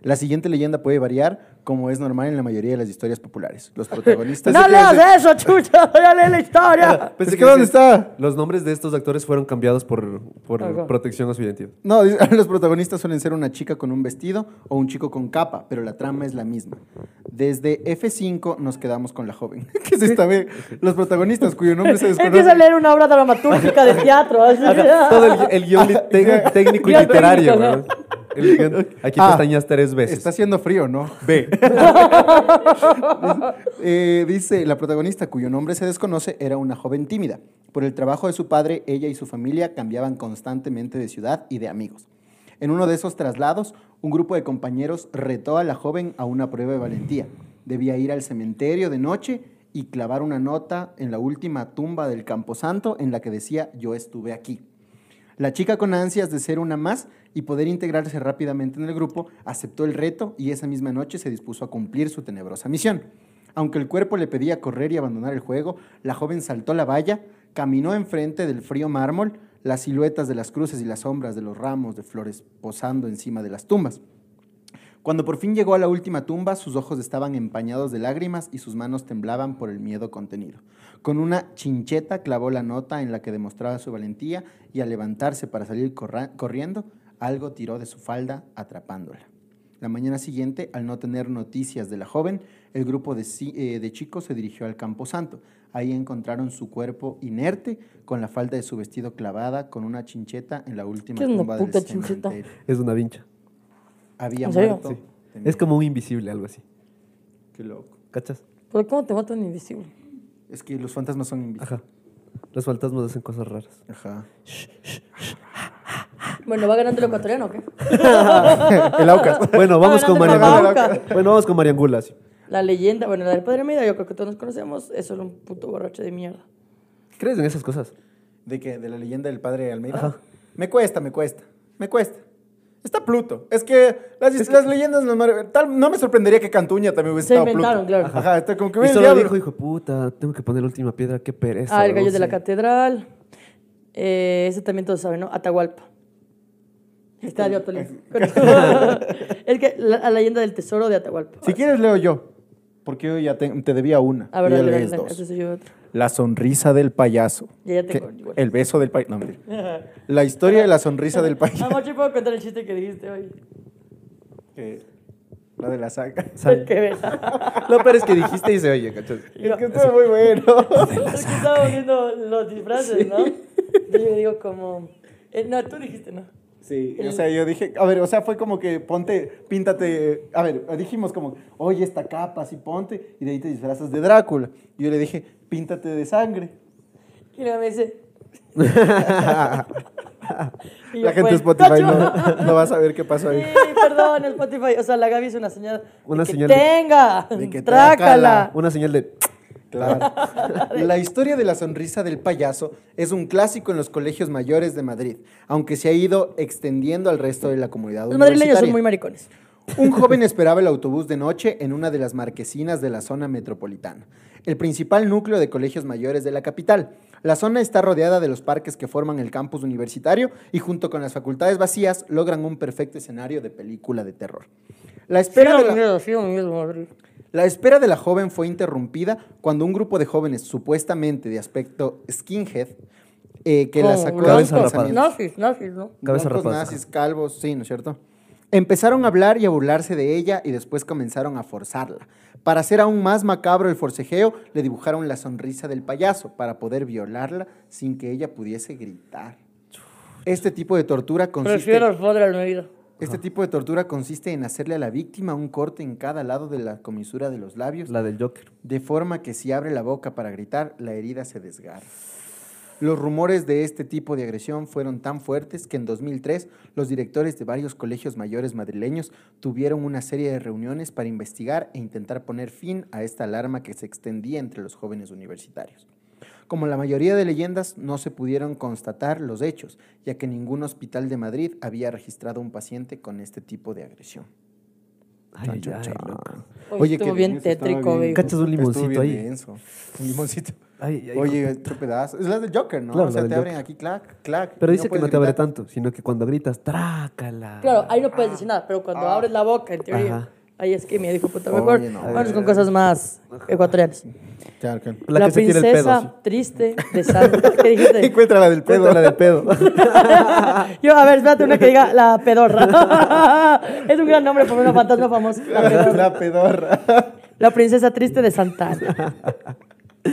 Speaker 2: La siguiente leyenda puede variar, como es normal en la mayoría de las historias populares. Los protagonistas...
Speaker 1: ¡No
Speaker 2: Pensé que
Speaker 1: leas
Speaker 2: decía-
Speaker 1: eso, chucha! ¡Ya leí la historia!
Speaker 2: Pensé
Speaker 3: Pensé
Speaker 2: que
Speaker 3: que
Speaker 2: ¿dónde
Speaker 3: decías-
Speaker 2: está?
Speaker 3: Los nombres de estos actores fueron cambiados por, por
Speaker 1: Ajá.
Speaker 3: protección a su identidad.
Speaker 2: No, dice- los protagonistas suelen ser una chica con un vestido o un chico con capa, pero la trama es la misma. Desde F5 nos quedamos con la joven. ¿Qué es esta vez? Los protagonistas cuyo nombre se
Speaker 1: Empieza a
Speaker 2: desconoce.
Speaker 1: leer una obra dramatúrgica de teatro. así.
Speaker 3: Todo el, el guión li- tec- técnico y
Speaker 1: Guión
Speaker 3: literario,
Speaker 1: técnico,
Speaker 3: weón. El guión- Aquí
Speaker 2: Ah,
Speaker 3: pestañas tres veces.
Speaker 2: Está haciendo frío, ¿no? B. Eh, dice, la protagonista cuyo nombre se desconoce era una joven tímida. Por el trabajo de su padre, ella y su familia cambiaban constantemente de ciudad y de amigos. En uno de esos traslados, un grupo de compañeros retó a la joven a una prueba de valentía. Debía ir al cementerio de noche y clavar una nota en la última tumba del camposanto en la que decía yo estuve aquí. La chica con ansias de ser una más y poder integrarse rápidamente en el grupo aceptó el reto y esa misma noche se dispuso a cumplir su tenebrosa misión. Aunque el cuerpo le pedía correr y abandonar el juego, la joven saltó la valla, caminó enfrente del frío mármol, las siluetas de las cruces y las sombras de los ramos de flores posando encima de las tumbas. Cuando por fin llegó a la última tumba, sus ojos estaban empañados de lágrimas y sus manos temblaban por el miedo contenido. Con una chincheta clavó la nota en la que demostraba su valentía y al levantarse para salir corra- corriendo, algo tiró de su falda atrapándola. La mañana siguiente, al no tener noticias de la joven, el grupo de, ci- eh, de chicos se dirigió al Campo Santo. Ahí encontraron su cuerpo inerte, con la falda de su vestido clavada, con una chincheta en la última
Speaker 1: ¿Qué es una
Speaker 2: tumba del
Speaker 1: puta chincheta?
Speaker 2: cementerio.
Speaker 3: Es una vincha.
Speaker 2: Había
Speaker 1: ¿En serio?
Speaker 2: muerto.
Speaker 1: Sí.
Speaker 3: Es como un invisible, algo así.
Speaker 2: Qué loco.
Speaker 3: ¿Cachas?
Speaker 1: ¿Pero Pues, cómo te matan invisible?
Speaker 2: Es que los fantasmas son invisibles.
Speaker 3: Ajá. Los fantasmas hacen cosas raras.
Speaker 2: Ajá.
Speaker 1: Bueno, ¿va ganando el ecuatoriano o qué?
Speaker 2: El Aucas.
Speaker 3: Bueno, vamos con
Speaker 1: Adelante,
Speaker 3: Mariangula.
Speaker 1: Mariangula.
Speaker 3: Bueno, vamos con Mariangula. sí.
Speaker 1: La leyenda, bueno, la del Padre Mida, yo creo que todos nos conocemos, es solo un puto borracho de mierda.
Speaker 3: ¿Crees en esas cosas?
Speaker 2: ¿De qué? ¿De la leyenda del padre Almeida? Me cuesta, me cuesta. Me cuesta. Está Pluto. Es que las, las leyendas nos mar- tal- no me sorprendería que Cantuña también hubiese
Speaker 1: Se
Speaker 2: estado
Speaker 1: inventaron,
Speaker 2: Pluto.
Speaker 1: claro.
Speaker 2: Ajá, Ajá, está como que
Speaker 3: Y
Speaker 2: viene el
Speaker 3: solo
Speaker 2: diablo.
Speaker 3: dijo, hijo de puta, tengo que poner la última piedra, qué pereza.
Speaker 1: Ah, el gallo
Speaker 3: weón".
Speaker 1: de la
Speaker 3: Sí.
Speaker 1: catedral. Eh, ese también todos saben, ¿no? Atahualpa. Estadio Atolín. es que la, la leyenda del tesoro de Atahualpa.
Speaker 2: Si quieres leo yo, porque yo ya te, te debía una.
Speaker 1: A ver,
Speaker 2: y ya
Speaker 1: dale, dale,
Speaker 2: lees
Speaker 1: dale.
Speaker 2: dos.
Speaker 1: Eso soy yo otro.
Speaker 4: La sonrisa del payaso.
Speaker 1: Ya, ya tengo,
Speaker 2: Que-
Speaker 1: igual.
Speaker 4: El beso del payaso. No, mentira.
Speaker 2: La historia de la sonrisa del país.
Speaker 1: Ah, Mochi, puedo contar el chiste que dijiste hoy.
Speaker 2: Que- la de la saga.
Speaker 1: Hay que ver.
Speaker 3: No, pero es que dijiste y se oye, ¿cachas?
Speaker 2: Es que está muy bueno.
Speaker 1: Es que estábamos viendo los disfraces, ¿no? Y yo digo como... eh, no, tú dijiste, ¿no?
Speaker 2: Sí, o sea, yo dije, a ver, o sea, fue como que ponte, píntate, a ver, dijimos como, oye, esta capa, así ponte, y de ahí te disfrazas de Drácula. Y yo le dije, píntate de sangre.
Speaker 1: Y luego me dice... Y yo,
Speaker 2: La gente de
Speaker 1: pues,
Speaker 2: Spotify
Speaker 1: ¡Tacho!
Speaker 2: no, no va a saber qué pasó ahí.
Speaker 1: Sí, perdón, el Spotify. O sea, la Gaby hizo una señal.
Speaker 3: Una
Speaker 1: de que
Speaker 3: señal de-
Speaker 1: tenga.
Speaker 2: de que
Speaker 1: trácala.
Speaker 3: Una señal de...
Speaker 2: Claro. La historia de la sonrisa del payaso es un clásico en los colegios mayores de Madrid, aunque se ha ido extendiendo al resto de la comunidad
Speaker 1: Los madrileños son
Speaker 2: universitaria.
Speaker 1: muy maricones.
Speaker 2: Un joven esperaba el autobús de noche en una de las marquesinas de la zona metropolitana, el principal núcleo de colegios mayores de la capital. La zona está rodeada de los parques que forman el campus universitario y junto con las facultades vacías logran un perfecto escenario de película de terror. La espera de la- la espera de la joven fue interrumpida cuando un grupo de jóvenes supuestamente de aspecto skinhead eh, que la
Speaker 1: Como
Speaker 2: sacó de
Speaker 3: blancos,
Speaker 2: sus pensamientos-
Speaker 1: Nazis, nazis, ¿no?
Speaker 3: Cabeza
Speaker 2: blancos
Speaker 3: rapada.
Speaker 2: nazis, calvos, sí, ¿no es cierto? Empezaron a hablar y a burlarse de ella y después comenzaron a forzarla. Para hacer aún más macabro el forcejeo, le dibujaron la sonrisa del payaso para poder violarla sin que ella pudiese gritar. Este tipo de tortura consiste...
Speaker 1: Prefiero el padre Almeida.
Speaker 2: Este tipo de tortura consiste en hacerle a la víctima un corte en cada lado de la comisura de los labios,
Speaker 3: La del Joker.
Speaker 2: de forma que si abre la boca para gritar, la herida se desgarra. Los rumores de este tipo de agresión fueron tan fuertes que en 2003 los directores de varios colegios mayores madrileños tuvieron una serie de reuniones para investigar e intentar poner fin a esta alarma que se extendía entre los jóvenes universitarios. Como la mayoría de leyendas, no se pudieron constatar los hechos, ya que ningún hospital de Madrid había registrado un paciente con este tipo de agresión. Chan,
Speaker 3: Ay,
Speaker 2: chan,
Speaker 3: ay,
Speaker 2: chan.
Speaker 3: loco.
Speaker 1: Oye,
Speaker 2: Oye,
Speaker 1: estuvo
Speaker 2: qué
Speaker 1: bien
Speaker 2: denso, estaba
Speaker 1: tétrico,
Speaker 2: bien.
Speaker 1: güey.
Speaker 3: Cachas un
Speaker 4: Estuvo
Speaker 3: limoncito
Speaker 4: bien
Speaker 3: ahí.
Speaker 4: denso. Un limoncito.
Speaker 3: Ay, ay,
Speaker 2: Oye, qué pedazo. Es la del Joker, ¿no?
Speaker 3: Claro,
Speaker 2: o sea,
Speaker 3: la
Speaker 2: te
Speaker 3: del
Speaker 2: abren aquí, clac, clac.
Speaker 3: Pero
Speaker 2: y
Speaker 3: dice que
Speaker 2: puedes
Speaker 3: no te abre
Speaker 2: gritar.
Speaker 3: tanto, sino que cuando gritas, trácala.
Speaker 1: Claro, ahí no puedes decir nada, pero cuando abres la boca, en teoría,
Speaker 3: Ajá.
Speaker 1: ahí es que me dijo, puta,
Speaker 2: Ah. Oye,
Speaker 1: mejor
Speaker 2: no.
Speaker 1: vámonos con cosas más ecuatorianas.
Speaker 2: Claro, claro.
Speaker 3: La,
Speaker 1: La,
Speaker 3: que se tira
Speaker 1: princesa
Speaker 3: el pedo. así.
Speaker 1: triste de Santa. ¿Qué dijiste?
Speaker 2: Encuentra la del pedo.
Speaker 3: Cuenta la del pedo.
Speaker 1: Yo, a ver, espérate, una que diga la pedorra. es un gran nombre para una fantasma famosa. La, pedorra.
Speaker 2: La pedorra.
Speaker 1: La princesa triste de Santa. Ana.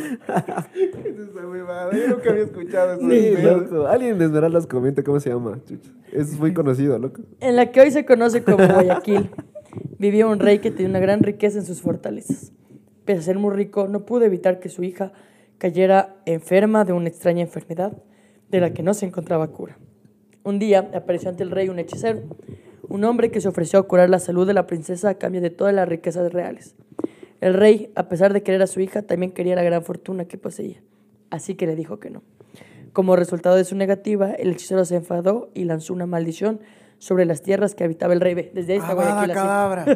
Speaker 2: Esa huevada, Yo nunca había escuchado eso
Speaker 3: Sí,
Speaker 2: del pedo.
Speaker 3: loco. Alguien de Esmeraldas comenta cómo se llama. chucha. Es muy conocido, loco.
Speaker 1: En la que hoy se conoce como Guayaquil, vivía un rey que tenía una gran riqueza en sus fortalezas. Pese a ser muy rico, no pudo evitar que su hija cayera enferma de una extraña enfermedad de la que no se encontraba cura. Un día apareció ante el rey un hechicero, un hombre que se ofreció a curar la salud de la princesa a cambio de todas las riquezas reales. El rey, a pesar de querer a su hija, también quería la gran fortuna que poseía, así que le dijo que no. Como resultado de su negativa, el hechicero se enfadó y lanzó una maldición sobre las tierras que habitaba el rey. Ve, Desde
Speaker 2: Ah,
Speaker 1: ahí está Guayaquil así
Speaker 2: cadabra.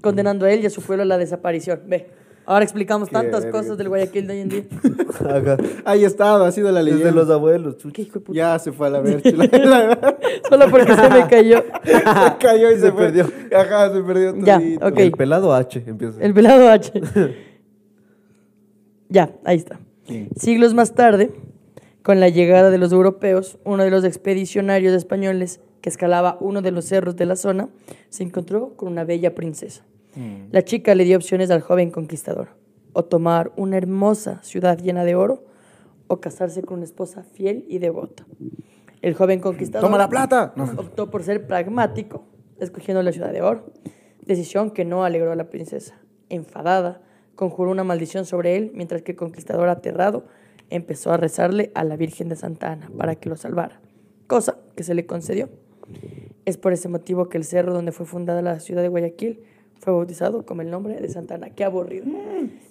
Speaker 1: condenando a él y a su pueblo a la desaparición. Ve, ahora explicamos
Speaker 3: Qué
Speaker 1: tantas
Speaker 3: verga.
Speaker 1: cosas del Guayaquil de hoy en día.
Speaker 3: Ajá.
Speaker 2: Ahí estaba, ha sido la
Speaker 3: Es
Speaker 2: leyenda.
Speaker 3: de los abuelos,
Speaker 1: ¿Qué
Speaker 3: chucha.
Speaker 1: hijo de puta?
Speaker 2: Ya se fue a la verga. la-
Speaker 1: Solo porque se me cayó.
Speaker 2: se cayó y se,
Speaker 3: Se
Speaker 2: fue.
Speaker 3: perdió.
Speaker 2: Ajá, se perdió
Speaker 1: Ya,
Speaker 2: todito.
Speaker 1: ok.
Speaker 3: El pelado H empieza.
Speaker 1: El velado H. Ya, ahí está. Siglos más tarde, con la llegada de los europeos, uno de los expedicionarios españoles que escalaba uno de los cerros de la zona se encontró con una bella princesa.
Speaker 2: Mm.
Speaker 1: La chica le dio opciones al joven conquistador, o tomar una hermosa ciudad llena de oro, o casarse con una esposa fiel y devota. El joven conquistador
Speaker 2: Toma la plata. No,
Speaker 1: optó por ser pragmático, escogiendo la ciudad de oro, decisión que no alegró a la princesa. Enfadada, conjuró una maldición sobre él, mientras que el conquistador aterrado empezó a rezarle a la Virgen de Santa Ana para que lo salvara, cosa que se le concedió. Es por ese motivo que el cerro donde fue fundada la ciudad de Guayaquil fue bautizado con el nombre de Santa Ana. Qué aburrido.
Speaker 3: Mm.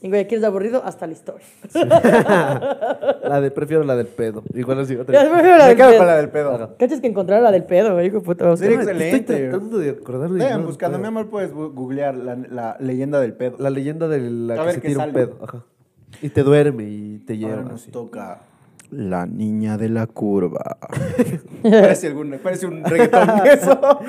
Speaker 1: En Guayaquil es aburrido hasta la historia.
Speaker 3: La de, prefiero la del pedo. Igual así
Speaker 1: Ya,
Speaker 3: otra.
Speaker 1: me quedo
Speaker 2: Me quedo con la
Speaker 1: pedo.
Speaker 2: del pedo.
Speaker 3: Ajá.
Speaker 1: ¿Cachas que encontraron la del pedo, hijo de puta? Vamos a
Speaker 2: Sería
Speaker 1: ver.
Speaker 2: excelente.
Speaker 3: Estoy tratando de acordarme. de
Speaker 2: Vean,
Speaker 3: nada,
Speaker 2: buscando, mi
Speaker 3: pero-
Speaker 2: amor, puedes bu- googlear la, la leyenda del pedo.
Speaker 3: La leyenda de la
Speaker 2: A
Speaker 3: que
Speaker 2: ver
Speaker 3: se
Speaker 2: qué
Speaker 3: tira un
Speaker 2: sale.
Speaker 3: pedo. Ajá. Y te duerme y te lleva.
Speaker 2: Ahora nos
Speaker 3: así.
Speaker 2: toca la niña de la curva. parece, algún, parece un reggaetón eso.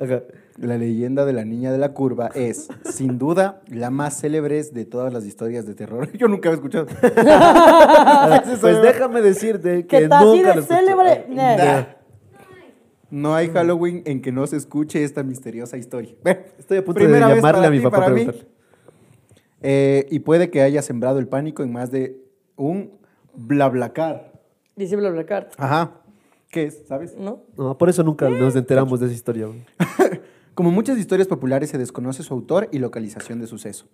Speaker 3: Ajá.
Speaker 2: La leyenda de la niña de la curva es, sin duda, la más célebre de todas las historias de terror. Yo nunca había escuchado.
Speaker 3: Pues déjame decirte
Speaker 1: Ah, Que
Speaker 3: que
Speaker 1: está así
Speaker 3: nunca lo
Speaker 1: de
Speaker 3: escuché.
Speaker 1: célebre. Nah.
Speaker 2: Nah. No
Speaker 3: Mm.
Speaker 2: hay Halloween en que no se escuche esta misteriosa historia. Bueno,
Speaker 3: Estoy a punto
Speaker 2: primera
Speaker 3: de
Speaker 2: vez
Speaker 3: llamarle
Speaker 2: para
Speaker 3: a mi
Speaker 2: ti,
Speaker 3: papá
Speaker 2: para
Speaker 3: para
Speaker 2: mí.
Speaker 3: preguntarle.
Speaker 2: Eh, y puede que haya sembrado el pánico en más de un blablacar.
Speaker 1: Dice BlaBlaCar,
Speaker 2: Ajá. ¿Qué es? ¿Sabes?
Speaker 1: ¿no?
Speaker 3: No, por eso nunca nos enteramos de esa historia. güey.
Speaker 2: Como muchas historias populares, se desconoce su autor y localización de suceso.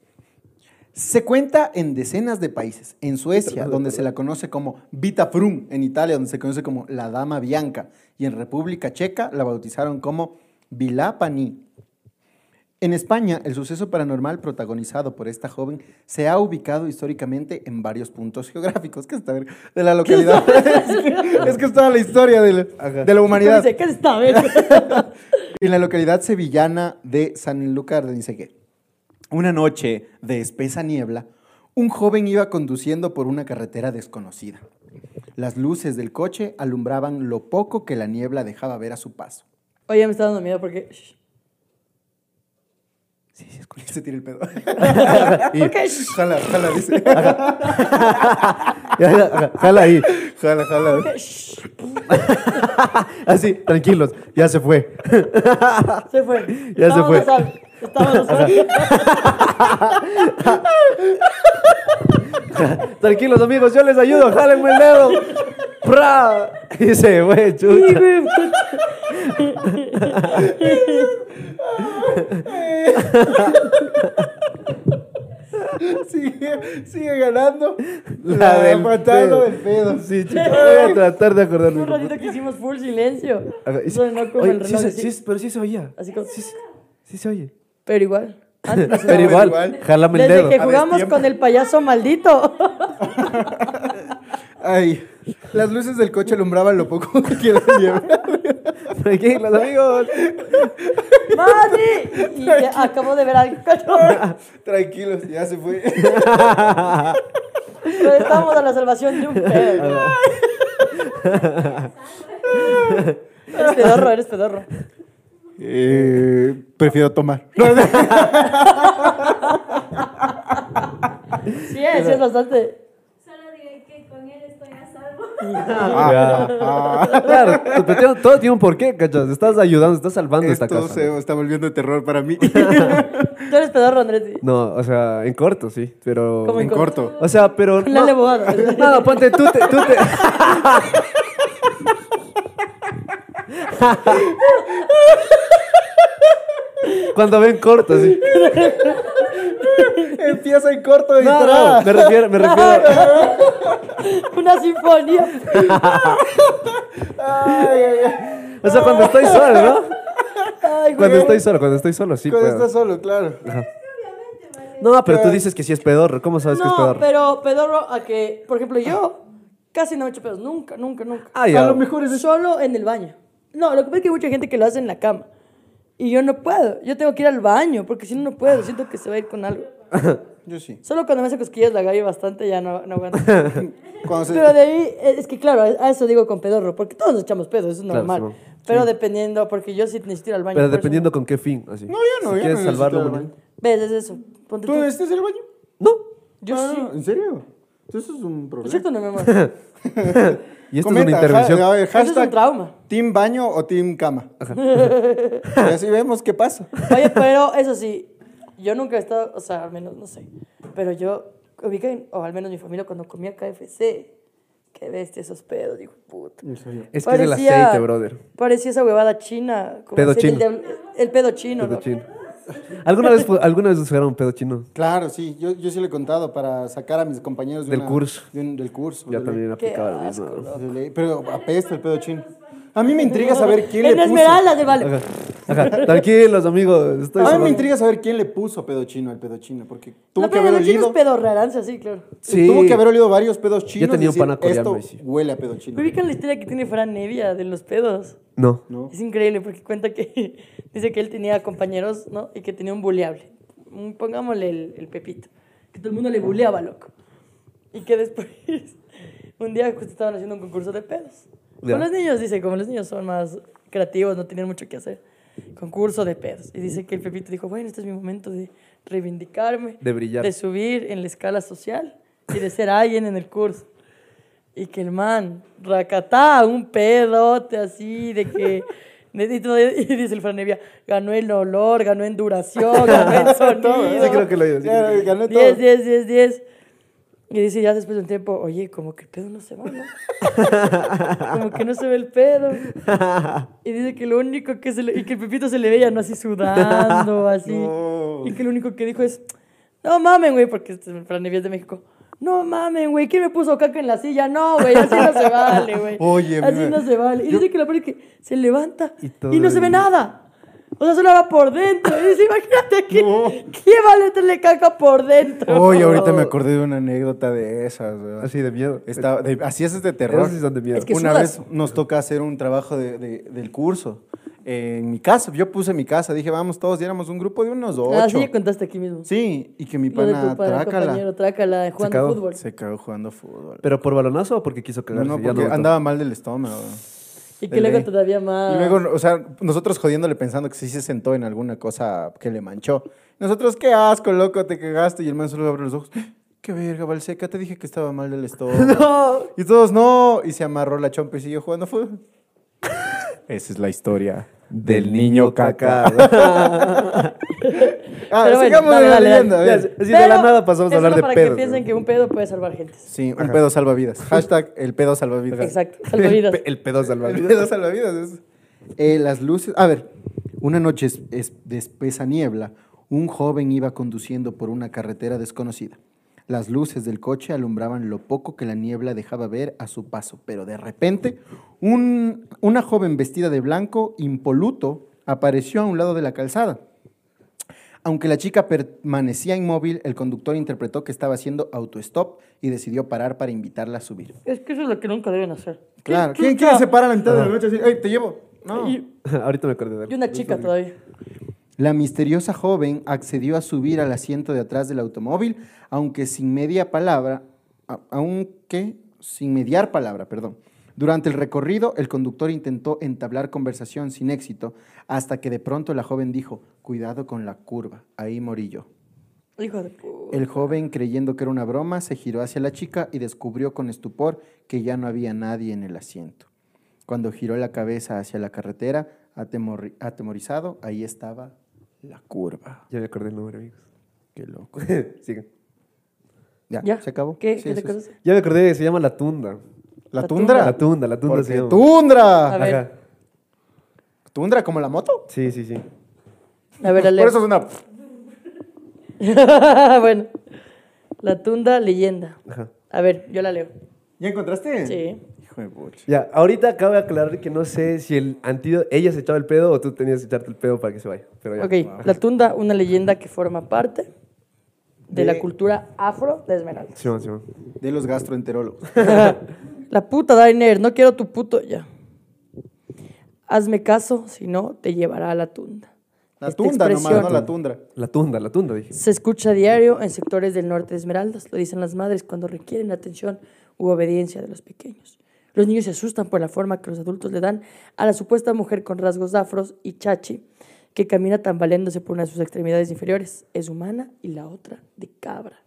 Speaker 2: Se cuenta en decenas de países. En Suecia, donde se la conoce como Vita Frum, en Italia, donde se conoce como la Dama Bianca, y en República Checa la bautizaron como Vilapani. En España, el suceso paranormal protagonizado por esta joven se ha ubicado históricamente en varios puntos geográficos. ¿Qué está ver- de la localidad? es, que, es que es toda la historia de la,
Speaker 3: Ajá.
Speaker 2: de la humanidad.
Speaker 1: Dice, ¿qué es esta vez?
Speaker 2: En la localidad sevillana de Sanlúcar de Nisegué, una noche de espesa niebla, un joven iba conduciendo por una carretera desconocida. Las luces del coche alumbraban lo poco que la niebla dejaba ver a su paso.
Speaker 1: Oye, me está dando miedo porque. shh,
Speaker 2: Sí, sí, escucha. Se tira el pedo.
Speaker 1: ¿Por qué? shh?
Speaker 2: Jala, jala, dice.
Speaker 3: Ya, ya, ajá, Jala ahí.
Speaker 2: Jala, jala.
Speaker 1: Shh,
Speaker 3: Así, tranquilos. Ya se fue.
Speaker 1: Se fue.
Speaker 3: Ya se fue.
Speaker 1: Estábamos a- Estábamos a-
Speaker 3: Tranquilos, amigos. Yo les ayudo. Jálenme el dedo. ¡Pra! Y se fue,
Speaker 1: Sí,
Speaker 3: chucha.
Speaker 1: güey.
Speaker 2: Sigue, sigue ganando.
Speaker 3: La del
Speaker 2: matando
Speaker 3: pedo.
Speaker 2: del pedo.
Speaker 3: Sí, chucha. Voy a tratar de acordarme.
Speaker 1: Un ratito que hicimos full silencio.
Speaker 3: Ajá, y-
Speaker 1: Sonó como
Speaker 3: Oye,
Speaker 1: el
Speaker 3: sí
Speaker 1: reloj.
Speaker 3: se-
Speaker 1: así.
Speaker 3: sí se- pero sí se oía.
Speaker 1: Así como-
Speaker 3: Sí, se- sí se oye.
Speaker 1: Pero igual. Antes no sonaba.
Speaker 3: Pero igual,
Speaker 2: igual.
Speaker 3: jálame el
Speaker 1: Desde
Speaker 3: dedo.
Speaker 1: que jugamos con el payaso maldito.
Speaker 2: Ay, las luces del coche alumbraban lo poco que quedaba de niebla.
Speaker 3: Tranquilos, amigos.
Speaker 1: ¡Mati! Y ya acabo de ver algo, cacho.
Speaker 2: Tranquilos, ya se fue.
Speaker 1: Pero estamos a la salvación de un pedo. Eres pedorro, eres pedorro.
Speaker 2: Eh, prefiero tomar.
Speaker 1: Sí, es, sí es bastante.
Speaker 6: Solo diré que con él estoy a salvo.
Speaker 1: Ah.
Speaker 2: Ah.
Speaker 3: Claro, t- pero tiene- todo tiene un porqué, cachas. Estás ayudando, estás salvando esta
Speaker 2: Esto
Speaker 3: casa.
Speaker 2: se está volviendo terror para mí.
Speaker 1: Tú eres pedorro, Andrés.
Speaker 3: No, o sea, en corto, sí, pero...
Speaker 1: ¿Cómo
Speaker 2: en corto.
Speaker 3: O sea, pero...
Speaker 1: Con la
Speaker 3: no-
Speaker 1: levada.
Speaker 3: No, ponte, tú te... Tú te... Cuando ven corto, sí.
Speaker 2: Empieza en corto de
Speaker 3: No,
Speaker 2: entrada.
Speaker 3: no, me refiero, me refiero...
Speaker 1: Una sinfonía.
Speaker 2: Ay, ay, ay.
Speaker 3: O sea, cuando estoy solo, ¿no?
Speaker 1: Ay, güey.
Speaker 3: Cuando estoy solo, cuando estoy solo, sí.
Speaker 2: Cuando
Speaker 3: puedo.
Speaker 2: estás solo, claro.
Speaker 3: No, pero tú dices que sí es pedorro. ¿Cómo sabes que es
Speaker 1: No,
Speaker 3: pedorro?
Speaker 1: pero pedorro a que, por ejemplo, yo casi no me echo pedos. Nunca, nunca, nunca.
Speaker 3: Ah, ya.
Speaker 1: A lo mejor es solo en el baño. No, lo que pasa es que hay mucha gente que lo hace en la cama. Y yo no puedo. Yo tengo que ir al baño porque si no, no puedo. Siento que se va a ir con algo.
Speaker 2: Yo sí.
Speaker 1: Solo cuando me hace cosquillas la gallo bastante ya no, no aguanto.
Speaker 2: Cuando se-
Speaker 1: Pero de ahí, eh, es que claro, a eso digo con pedorro, porque todos nos echamos pedos, eso es
Speaker 3: Claro,
Speaker 1: normal.
Speaker 3: Simón.
Speaker 1: Pero dependiendo, porque yo sí necesito ir al baño.
Speaker 3: Pero
Speaker 1: por eso-
Speaker 3: dependiendo con qué fin, así. No,
Speaker 2: yo no, yo
Speaker 3: Si
Speaker 2: no
Speaker 3: quieres
Speaker 2: necesito
Speaker 3: salvarlo,
Speaker 2: el
Speaker 3: bueno.
Speaker 2: baño.
Speaker 1: ¿Ves? Es eso. Ponte
Speaker 2: ¿Tú
Speaker 1: tú.
Speaker 2: estás en el baño?
Speaker 3: No.
Speaker 1: Yo
Speaker 2: Ah,
Speaker 1: sí.
Speaker 2: ¿En serio? Eso es un
Speaker 1: ¿No es
Speaker 2: problema.
Speaker 1: cierto, no me amor?
Speaker 3: Y
Speaker 2: Comenta,
Speaker 3: esto es una intervención.
Speaker 2: ja- a ver,
Speaker 1: Eso es un
Speaker 2: hashtag,
Speaker 1: trauma.
Speaker 2: ¿Team baño o team cama? y así vemos qué pasa.
Speaker 1: Oye, pero eso sí, yo nunca he estado, o sea, al menos no sé, pero yo ubica, o al menos mi familia cuando comía KFC, qué bestia esos pedos, digo, puta.
Speaker 3: Es que es el
Speaker 1: Parecía-
Speaker 3: aceite, brother.
Speaker 1: Parecía esa huevada china. como
Speaker 3: Pedo
Speaker 1: hacer el
Speaker 3: chino.
Speaker 1: diablo- El, pedo chino.
Speaker 3: Pedo
Speaker 1: ¿no?
Speaker 3: chino. ¿Alguna vez, fu- ¿Alguna vez usaron un pedo chino?
Speaker 2: Claro, sí, yo, yo sí lo he contado para sacar a mis compañeros de
Speaker 3: Del
Speaker 2: una-
Speaker 3: curso.
Speaker 2: de un- del curso.
Speaker 3: Yo
Speaker 2: de
Speaker 3: también
Speaker 1: Qué
Speaker 3: aplicaba lo
Speaker 1: asco,
Speaker 3: mismo.
Speaker 2: ley- de ley, Pero apesta el pedo chino. A mí me intriga saber quién le
Speaker 1: En
Speaker 2: puso.
Speaker 1: Esmeralda, de vale.
Speaker 3: Ajá, ajá. Tranquilos, amigos.
Speaker 1: Ah,
Speaker 3: Estoy
Speaker 2: A mí
Speaker 3: solo.
Speaker 2: me intriga saber quién le puso pedo chino al pedo chino, porque tuvo
Speaker 1: No,
Speaker 2: que
Speaker 1: pero
Speaker 2: haber
Speaker 1: el chino
Speaker 2: olido.
Speaker 1: es pedorraranza, sí, claro.
Speaker 3: Sí.
Speaker 2: Tuvo que haber olido varios pedos chinos.
Speaker 3: tenía un
Speaker 2: y decir,
Speaker 3: pana coreano,
Speaker 2: Esto
Speaker 3: y sí.
Speaker 2: huele a pedo chino.
Speaker 1: Ubican la historia que tiene Fran Nevia de los pedos.
Speaker 3: No.
Speaker 2: No.
Speaker 1: Es increíble porque cuenta que dice que él tenía compañeros, ¿no? Y que tenía un buleable. Un- Pongámosle el, el Pepito. Que todo el mundo le buleaba, loco. Y que después, un día justo estaban haciendo un concurso de pedos.
Speaker 3: Ya.
Speaker 1: Con los niños, dice, como los niños son más creativos, no tienen mucho que hacer. Concurso de pedos. Y dice que el Pepito dijo, bueno, este es mi momento de reivindicarme.
Speaker 3: De brillar.
Speaker 1: De subir en la escala social y de ser alguien en el curso. Y que el man, racatá, un pedote así, de que. de- de- de- Y dice el Franevia, ganó en olor, ganó en duración, ganó en sonido.
Speaker 3: Sí creo que lo oí, sí creo
Speaker 2: Ya, gané todo.
Speaker 1: 10, 10, 10, 10. Y dice ya después de un tiempo, oye, como que el pedo no se va, ¿no? como que no se ve el pedo. Y dice que lo único que se le... Y que el Pepito se le veía, ¿no? Así sudando, así.
Speaker 2: No.
Speaker 1: Y que lo único que dijo es, no mamen, güey, porque este es Fran Evia es de México. No mamen, güey, ¿quién me puso caca en la silla? No, güey, así no se vale, güey.
Speaker 2: Oye,
Speaker 1: Así
Speaker 2: mira,
Speaker 1: no se vale. Y dice que la parte es que se levanta
Speaker 3: Y
Speaker 1: y,
Speaker 3: todo
Speaker 1: no se ve
Speaker 3: el-
Speaker 1: nada. O sea, solo va por dentro. Y dice, imagínate que... ¿Quién va a meterle caca por dentro?
Speaker 2: Oye, ahorita me acordé de una anécdota de esas, weón.
Speaker 3: Así de miedo.
Speaker 2: Está- de- así es de terror.
Speaker 3: Esos sí son de miedo.
Speaker 1: Es que
Speaker 2: Una
Speaker 1: sudas.
Speaker 2: vez nos toca hacer un trabajo de- de- del curso. eh, en mi casa, yo puse mi casa, dije, vamos todos, y éramos un grupo de unos
Speaker 1: Ah, sí,
Speaker 2: ocho.
Speaker 1: ya contaste aquí mismo.
Speaker 2: sí, y que mi
Speaker 1: Lo de
Speaker 2: pana,
Speaker 1: tu para
Speaker 2: trácala,
Speaker 1: compañero, trácala, jugando
Speaker 3: cagó.
Speaker 1: fútbol.
Speaker 2: se cagó jugando fútbol.
Speaker 3: ¿Pero por balonazo o porque quiso
Speaker 2: No,
Speaker 3: cagarse?
Speaker 2: no,
Speaker 3: Ya
Speaker 2: porque
Speaker 3: aguantó.
Speaker 2: andaba mal del estómago.
Speaker 1: Y
Speaker 2: de
Speaker 1: que luego
Speaker 2: ley.
Speaker 1: todavía más...
Speaker 2: Y luego, o sea, nosotros jodiéndole pensando que sí se sentó en alguna cosa que le manchó. Nosotros, qué asco, loco, te cagaste. Y el man solo abre los ojos. "Ah, Qué verga, Balseca, te dije que estaba mal del estómago.
Speaker 1: No.
Speaker 2: Y todos, no. Y se amarró la chompa y siguió jugando fútbol. Esa es la historia del niño caca. Ah,
Speaker 1: Pero bueno,
Speaker 2: sigamos
Speaker 1: dale,
Speaker 2: de la
Speaker 1: dale, dale.
Speaker 2: leyenda. a ver.
Speaker 3: Ya, Así de la nada pasamos
Speaker 1: es
Speaker 3: a hablar
Speaker 1: solo
Speaker 3: de
Speaker 1: para
Speaker 3: pedos,
Speaker 1: que piensen
Speaker 3: güey.
Speaker 1: que un pedo puede salvar gente.
Speaker 2: Sí, un pedo salva vidas. Hashtag el pedo salva vidas.
Speaker 1: Exacto,
Speaker 3: El,
Speaker 1: salvavidas.
Speaker 3: pe- el pedo
Speaker 2: El
Speaker 3: salvavidas.
Speaker 2: pedo salvavidas es. Eh, las luces. A ver, una noche es- es- de espesa niebla, un joven iba conduciendo por una carretera desconocida. Las luces del coche alumbraban lo poco que la niebla dejaba ver a su paso, pero de repente, un- una joven vestida de blanco, impoluto, apareció a un lado de la calzada. Aunque la chica permanecía inmóvil, el conductor interpretó que estaba haciendo autostop y decidió parar para invitarla a subir.
Speaker 1: Es que eso es lo que nunca deben hacer. ¿Qué
Speaker 2: Claro. ¿Quién,
Speaker 1: chucha?
Speaker 2: quién se para a la mitad de la noche y dice, "Ey, te llevo? No.
Speaker 1: Y,
Speaker 3: Ahorita me acordé de
Speaker 1: y
Speaker 3: algo.
Speaker 1: una chica todavía.
Speaker 2: La misteriosa joven accedió a subir al asiento de atrás del automóvil, aunque sin media palabra, a- aunque sin mediar palabra, perdón. Durante el recorrido, el conductor intentó entablar conversación sin éxito, hasta que de pronto la joven dijo, cuidado con la curva, ahí morí yo.
Speaker 1: Hijo de puta.
Speaker 2: El joven, creyendo que era una broma, se giró hacia la chica y descubrió con estupor que ya no había nadie en el asiento. Cuando giró la cabeza hacia la carretera, atemorri- atemorizado, ahí estaba la curva.
Speaker 3: Ya me acordé el nombre, amigos.
Speaker 2: Qué loco.
Speaker 3: Sigue.
Speaker 2: Ya,
Speaker 1: ¿Ya?
Speaker 2: se acabó.
Speaker 1: ¿Qué,
Speaker 2: Sí,
Speaker 1: ¿qué
Speaker 2: eso
Speaker 1: te
Speaker 2: es.
Speaker 1: acuerdas?
Speaker 3: Ya me acordé, se llama La Tunda.
Speaker 2: ¿La
Speaker 1: La
Speaker 2: tundra?
Speaker 3: La Tunda, La Tunda se
Speaker 2: Porque
Speaker 3: llama.
Speaker 1: A
Speaker 2: tundra.
Speaker 1: ver.
Speaker 3: Ajá.
Speaker 2: ¿Tundra como la moto?
Speaker 3: Sí, sí, sí.
Speaker 1: A ver, Ale.
Speaker 2: Por eso es una...
Speaker 1: bueno. La tunda leyenda.
Speaker 3: Ajá.
Speaker 1: A ver, yo la leo.
Speaker 2: ¿Ya encontraste?
Speaker 1: Sí.
Speaker 2: Hijo de pucha.
Speaker 3: Ya, ahorita acabo de aclarar que no sé si el antídoto, ella se echaba el pedo o tú tenías que echarte el pedo para que se vaya. Pero ya.
Speaker 1: Ok, la tunda, una leyenda que forma parte de la cultura afro de Esmeralda.
Speaker 3: Simón, Simón.
Speaker 2: De los gastroenterólogos.
Speaker 1: La puta, Dainer, no quiero tu puto. Ya. Hazme caso, si no, te llevará a la tunda.
Speaker 2: La
Speaker 1: Esta
Speaker 2: tunda nomás,
Speaker 1: expresión
Speaker 2: no la tundra.
Speaker 3: La Tunda, La Tunda, dije.
Speaker 1: Se escucha a diario en sectores del norte de Esmeraldas. Lo dicen las madres cuando requieren atención u obediencia de los pequeños. Los niños se asustan por la forma que los adultos le dan a la supuesta mujer con rasgos afros y chachi, que camina tambaleándose por una de sus extremidades inferiores. Es humana y la otra de cabra.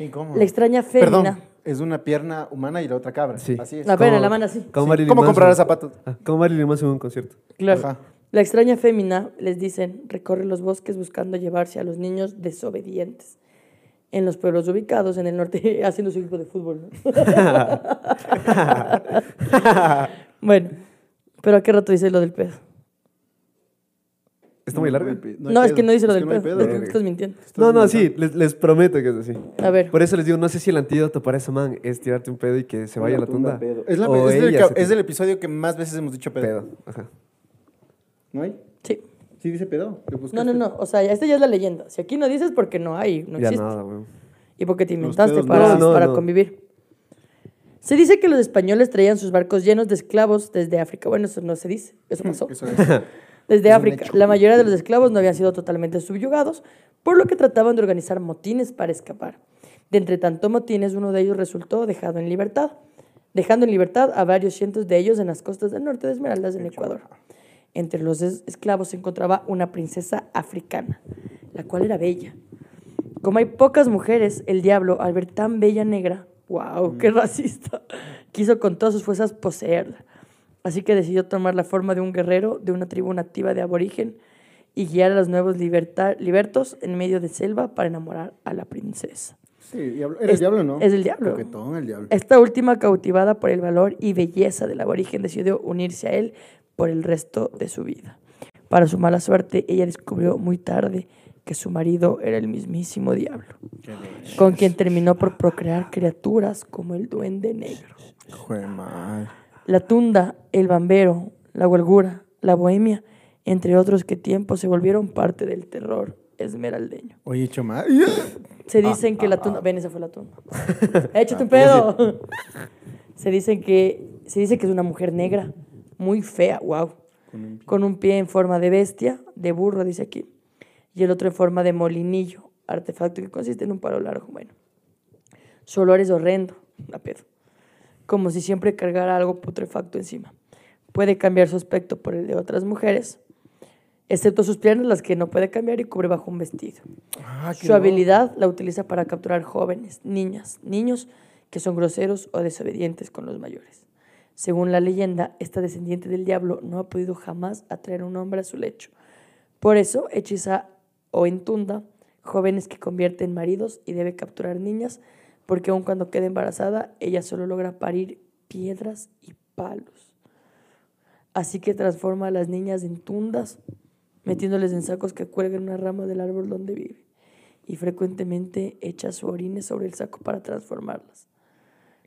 Speaker 2: Incómodo.
Speaker 1: La extraña fémina.
Speaker 2: Perdón, es una pierna humana y la otra cabra.
Speaker 3: Sí.
Speaker 2: Así es.
Speaker 1: A ver, la mano así.
Speaker 3: Como
Speaker 2: Sí,
Speaker 3: Marilyn
Speaker 2: ¿cómo
Speaker 3: Manson.
Speaker 2: comprar zapatos?
Speaker 3: Ah, como Marilyn Manson en un concierto.
Speaker 1: Claro.
Speaker 2: Ajá.
Speaker 1: La extraña fémina, les dicen, recorre los bosques buscando llevarse a los niños desobedientes. En los pueblos ubicados en el norte, haciendo su equipo de fútbol. ¿no? bueno, pero ¿a qué rato dice lo del pedo?
Speaker 3: ¿Está muy larga?
Speaker 1: No, es que no dice lo del pedo.
Speaker 2: pedo.
Speaker 1: creo que Estás mintiendo.
Speaker 3: No, no, sí, les, les prometo que es así.
Speaker 1: A ver,
Speaker 3: Por eso les digo, no sé si el antídoto para esa man es tirarte un pedo y que se vaya a la tunda.
Speaker 2: Es, la-
Speaker 3: o
Speaker 2: es del,
Speaker 3: ella
Speaker 2: ca-
Speaker 3: se tira
Speaker 2: es del episodio que más veces hemos dicho pedo.
Speaker 3: pedo. Ajá.
Speaker 2: ¿No hay?
Speaker 1: sí.
Speaker 2: Sí dice pedo. ¿Lo
Speaker 1: No,
Speaker 2: buscaste?
Speaker 1: no, no. O sea, esta ya es la leyenda. Si aquí no dices, porque no hay, no
Speaker 3: ya
Speaker 1: existe.
Speaker 3: nada, weón.
Speaker 1: y porque te inventaste
Speaker 2: pedos
Speaker 1: para,
Speaker 3: no, no,
Speaker 1: para
Speaker 3: no.
Speaker 1: convivir. Se dice que los españoles traían sus barcos llenos de esclavos desde África. Bueno, eso no se dice,
Speaker 3: Mm,
Speaker 1: eso pasó.
Speaker 2: Eso es.
Speaker 1: Desde
Speaker 2: es un
Speaker 1: África,
Speaker 2: hecho.
Speaker 1: la mayoría de los esclavos no habían sido totalmente subyugados, por lo que trataban de organizar motines para escapar. De entre tanto motines, uno de ellos resultó dejado en libertad, dejando en libertad a varios cientos de ellos en las costas del norte de Esmeraldas, en Ecuador. Entre los es- esclavos se encontraba una princesa africana, la cual era bella. Como hay pocas mujeres, el diablo, al ver tan bella negra, wow,
Speaker 2: Mm.
Speaker 1: qué racista, quiso con todas sus fuerzas poseerla. Así que decidió tomar la forma de un guerrero de una tribu nativa de aborigen y guiar a los nuevos liberta- libertos en medio de selva para enamorar a la princesa.
Speaker 2: Sí, diablo. ¿Era el
Speaker 1: Es-
Speaker 2: diablo no?
Speaker 1: es el diablo.
Speaker 2: Coquetón, el diablo.
Speaker 1: Esta última, cautivada por el valor y belleza del aborigen, decidió unirse a él por el resto de su vida. Para su mala suerte, ella descubrió muy tarde que su marido era el mismísimo diablo, con quien terminó por procrear criaturas como el duende negro.
Speaker 4: Hijo de madre.
Speaker 1: La tunda, el bambero, la huelgura, la bohemia, entre otros que tiempo se volvieron parte del terror esmeraldeño.
Speaker 2: Oye, hecho mal.
Speaker 1: Se dicen que la tunda. Ven, esa fue la tunda. Échate un pedo. se dicen que. Se dice que es una mujer negra, muy fea, wow. Con un pie en forma de bestia, de burro, dice aquí. Y el otro en forma de molinillo, artefacto que consiste en un palo largo. Bueno. Su olor es horrendo, la pedo. Como si siempre cargara algo putrefacto encima. Puede cambiar su aspecto por el de otras mujeres, excepto sus piernas, las que no puede cambiar y cubre bajo un vestido.
Speaker 2: Ah,
Speaker 1: Su habilidad la utiliza para capturar jóvenes, niñas, niños que son groseros o desobedientes con los mayores. Según la leyenda, esta descendiente del diablo no ha podido jamás atraer un hombre a su lecho. Por eso hechiza o entunda jóvenes que convierte en maridos y debe capturar niñas, porque aun cuando queda embarazada, ella solo logra parir piedras y palos. Así que transforma a las niñas en tundas, metiéndoles en sacos que cuelgan una rama del árbol donde vive y frecuentemente echa su orine sobre el saco para transformarlas.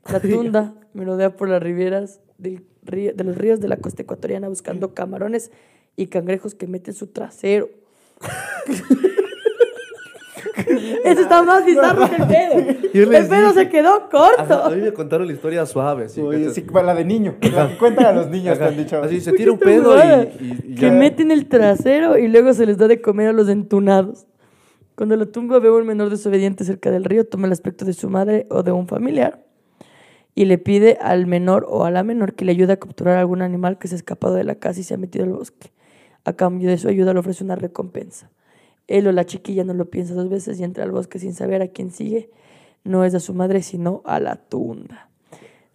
Speaker 1: La tunda melodea por las riberas del río- de los ríos de la costa ecuatoriana buscando camarones y cangrejos que meten su trasero. Eso está más bizarro que el pedo.
Speaker 3: Yo les
Speaker 1: El pedo
Speaker 3: dije.
Speaker 1: se quedó
Speaker 3: Ajá, a
Speaker 1: corto.
Speaker 3: mí me contaron la historia suave, así.
Speaker 2: Oye,
Speaker 3: ¿cachas?
Speaker 2: sí, la de niño. La que cuentan a los niños que han dicho.
Speaker 3: Así se tira un pedo y, y- y
Speaker 1: Que
Speaker 3: ya.
Speaker 1: meten el trasero y luego se les da de comer a los entunados. Cuando la tumba veo a un menor desobediente cerca del río, toma el aspecto de su madre o de un familiar y le pide al menor o a la menor que le ayude a capturar algún animal que se ha escapado de la casa y se ha metido al bosque. A cambio de su ayuda le ofrece una recompensa. Él o la chiquilla no lo piensa dos veces y entra al bosque sin saber a quién sigue. No es a su madre, sino a la tunda.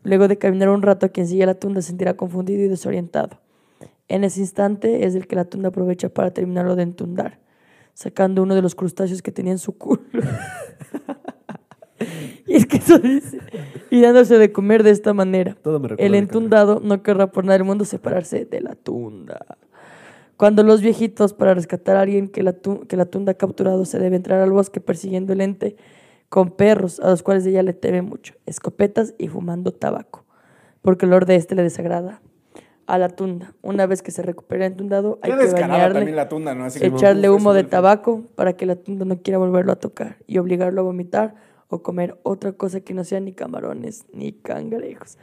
Speaker 1: Luego de caminar un rato, quien sigue a la tunda se sentirá confundido y desorientado. En ese instante es el que la tunda aprovecha para terminarlo de entundar, sacando uno de los crustáceos que tenía en su culo. y es que eso dice. Y dándose de comer de esta manera.
Speaker 3: Todo me recuerda
Speaker 1: el
Speaker 3: a mi
Speaker 1: entundado no querrá por nada del mundo separarse de la tunda. Cuando los viejitos, para rescatar a alguien que la, tu- que la tunda ha capturado, se debe entrar al bosque persiguiendo el ente con perros, a los cuales ella le teme mucho, escopetas y fumando tabaco, porque el olor de este le desagrada a la tunda. Una vez que se recupera el entundado, hay
Speaker 4: Qué
Speaker 1: que
Speaker 4: descarada también
Speaker 1: bañarle,
Speaker 4: la tunda, ¿no? Así que
Speaker 1: echarle
Speaker 4: uf,
Speaker 1: humo
Speaker 4: eso
Speaker 1: de
Speaker 4: fue-
Speaker 1: tabaco para que la tunda no quiera volverlo a tocar y obligarlo a vomitar o comer otra cosa que no sea ni camarones ni cangrejos.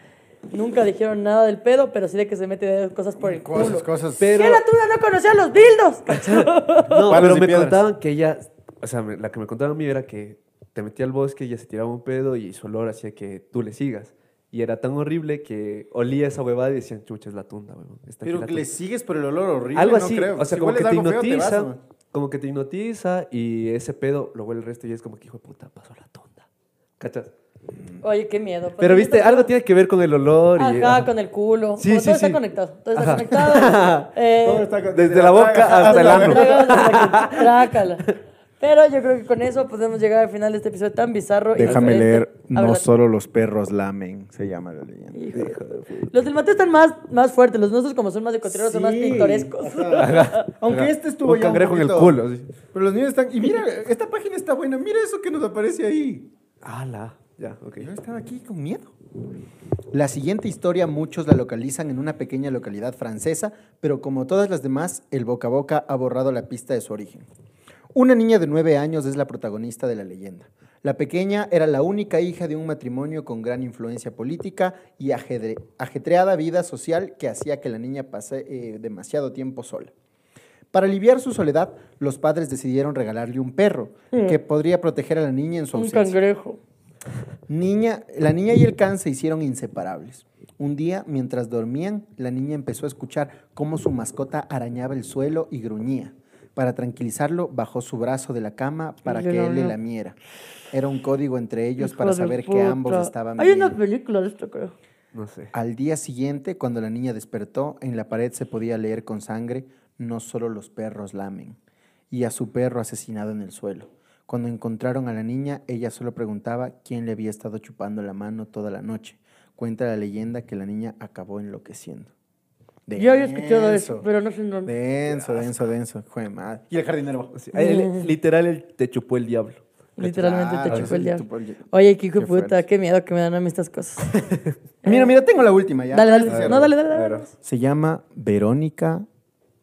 Speaker 1: Nunca dijeron nada del pedo, pero sí de que se mete cosas por el culo.
Speaker 2: Cosas, cosas.
Speaker 3: Pero-
Speaker 1: ¿Qué la tunda no conocía los dildos?
Speaker 3: No,
Speaker 4: Palos
Speaker 3: pero
Speaker 4: y
Speaker 3: me
Speaker 4: piedras.
Speaker 3: contaban que ella, o sea, me- la que me contaban a mí era que te metía al bosque, ella se tiraba un pedo y su olor hacía que tú le sigas. Y era tan horrible que olía esa huevada y decían, chucha, es la tunda, huevón. está aquí
Speaker 2: Pero
Speaker 3: la
Speaker 2: que le
Speaker 3: tunda".
Speaker 2: sigues por el olor horrible.
Speaker 3: Algo
Speaker 2: no
Speaker 3: así,
Speaker 2: creo.
Speaker 3: o sea,
Speaker 2: Si
Speaker 3: como
Speaker 2: hueles
Speaker 3: que te
Speaker 2: algo feo, te vas,
Speaker 3: hipnotiza,
Speaker 2: güey.
Speaker 3: como que te hipnotiza y ese pedo lo huele el resto y es como que, hijo de puta, pasó la tunda. ¿Cachas?
Speaker 1: Oye, qué miedo. Pues
Speaker 3: Pero viste, algo tiene que ver con el olor y...
Speaker 1: Ajá,
Speaker 3: ajá.
Speaker 1: con el culo.
Speaker 3: Sí,
Speaker 1: Como
Speaker 3: sí,
Speaker 1: todo está
Speaker 3: sí.
Speaker 1: conectado. Todo está conectado. Eh,
Speaker 2: Todo está con-
Speaker 3: Desde la boca hasta el
Speaker 1: Trágala,
Speaker 3: ano.
Speaker 1: trágala, trácala. Pero yo creo que con eso podemos llegar al final de este episodio tan bizarro. y
Speaker 4: Déjame
Speaker 2: este,
Speaker 1: diferente.
Speaker 2: ah,
Speaker 4: leer.
Speaker 1: A ver,
Speaker 4: No solo los perros lamen, se llama la leyenda.
Speaker 1: hijo de- Los del Mateo están más, más fuertes. Los nuestros, como son más de cotidiano, son más
Speaker 2: Sí.
Speaker 1: pintorescos.
Speaker 2: Ajá. Aunque
Speaker 3: Ajá.
Speaker 2: este estuvo
Speaker 3: Un
Speaker 2: ya
Speaker 3: cangrejo en el
Speaker 2: poquito-
Speaker 3: culo, sí.
Speaker 2: Pero los niños están... Y mira, esta página está buena. Mira eso que nos aparece ahí.
Speaker 3: Ala, ya, ok.
Speaker 2: Yo estaba aquí con miedo. La siguiente historia muchos la localizan en una pequeña localidad francesa, pero como todas las demás, el boca a boca ha borrado la pista de su origen. Una niña de nueve años es la protagonista de la leyenda. La pequeña era la única hija de un matrimonio con gran influencia política y ajedre- ajetreada vida social que hacía que la niña pase eh, demasiado tiempo sola. Para aliviar su soledad, los padres decidieron regalarle un perro que podría proteger a la niña en su
Speaker 1: Un
Speaker 2: ausencia.
Speaker 1: cangrejo.
Speaker 2: Niña, la niña y el can se hicieron inseparables. Un día, mientras dormían, la niña empezó a escuchar cómo su mascota arañaba el suelo y gruñía. Para tranquilizarlo, bajó su brazo de la cama para
Speaker 1: Y
Speaker 2: que
Speaker 1: le
Speaker 2: él le
Speaker 1: lamió.
Speaker 2: lamiera. Era un código entre ellos
Speaker 1: Hijo
Speaker 2: para
Speaker 1: de
Speaker 2: saber que
Speaker 1: puta.
Speaker 2: ambos estaban
Speaker 1: Hay
Speaker 2: bien.
Speaker 1: una película de esto, creo.
Speaker 3: No sé.
Speaker 2: Al día siguiente, cuando la niña despertó, en la pared se podía leer con sangre, no solo los perros lamen, y a su perro asesinado en el suelo. Cuando encontraron a la niña, ella solo preguntaba quién le había estado chupando la mano toda la noche. Cuenta la leyenda que la niña acabó enloqueciendo.
Speaker 1: Yo había escuchado eso,
Speaker 2: Denso,
Speaker 1: pero no sé en dónde.
Speaker 2: Denso, denso, denso. Jue madre. Y el jardinero.
Speaker 3: Sí, ahí, li- Literal, el- te chupó el diablo.
Speaker 1: Literalmente
Speaker 2: Ah,
Speaker 1: te chupó el
Speaker 2: sí,
Speaker 1: diablo.
Speaker 2: chupó el diablo.
Speaker 1: Oye, qué hijo de
Speaker 2: Qué
Speaker 1: puta,
Speaker 2: fuerte.
Speaker 1: qué miedo que me dan a mí estas cosas. Eh,
Speaker 2: Mira, mira, tengo la última ya.
Speaker 1: Dale,
Speaker 2: Este
Speaker 1: dale.
Speaker 2: cierro.
Speaker 1: No, dale, dale, dale.
Speaker 2: Se llama Verónica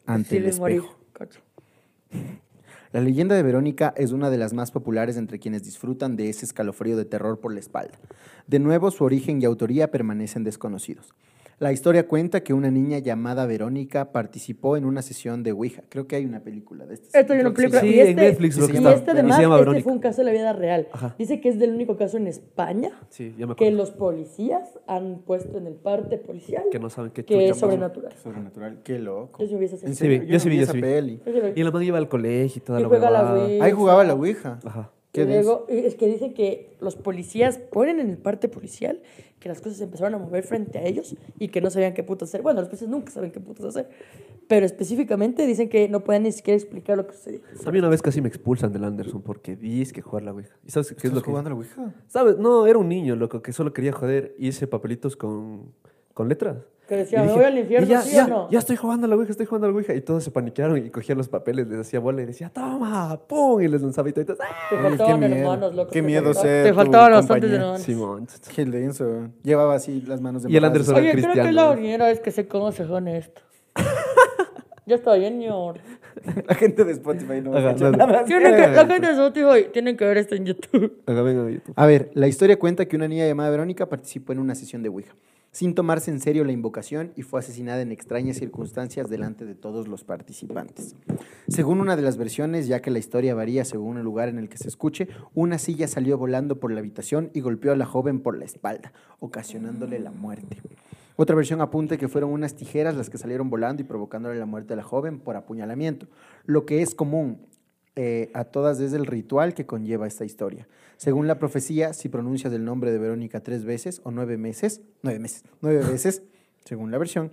Speaker 2: ante
Speaker 1: Sí,
Speaker 2: el
Speaker 1: les morí.
Speaker 2: espejo.
Speaker 1: Cacho.
Speaker 2: La leyenda de Verónica es una de las más populares entre quienes disfrutan de ese escalofrío de terror por la espalda. De nuevo, su origen y autoría permanecen desconocidos. La historia cuenta que una niña llamada Verónica participó en una sesión de Ouija. Creo que hay una película de estas.
Speaker 1: Esto hay una película.
Speaker 3: Sí,
Speaker 1: y
Speaker 3: en
Speaker 1: este,
Speaker 3: Netflix lo
Speaker 1: y
Speaker 2: que está.
Speaker 1: este,
Speaker 3: Y se
Speaker 1: además,
Speaker 3: llama
Speaker 1: este
Speaker 3: Verónica.
Speaker 1: fue un caso de la vida real.
Speaker 3: Ajá.
Speaker 1: Dice que es del único caso en España
Speaker 3: Sí, ya me
Speaker 1: que
Speaker 3: acuerdo.
Speaker 1: los policías han puesto en el parte policial
Speaker 3: Que no saben qué
Speaker 1: que
Speaker 3: chucha
Speaker 1: es
Speaker 3: pasó.
Speaker 1: sobrenatural.
Speaker 2: Sobrenatural, qué loco.
Speaker 1: Yo sí hubiese
Speaker 2: En
Speaker 1: hecho.
Speaker 3: Sí, vi,
Speaker 2: serio,
Speaker 3: yo sí vi,
Speaker 2: vi
Speaker 3: yo
Speaker 2: esa
Speaker 3: sí vi.
Speaker 2: peli.
Speaker 3: Y la man iba al colegio y toda
Speaker 1: Y
Speaker 3: la
Speaker 1: juega la
Speaker 3: huevada.
Speaker 1: Wii.
Speaker 2: Ahí jugaba la Ouija.
Speaker 3: Ajá.
Speaker 1: Y
Speaker 2: Qué denso.
Speaker 1: luego, y es que dice que los policías ponen en el parte policial que las cosas se empezaron a mover frente a ellos y que no sabían qué putas hacer. Bueno, los policías nunca saben qué putas hacer. Pero específicamente dicen que no pueden ni siquiera explicar lo que sucedió.
Speaker 3: A mí una vez casi me expulsan del Anderson porque dices que jugar la Ouija. ¿Y sabes qué es
Speaker 2: ¿Estás
Speaker 3: lo que
Speaker 2: jugando a la Ouija?
Speaker 3: ¿Sabes? No, era un niño, loco, que solo quería joder. Hice papelitos con, con letras.
Speaker 1: Que decía,
Speaker 3: Y
Speaker 1: "Me voy al infierno,
Speaker 3: y ya,
Speaker 1: ¿sí
Speaker 3: ya,
Speaker 1: o no?"
Speaker 3: ya estoy jugando a la Ouija, estoy jugando a la Ouija. Y todos se paniquearon y cogían los papeles, les hacía bola y decía, toma, pum, y les lanzaba y todo. y todo, ¡Ah!
Speaker 1: Te
Speaker 2: Ay,
Speaker 1: faltaban
Speaker 2: qué miedo.
Speaker 1: hermanos, loco.
Speaker 4: Qué
Speaker 1: te
Speaker 4: miedo
Speaker 1: faltaban-
Speaker 4: ser
Speaker 1: Te
Speaker 4: tu
Speaker 1: faltaban bastantes
Speaker 4: compañía.
Speaker 1: hermanos.
Speaker 3: Simón.
Speaker 2: Qué denso. Llevaba así las manos de
Speaker 3: Y el
Speaker 2: manos.
Speaker 3: Anderson-
Speaker 1: Oye, creo que es
Speaker 3: cristiano,
Speaker 1: la
Speaker 3: ¿no?
Speaker 1: primera vez que sé cómo se juega esto. Ya está bien, señor.
Speaker 2: La gente de Spotify no
Speaker 3: Ajá,
Speaker 2: ha hecho
Speaker 3: no, no.
Speaker 2: nada.
Speaker 1: Tienen que, la gente de Spotify tienen que ver esto en YouTube.
Speaker 3: Acá venga de YouTube.
Speaker 2: A ver, la historia cuenta que una niña llamada Verónica participó en una sesión de Ouija, sin tomarse en serio la invocación y fue asesinada en extrañas circunstancias delante de todos los participantes. Según una de las versiones, ya que la historia varía según el lugar en el que se escuche, una silla salió volando por la habitación y golpeó a la joven por la espalda, ocasionándole la muerte. Otra versión apunta que fueron unas tijeras las que salieron volando y provocándole la muerte a la joven por apuñalamiento, lo que es común eh, a todas es el ritual que conlleva esta historia. Según la profecía, si pronuncias el nombre de Verónica tres veces o nueve meses, nueve meses, nueve veces, según la versión,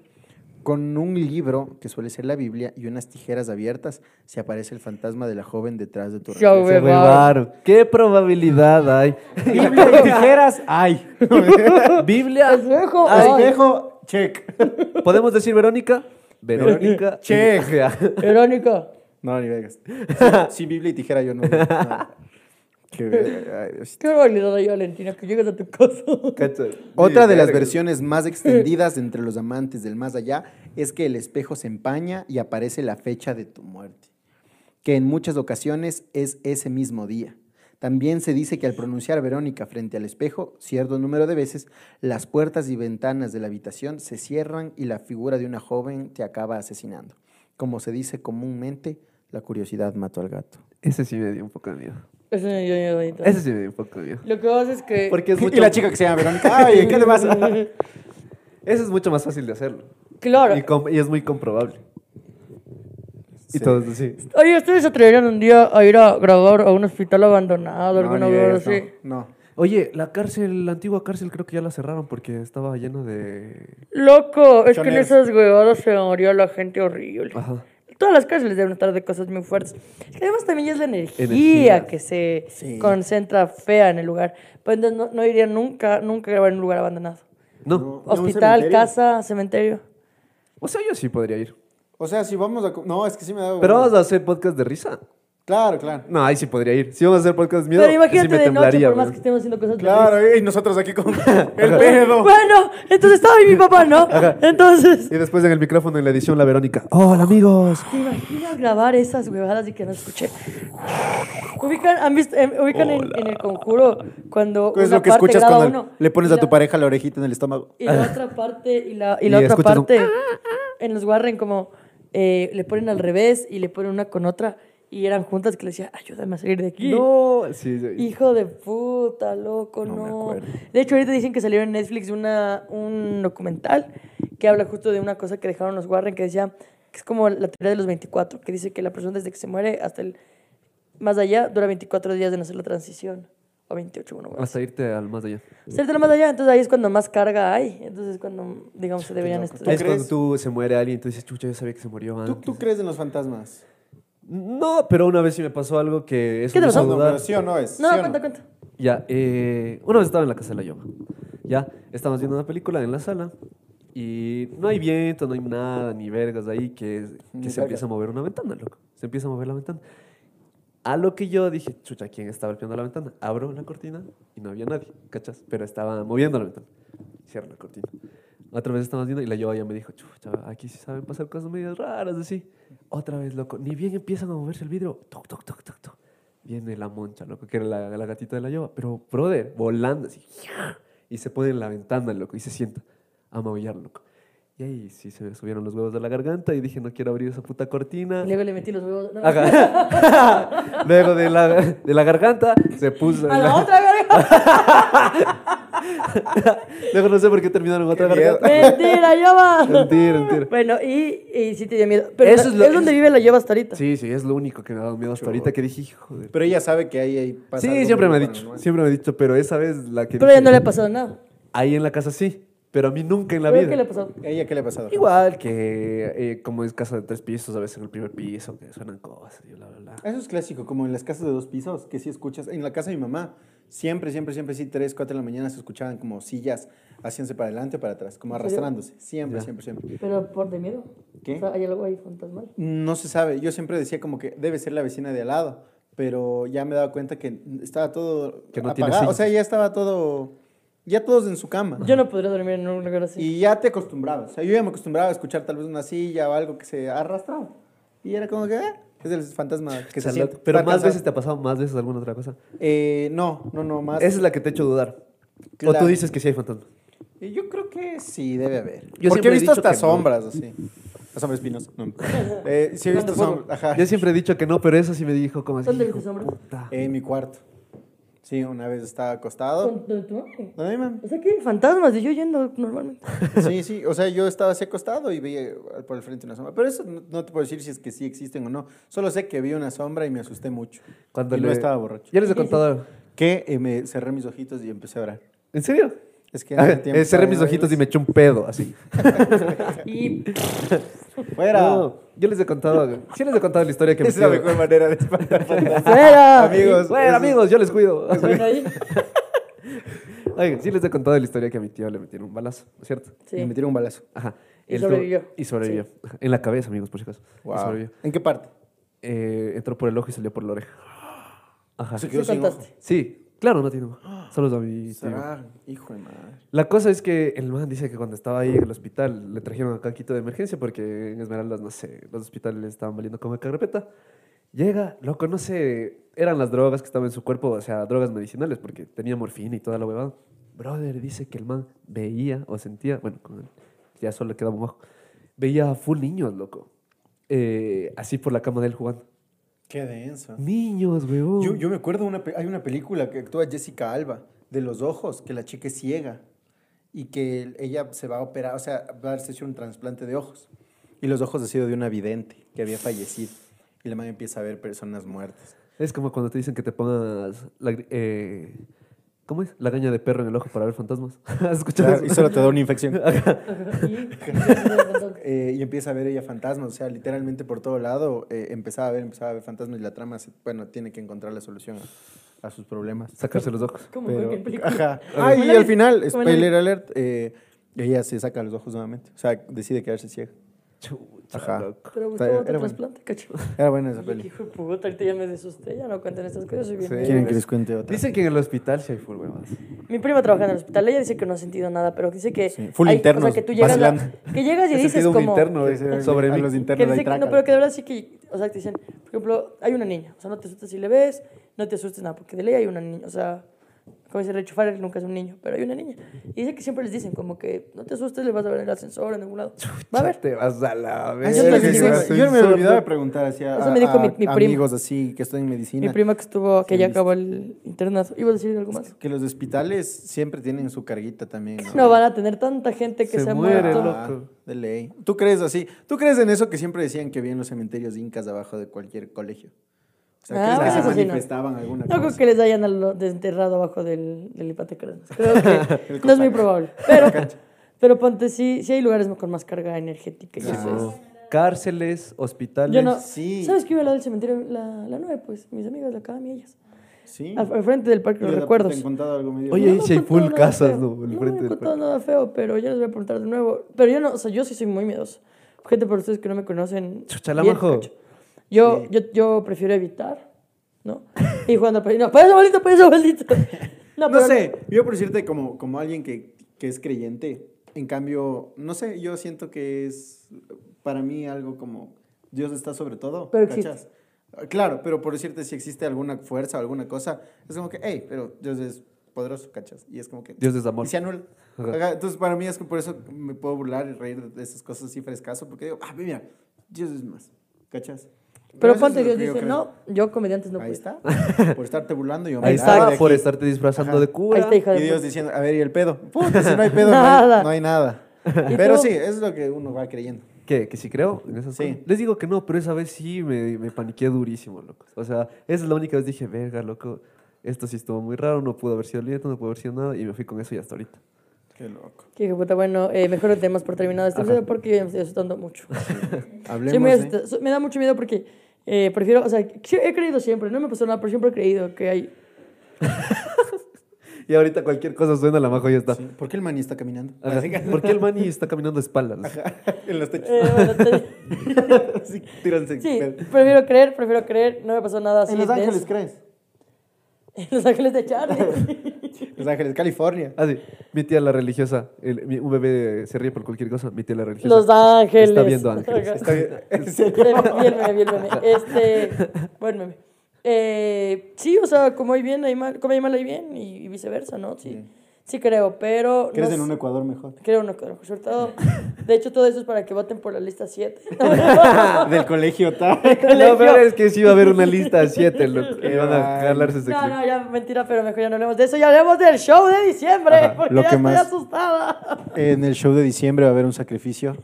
Speaker 2: con un libro que suele ser la Biblia y unas tijeras abiertas, se aparece el fantasma de la joven detrás de tu
Speaker 1: Chao,
Speaker 2: reflejo.
Speaker 1: Se huevaron.
Speaker 3: huevaron. ¿Qué probabilidad hay?
Speaker 2: Biblia y tijeras, ay.
Speaker 3: Biblia.
Speaker 1: Espejo. ay.
Speaker 2: Espejo, check.
Speaker 3: ¿Podemos decir Verónica? Verónica.
Speaker 2: Che.
Speaker 1: Verónica.
Speaker 2: No, ni vegas. Sin, sin Biblia y tijera yo no. no. Qué verga, ay, Dios.
Speaker 1: Qué barbaridad hay, Valentina, que llegues a tu casa.
Speaker 3: Cacha.
Speaker 2: Otra de las
Speaker 3: Verga.
Speaker 2: versiones más extendidas entre los amantes del más allá es que el espejo se empaña y aparece la fecha de tu muerte, que en muchas ocasiones es ese mismo día. También se dice que al pronunciar Verónica frente al espejo cierto número de veces, las puertas y ventanas de la habitación se cierran y la figura de una joven te acaba asesinando. Como se dice comúnmente, la curiosidad mató al gato.
Speaker 3: Ese sí me dio un poco de miedo.
Speaker 1: Eso me dio miedo, Anita.
Speaker 3: Ese sí me dio un poco de miedo.
Speaker 1: Lo que pasa es que.
Speaker 3: Porque es mucho,
Speaker 2: Y la chica que se llama Verónica. Ay, ¿qué le pasa?
Speaker 3: Eso es mucho más fácil de hacerlo.
Speaker 1: Claro.
Speaker 3: Y, com- y es muy comprobable. Y todos así.
Speaker 1: Oye, ¿ustedes se atreverían un día a ir a grabar a un hospital abandonado,
Speaker 2: No,
Speaker 1: alguna
Speaker 2: ni
Speaker 1: cosa
Speaker 2: vergas,
Speaker 1: así?
Speaker 2: no, no.
Speaker 3: Oye, la cárcel, la antigua cárcel creo que ya la cerraron porque estaba llena de...
Speaker 1: Loco, es que en
Speaker 2: Choneros.
Speaker 1: esas huevadas se moría la gente horrible.
Speaker 2: Ah.
Speaker 3: Ajá.
Speaker 1: Todas las cárceles deben estar de cosas muy fuertes. Es que además también ya es la energía,
Speaker 3: Energía.
Speaker 1: que se
Speaker 2: Sí.
Speaker 1: concentra fea en el lugar. Pues entonces no, no iría nunca, nunca a grabar en un lugar abandonado.
Speaker 3: No.
Speaker 2: No. un
Speaker 1: Hospital,
Speaker 2: cementerio.
Speaker 1: casa, cementerio.
Speaker 3: O sea, yo sí podría ir.
Speaker 2: O sea, si vamos a... co- No, es que sí me da...
Speaker 3: Pero vamos a hacer podcast de risa.
Speaker 2: Claro, claro.
Speaker 3: No, ahí sí podría ir. Si vamos a hacer podcast de miedo,
Speaker 1: Pero imagínate
Speaker 3: sí me
Speaker 1: de noche,
Speaker 3: temblaría.
Speaker 1: por más que
Speaker 3: weón.
Speaker 1: estemos haciendo cosas de
Speaker 2: Claro, eh, y nosotros aquí con el pedo.
Speaker 1: Bueno, entonces estaba ahí mi papá, ¿no? Entonces,
Speaker 3: Y después en el micrófono, en la edición, la Verónica. Hola, amigos.
Speaker 1: ¿te imaginas grabar esas huevadas y que no escuché? Ubican, ¿han visto, em, ubican en, en el conjuro cuando una
Speaker 2: Es Pues, lo que
Speaker 1: parte
Speaker 2: escuchas
Speaker 1: graba
Speaker 2: cuando
Speaker 1: uno
Speaker 2: le pones
Speaker 1: y
Speaker 2: a tu
Speaker 1: la-
Speaker 2: pareja la orejita en el estómago.
Speaker 1: Y la otra parte, y la, y la
Speaker 3: Y
Speaker 1: otra
Speaker 3: escuchas un-
Speaker 1: parte, en los Warren como eh, le ponen al revés y le ponen una con otra y eran juntas que le decía, ayúdame a salir de aquí.
Speaker 3: No. Sí, sí.
Speaker 1: Hijo de puta, loco,
Speaker 2: No me
Speaker 1: no.
Speaker 2: acuerdo.
Speaker 1: De hecho, ahorita dicen que salió en Netflix una, un documental que habla justo de una cosa que dejaron los Warren que decía que es como la teoría de los 24, que dice que la persona desde que se muere hasta el más allá dura 24 días de no hacer la transición. O 28, bueno,
Speaker 2: Ah,
Speaker 1: bueno.
Speaker 3: Hasta irte al más allá.
Speaker 1: Hacerte lo más allá, entonces ahí es cuando más carga hay. Entonces es cuando, digamos, se deberían
Speaker 2: loco.
Speaker 1: estudiar.
Speaker 3: es
Speaker 2: Pues crees?
Speaker 3: cuando tú se muere alguien y tú dices, chucha, yo sabía que se murió antes.
Speaker 2: ¿Tú, ¿Tú crees en los fantasmas?
Speaker 3: No, pero una vez sí me pasó algo que eso
Speaker 1: ¿Qué te
Speaker 3: me
Speaker 1: pasó?
Speaker 3: hizo
Speaker 2: No,
Speaker 3: dudar.
Speaker 2: pero sí o no es.
Speaker 1: No,
Speaker 2: ¿sí o
Speaker 1: cuenta, cuenta.
Speaker 3: Ya, eh, una vez estaba en la casa de la Yoma. Ya, estábamos viendo una película en la sala y no hay viento, no hay nada, ni vergas ahí, que, que
Speaker 2: Ni verga.
Speaker 3: se empieza a mover una ventana, loco. Se empieza a mover la ventana. A lo que yo dije, chucha, ¿quién está golpeando la ventana? Abro la cortina y no había nadie, ¿cachas? Pero estaba moviendo la ventana. Cierro la cortina. Otra vez estábamos viendo y la Yoma ya me dijo, chucha, aquí sí saben pasar cosas medias raras, así. Otra vez, loco, ni bien empiezan a moverse el vidrio, toc, toc, toc, toc, toc. Viene la moncha, loco, que era la, la gatita de la Yoma. Pero, brother, volando así. Y se pone en la ventana, loco, y se sienta a maullar, loco. Y ahí sí se me subieron los huevos de la garganta y dije, no quiero abrir esa puta cortina.
Speaker 1: Y Luego le metí los huevos. no,
Speaker 3: Ajá. Luego de la, de la garganta se puso.
Speaker 1: A
Speaker 3: en
Speaker 1: la
Speaker 3: la-
Speaker 1: otra verga.
Speaker 3: Luego no sé por qué terminaron en otra
Speaker 2: Qué miedo.
Speaker 3: garganta.
Speaker 1: Mentira, lleva.
Speaker 3: Mentira, mentira.
Speaker 1: Bueno, y, y sí te dio miedo. Pero
Speaker 3: Eso
Speaker 1: es,
Speaker 3: es lo-
Speaker 1: donde vive la lleva hasta ahorita.
Speaker 3: Sí, sí, es lo único que me ha dado miedo hasta ahorita que dije, hijo de.
Speaker 2: no? Pero ella sabe que ahí, ahí pasa
Speaker 3: Sí,
Speaker 2: algo
Speaker 3: siempre
Speaker 2: muy
Speaker 3: me ha dicho,
Speaker 2: paranormal.
Speaker 3: siempre me ha dicho, pero esa vez la que.
Speaker 1: Pero ya
Speaker 3: dije,
Speaker 1: no le ha pasado nada.
Speaker 3: Ahí en la casa sí, pero a mí nunca en la
Speaker 1: ¿Pero
Speaker 3: vida.
Speaker 1: ¿Qué le pasó?
Speaker 2: ¿Ella qué le ha pasado?
Speaker 3: Igual que eh, como es casa de tres pisos, a veces en el primer piso, que suenan cosas y bla, bla, bla.
Speaker 2: Eso es clásico, como en las casas de dos pisos, que sí escuchas. En la casa de mi mamá, siempre, siempre, siempre, sí, 3, 4 de la mañana se escuchaban como sillas haciéndose para adelante o para atrás, como
Speaker 1: serio?
Speaker 2: arrastrándose. Siempre,
Speaker 3: Ya.
Speaker 2: siempre, siempre.
Speaker 1: Pero por de miedo.
Speaker 2: ¿Qué?
Speaker 1: O sea, hay algo ahí fantasmal.
Speaker 2: No se sabe. Yo siempre decía como que debe ser la vecina de al lado, pero ya me he dado cuenta que estaba todo
Speaker 3: Que no tiene
Speaker 2: apagado. O
Speaker 3: sillas.
Speaker 2: sea, ya estaba todo Ya todos en su cama.
Speaker 1: Yo no podría dormir en un lugar así.
Speaker 2: Y ya te acostumbrabas. O sea, yo ya me acostumbraba a escuchar tal vez una silla o algo que se arrastraba. Y era como que, "Ah, es el fantasma que se
Speaker 3: Charlotte,
Speaker 2: siente.
Speaker 3: Pero
Speaker 2: Está
Speaker 3: más
Speaker 2: cansado".
Speaker 3: veces te ha pasado, más veces alguna otra cosa.
Speaker 2: Eh, no, no, no, más.
Speaker 3: Esa es la que te ha hecho dudar. O
Speaker 2: Claro.
Speaker 3: tú dices que sí hay fantasmas.
Speaker 2: Eh, Yo creo que sí, debe haber. Porque
Speaker 3: Yo siempre
Speaker 2: he
Speaker 3: he
Speaker 2: visto
Speaker 3: dicho
Speaker 2: hasta
Speaker 3: que no.
Speaker 2: sombras, así. Las sombras espinosas. No. Eh, sí, he visto sombras. Ajá.
Speaker 3: Yo siempre he dicho que no, pero eso sí me dijo como así.
Speaker 1: ¿Dónde
Speaker 3: hijo
Speaker 1: viste sombras?
Speaker 3: puta.
Speaker 2: En mi cuarto. Sí, una vez estaba
Speaker 1: Con-
Speaker 2: acostado.
Speaker 1: con tu mami.
Speaker 2: No, mi mamá.
Speaker 1: O sea que hay fantasmas y yo yendo normalmente.
Speaker 2: Sí, sí. O sea, yo estaba así acostado y veía por el frente una sombra. Pero eso no, no te puedo decir si es que sí existen o no. Solo sé que vi una sombra y me asusté mucho.
Speaker 3: Cuando
Speaker 2: y
Speaker 3: le-
Speaker 2: no estaba borracho.
Speaker 3: Ya les he contado.
Speaker 2: Que eh, me cerré mis ojitos y empecé a orar.
Speaker 3: ¿En serio?
Speaker 2: Es que
Speaker 3: A
Speaker 2: hace
Speaker 3: ver,
Speaker 2: tiempo
Speaker 3: eh, cerré
Speaker 2: estaba
Speaker 3: mis
Speaker 2: viendo
Speaker 3: ojitos y
Speaker 2: videos.
Speaker 3: me eché un pedo, así.
Speaker 1: Y
Speaker 2: ¡Fuera!
Speaker 3: No, yo les he contado, sí les he contado la historia que
Speaker 2: Esa
Speaker 3: me
Speaker 2: es la
Speaker 3: estuvo-
Speaker 2: mejor manera de espantar fantasmas.
Speaker 1: fuera.
Speaker 2: Amigos,
Speaker 3: Bueno,
Speaker 2: eso-
Speaker 3: amigos, yo les cuido.
Speaker 1: Bueno, ahí.
Speaker 3: Oigan, sí les he contado la historia que a mi tío le metieron un balazo, ¿no es ¿cierto?
Speaker 2: Y
Speaker 1: Sí.
Speaker 2: me tiró un balazo.
Speaker 3: Ajá.
Speaker 1: Y
Speaker 3: Él tuvo-
Speaker 1: sobrevivió.
Speaker 3: Y sobrevivió. Ajá, En la cabeza, amigos, por si acaso. Y
Speaker 2: Wow.
Speaker 3: sobrevivió.
Speaker 2: ¿En qué parte?
Speaker 3: Eh, entró por el ojo y salió por la oreja. Ajá.
Speaker 2: Se
Speaker 1: Sí
Speaker 2: quedó sin
Speaker 1: contaste.
Speaker 2: ojo.
Speaker 3: Sí, claro, no tiene. Solo es a mi tío.
Speaker 2: Sarah, hijo de madre.
Speaker 3: La cosa es que el man dice que cuando estaba ahí en el hospital le trajeron acá a Quito de emergencia porque en Esmeraldas, no sé, los hospitales estaban valiendo como carpeta. Llega, lo conoce, eran las drogas que estaban en su cuerpo, o sea, drogas medicinales porque tenía morfina y toda la huevada. Brother dice que el man veía o sentía, bueno, con el- ya solo quedaba un ojo, veía a full niños, loco. Eh, así por la cama de él jugando.
Speaker 2: Qué denso.
Speaker 3: Niños, huevón.
Speaker 2: Yo, yo me acuerdo, una, pe- hay una película que actúa Jessica Alba, de los ojos, que la chica es ciega y que el- ella se va a operar, o sea, va a hacerse un trasplante de ojos. Y los ojos ha sido de una vidente que había fallecido. Y la man empieza a ver personas muertas.
Speaker 3: Es como cuando te dicen que te pongas la, gri- eh, ¿cómo es? La gaña de perro en el ojo para ver fantasmas. ¿Has escuchado
Speaker 2: Claro, y
Speaker 3: eso?
Speaker 2: solo te da una infección.
Speaker 1: Y-
Speaker 2: Eh, y empieza a ver ella fantasmas, o sea, literalmente por todo lado eh, empezaba a ver, empezaba a ver fantasmas y la trama, se- bueno, tiene que encontrar la solución a, a sus problemas.
Speaker 3: Sacarse los ojos.
Speaker 1: Como
Speaker 2: Pero-
Speaker 1: cualquier película.
Speaker 2: Ajá.
Speaker 1: Como
Speaker 2: Ah,
Speaker 1: en
Speaker 2: y
Speaker 1: la
Speaker 2: al
Speaker 1: vida,
Speaker 2: final,
Speaker 1: como en la
Speaker 2: spoiler
Speaker 1: vida.
Speaker 2: alert, eh, ella se saca los ojos nuevamente. O sea, decide quedarse ciega.
Speaker 3: Chucha,
Speaker 2: Ajá.
Speaker 3: loco.
Speaker 1: Pero pues,
Speaker 2: Está-
Speaker 1: Gustavo,
Speaker 2: era
Speaker 1: otro
Speaker 2: bueno.
Speaker 1: trasplante, cacho.
Speaker 2: Era buena esa
Speaker 1: Oye, qué
Speaker 2: peli.
Speaker 1: hijo de puta, ahorita ya me desusté, ya no cuentan estas cosas. soy bien
Speaker 3: Sí.
Speaker 1: mierda.
Speaker 2: ¿Quieren que les cuente otra?
Speaker 3: Dicen que en el hospital sí hay full huevadas.
Speaker 1: Mi prima trabaja en el hospital, ella dice que no ha sentido nada, pero dice que.
Speaker 2: Sí, full
Speaker 1: hay- O
Speaker 2: internos,
Speaker 1: sea, que tú llegas, a-
Speaker 2: vacilando.
Speaker 1: que llegas y
Speaker 3: He
Speaker 1: dices
Speaker 3: sentido un
Speaker 1: como.
Speaker 3: interno
Speaker 2: Sí,
Speaker 3: es-
Speaker 2: sí,
Speaker 3: sobre
Speaker 2: a
Speaker 3: mí.
Speaker 2: los
Speaker 1: que
Speaker 2: internos
Speaker 1: dice
Speaker 2: ahí
Speaker 1: que- no,
Speaker 2: trácala.
Speaker 1: pero que de verdad sí que. O sea, te dicen, por ejemplo, hay una niña, o sea, no te asustes si le ves, no te asustes nada, porque de ley hay una niña, o sea. Como dice Rechufar, él nunca es un niño, pero hay una niña. Y dice que siempre les dicen, como que no te asustes, le vas a ver en el ascensor, en algún lado. Va a
Speaker 3: Ya
Speaker 1: ver.
Speaker 3: Te vas a la
Speaker 2: Ah,
Speaker 3: vez.
Speaker 2: sí,
Speaker 1: Eso me
Speaker 2: sí, sí,
Speaker 1: dijo-
Speaker 2: sí. Yo no me
Speaker 3: Solo-
Speaker 2: olvidaba de preguntar así a,
Speaker 1: Eso me dijo
Speaker 2: a-
Speaker 1: mi- mi prima.
Speaker 2: a amigos así que estoy en medicina.
Speaker 1: Mi prima que estuvo, que ya
Speaker 2: listo.
Speaker 1: acabó el internado. ¿Ibas a decir algo más?
Speaker 2: Que los hospitales siempre tienen su carguita también. Ah,
Speaker 1: No van a tener tanta gente que se,
Speaker 3: Se
Speaker 1: ha
Speaker 3: muere,
Speaker 1: muerto.
Speaker 3: loco.
Speaker 2: De ley. ¿Tú crees así? ¿Tú crees en eso que siempre decían que había en los cementerios incas abajo de cualquier colegio? O sea,
Speaker 1: Ah,
Speaker 2: que
Speaker 1: eso
Speaker 2: se
Speaker 1: sí, no.
Speaker 2: manifestaban alguna
Speaker 1: No creo
Speaker 2: cosa.
Speaker 1: que les hayan al- desenterrado abajo del, del Hipate Cárdenas. Creo que no es muy
Speaker 2: Copaca.
Speaker 1: probable. Pero, pero ponte, sí, sí hay lugares con más carga energética. y
Speaker 3: Sí,
Speaker 1: eso
Speaker 3: no.
Speaker 1: es.
Speaker 3: Cárceles, hospitales.
Speaker 1: Yo no.
Speaker 2: Sí.
Speaker 1: ¿Sabes qué iba al lado del cementerio? La, la 9, pues, mis amigas de acá, y ellas.
Speaker 2: Sí.
Speaker 1: Al, al frente del Parque de los
Speaker 2: ¿Te-
Speaker 1: Recuerdos.
Speaker 2: te han contado algo medio
Speaker 3: Oye,
Speaker 2: raro?
Speaker 3: y si hay
Speaker 1: me contó
Speaker 3: full
Speaker 1: nada
Speaker 3: casas,
Speaker 1: feo.
Speaker 3: ¿no? El
Speaker 1: No me
Speaker 3: frente del
Speaker 1: contó
Speaker 3: parque.
Speaker 1: nada feo, pero yo les voy a preguntar de nuevo. Pero yo no, o sea, yo sí soy muy miedoso. Gente, por ustedes que no me conocen.
Speaker 3: Chucha, la
Speaker 1: bien,
Speaker 3: majo.
Speaker 1: cacho. Yo, yo, yo prefiero evitar, ¿no? Y jugando al No, pues, para eso, maldito, para eso, maldito. No,
Speaker 2: No
Speaker 1: pero-
Speaker 2: sé, yo por decirte como, como alguien que, que es creyente, en cambio, no sé, yo siento que es para mí algo como Dios está sobre todo.
Speaker 1: Pero existe.
Speaker 2: ¿cachas? Ah, Claro, pero por decirte si existe alguna fuerza o alguna cosa, es como que, hey, pero Dios es poderoso, ¿cachas? Y es como que...
Speaker 3: Dios es amor.
Speaker 2: y se anula.
Speaker 3: Ajá.
Speaker 2: Ajá, Entonces para mí es que por eso me puedo burlar y reír de esas cosas así frescaso, porque digo, ah, mira, Dios es más, ¿cachas?
Speaker 1: Pero
Speaker 2: eso es
Speaker 1: ponte,
Speaker 2: lo
Speaker 1: Dios
Speaker 2: que yo
Speaker 1: dice,
Speaker 2: creo.
Speaker 1: no, yo comediantes no puedo.
Speaker 2: Ahí está, Pues, por estarte burlando yo me largo
Speaker 3: Ahí
Speaker 2: de
Speaker 3: estaba por
Speaker 2: aquí.
Speaker 3: estarte disfrazando
Speaker 2: Ajá.
Speaker 3: de cura.
Speaker 1: Ahí está, hija de
Speaker 2: Y Dios
Speaker 1: puta.
Speaker 2: diciendo, a ver, ¿y el pedo? Puta, si no hay pedo, no
Speaker 1: Nada.
Speaker 2: hay, no hay nada.
Speaker 1: ¿Y
Speaker 2: Pero
Speaker 1: tú?
Speaker 2: sí, es lo que uno va creyendo.
Speaker 3: ¿Qué? ¿Que sí creo? en esas
Speaker 2: Sí.
Speaker 3: cosas? Les digo que no, pero esa vez sí me, me paniqué durísimo, loco. O sea, esa es la única vez dije, verga, loco, esto sí estuvo muy raro, no pudo haber sido aliento, no pudo haber sido nada, y me fui con eso y hasta ahorita.
Speaker 2: Qué loco.
Speaker 1: Que hijo de puta, bueno, eh, mejor lo tenemos por terminado este episodio porque yo ya me estoy asustando mucho. Soy muy
Speaker 2: Hablemos ¿eh? de...
Speaker 1: asustada. So- Me da mucho miedo porque eh, prefiero, o sea, sí, he creído siempre, no me pasó nada, pero siempre he creído que hay.
Speaker 3: Y ahorita cualquier cosa suena, la majo ya está.
Speaker 2: Sí, ¿Por qué el maní está caminando?
Speaker 3: Ajá. ¿Por qué el mani está caminando de espaldas?
Speaker 2: en los techos.
Speaker 1: eh, bueno, te-
Speaker 2: Sí, tíranse.
Speaker 1: Sí, prefiero creer, prefiero creer, no me pasó nada así.
Speaker 2: en Los
Speaker 1: de
Speaker 2: Ángeles,
Speaker 1: eso.
Speaker 2: ¿crees?
Speaker 1: En Los Ángeles de Charlie.
Speaker 2: Los Ángeles, California.
Speaker 3: Ah, sí. Mi tía la religiosa, el- mi- un bebé se ríe por cualquier cosa, mi tía la religiosa.
Speaker 1: Los Ángeles.
Speaker 3: Está viendo ángeles.
Speaker 1: Ajá.
Speaker 2: Está bien.
Speaker 1: Vi el meme, vi el meme. Este, buen meme. Eh, sí, o sea, como hay bien, hay mal, como hay mal, hay bien, y, y viceversa, ¿no? Sí, sí creo, pero...
Speaker 2: Mm. ¿Crees
Speaker 1: no
Speaker 2: en
Speaker 1: sé-
Speaker 2: un Ecuador mejor?
Speaker 1: Creo en un Ecuador mejor. Sobre todo, de hecho, todo eso es para que voten por la lista 7. Ah,
Speaker 2: Del colegio tal.
Speaker 3: No, pero es que sí iba a haber una lista de siete, loco.
Speaker 2: Qué
Speaker 3: Y van a
Speaker 2: vaina.
Speaker 3: jalarse ese
Speaker 1: No,
Speaker 3: clip.
Speaker 1: no, ya mentira, pero mejor ya no hablemos de eso. Ya hablemos del show de diciembre,
Speaker 2: Ajá,
Speaker 1: porque
Speaker 2: lo
Speaker 1: ya
Speaker 2: que
Speaker 1: estoy
Speaker 2: más-
Speaker 1: asustada.
Speaker 2: En el show de diciembre va a haber un sacrificio.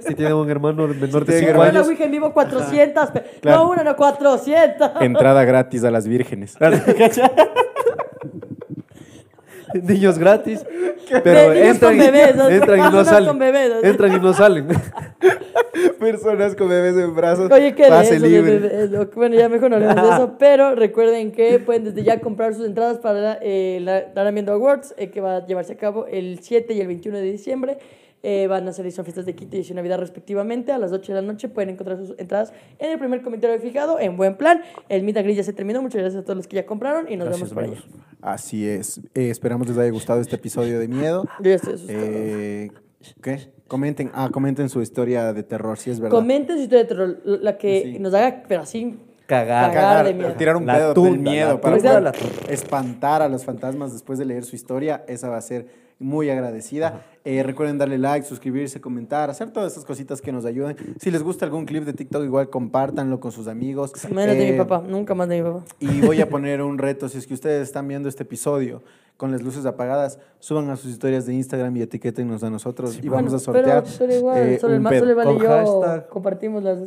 Speaker 3: Si tiene un hermano menor de
Speaker 2: tiene
Speaker 3: cinco
Speaker 1: Fue
Speaker 2: hermanos.
Speaker 1: la
Speaker 3: años.
Speaker 1: Ouija en vivo 400, pe-
Speaker 2: claro.
Speaker 1: no una, no 400.
Speaker 4: Entrada gratis a las vírgenes.
Speaker 3: Niños gratis.
Speaker 1: Ve,
Speaker 3: Pero
Speaker 1: niños con
Speaker 3: entran, y-
Speaker 1: bebés, ¿no?
Speaker 3: entran y no
Speaker 1: Personas
Speaker 3: salen.
Speaker 1: con bebés, ¿no?
Speaker 3: Entran y no salen.
Speaker 2: Personas con bebés en brazos.
Speaker 1: Oye, ¿qué de
Speaker 2: Pase
Speaker 1: eso?
Speaker 2: libre.
Speaker 1: de- de- de- de- bueno, ya mejor no hablemos de eso, pero recuerden que pueden desde ya comprar sus entradas para eh, la Darán Viendo Awards, eh, que va a llevarse a cabo el 7 y el 21 de diciembre. Eh, van a ser son fiestas de Quito y de Navidad respectivamente. A las 8 de la noche pueden encontrar sus entradas en el primer comentario fijado, en buen plan. El Meet and Greet ya se terminó. Muchas gracias a todos los que ya compraron y nos vemos por allá.
Speaker 2: Así es. Eh, esperamos les haya gustado este episodio de miedo.
Speaker 1: Yo ya estoy asustado.
Speaker 2: Eh, ¿Qué? Comenten, ah, comenten su historia de terror, si es verdad.
Speaker 1: Comenten su historia de terror, la que
Speaker 2: Sí.
Speaker 1: nos haga, pero así,
Speaker 3: Cagar.
Speaker 1: Cagar de miedo.
Speaker 2: tirar un
Speaker 3: La
Speaker 2: pedo del
Speaker 3: tunda,
Speaker 2: miedo
Speaker 3: la
Speaker 2: para
Speaker 3: tunda,
Speaker 2: poder
Speaker 3: la tunda.
Speaker 2: espantar a los fantasmas después de leer su historia. Esa va a ser muy agradecida. Eh, recuerden darle like, suscribirse, comentar, hacer todas esas cositas que nos ayuden. Si les gusta algún clip de TikTok, igual compártanlo con sus amigos.
Speaker 1: menos de mi
Speaker 2: Eh,
Speaker 1: papá, nunca más de mi papá.
Speaker 2: Y voy a poner un reto. Si es que ustedes están viendo este episodio con las luces apagadas, suban a sus historias de Instagram y etiquétennos a nosotros y vamos
Speaker 1: Bueno,
Speaker 2: a sortear.
Speaker 1: Pero, pero igual,
Speaker 2: eh,
Speaker 1: solo el
Speaker 2: un
Speaker 1: más,
Speaker 2: pedo.
Speaker 1: solo el Vale y
Speaker 3: Con
Speaker 1: yo
Speaker 3: hashtag.
Speaker 1: compartimos las,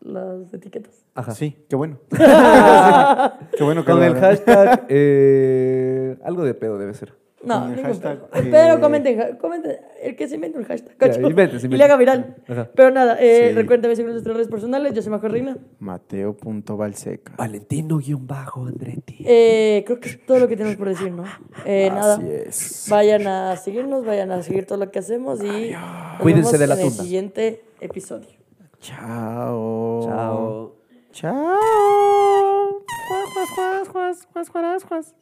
Speaker 1: las etiquetas.
Speaker 3: Ajá.
Speaker 2: Sí, qué bueno. qué bueno que
Speaker 3: Con
Speaker 2: lo
Speaker 3: el
Speaker 2: hagan.
Speaker 3: hashtag. eh, algo de pedo debe ser.
Speaker 1: No,
Speaker 2: Con el
Speaker 1: ningún
Speaker 2: hashtag,
Speaker 1: pedo.
Speaker 2: eh,
Speaker 1: Pero comenten, ja- comenten, el que se invente un hashtag.
Speaker 3: Ya,
Speaker 1: cacho.
Speaker 3: inventen, se
Speaker 1: Y
Speaker 3: inventen.
Speaker 1: le haga viral.
Speaker 3: Ajá.
Speaker 1: Pero nada, eh,
Speaker 2: Sí.
Speaker 1: recuerden también seguir nuestras redes personales. Yo soy Majo Reina.
Speaker 2: Mateo.valseca.
Speaker 3: Valentino-Andretti.
Speaker 1: Eh, creo que es todo lo que tenemos por decir, ¿no? Eh, nada.
Speaker 2: Así es.
Speaker 1: Vayan a seguirnos, vayan a seguir todo lo que hacemos y nos
Speaker 3: Cuídense
Speaker 1: vemos
Speaker 3: de la
Speaker 1: en el
Speaker 3: tunda.
Speaker 1: siguiente episodio.
Speaker 2: Chao.
Speaker 3: Chao.
Speaker 2: Chao. Juas, juas, juas, juas, juas, juas, juas.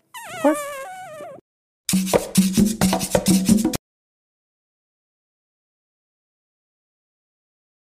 Speaker 2: Juas.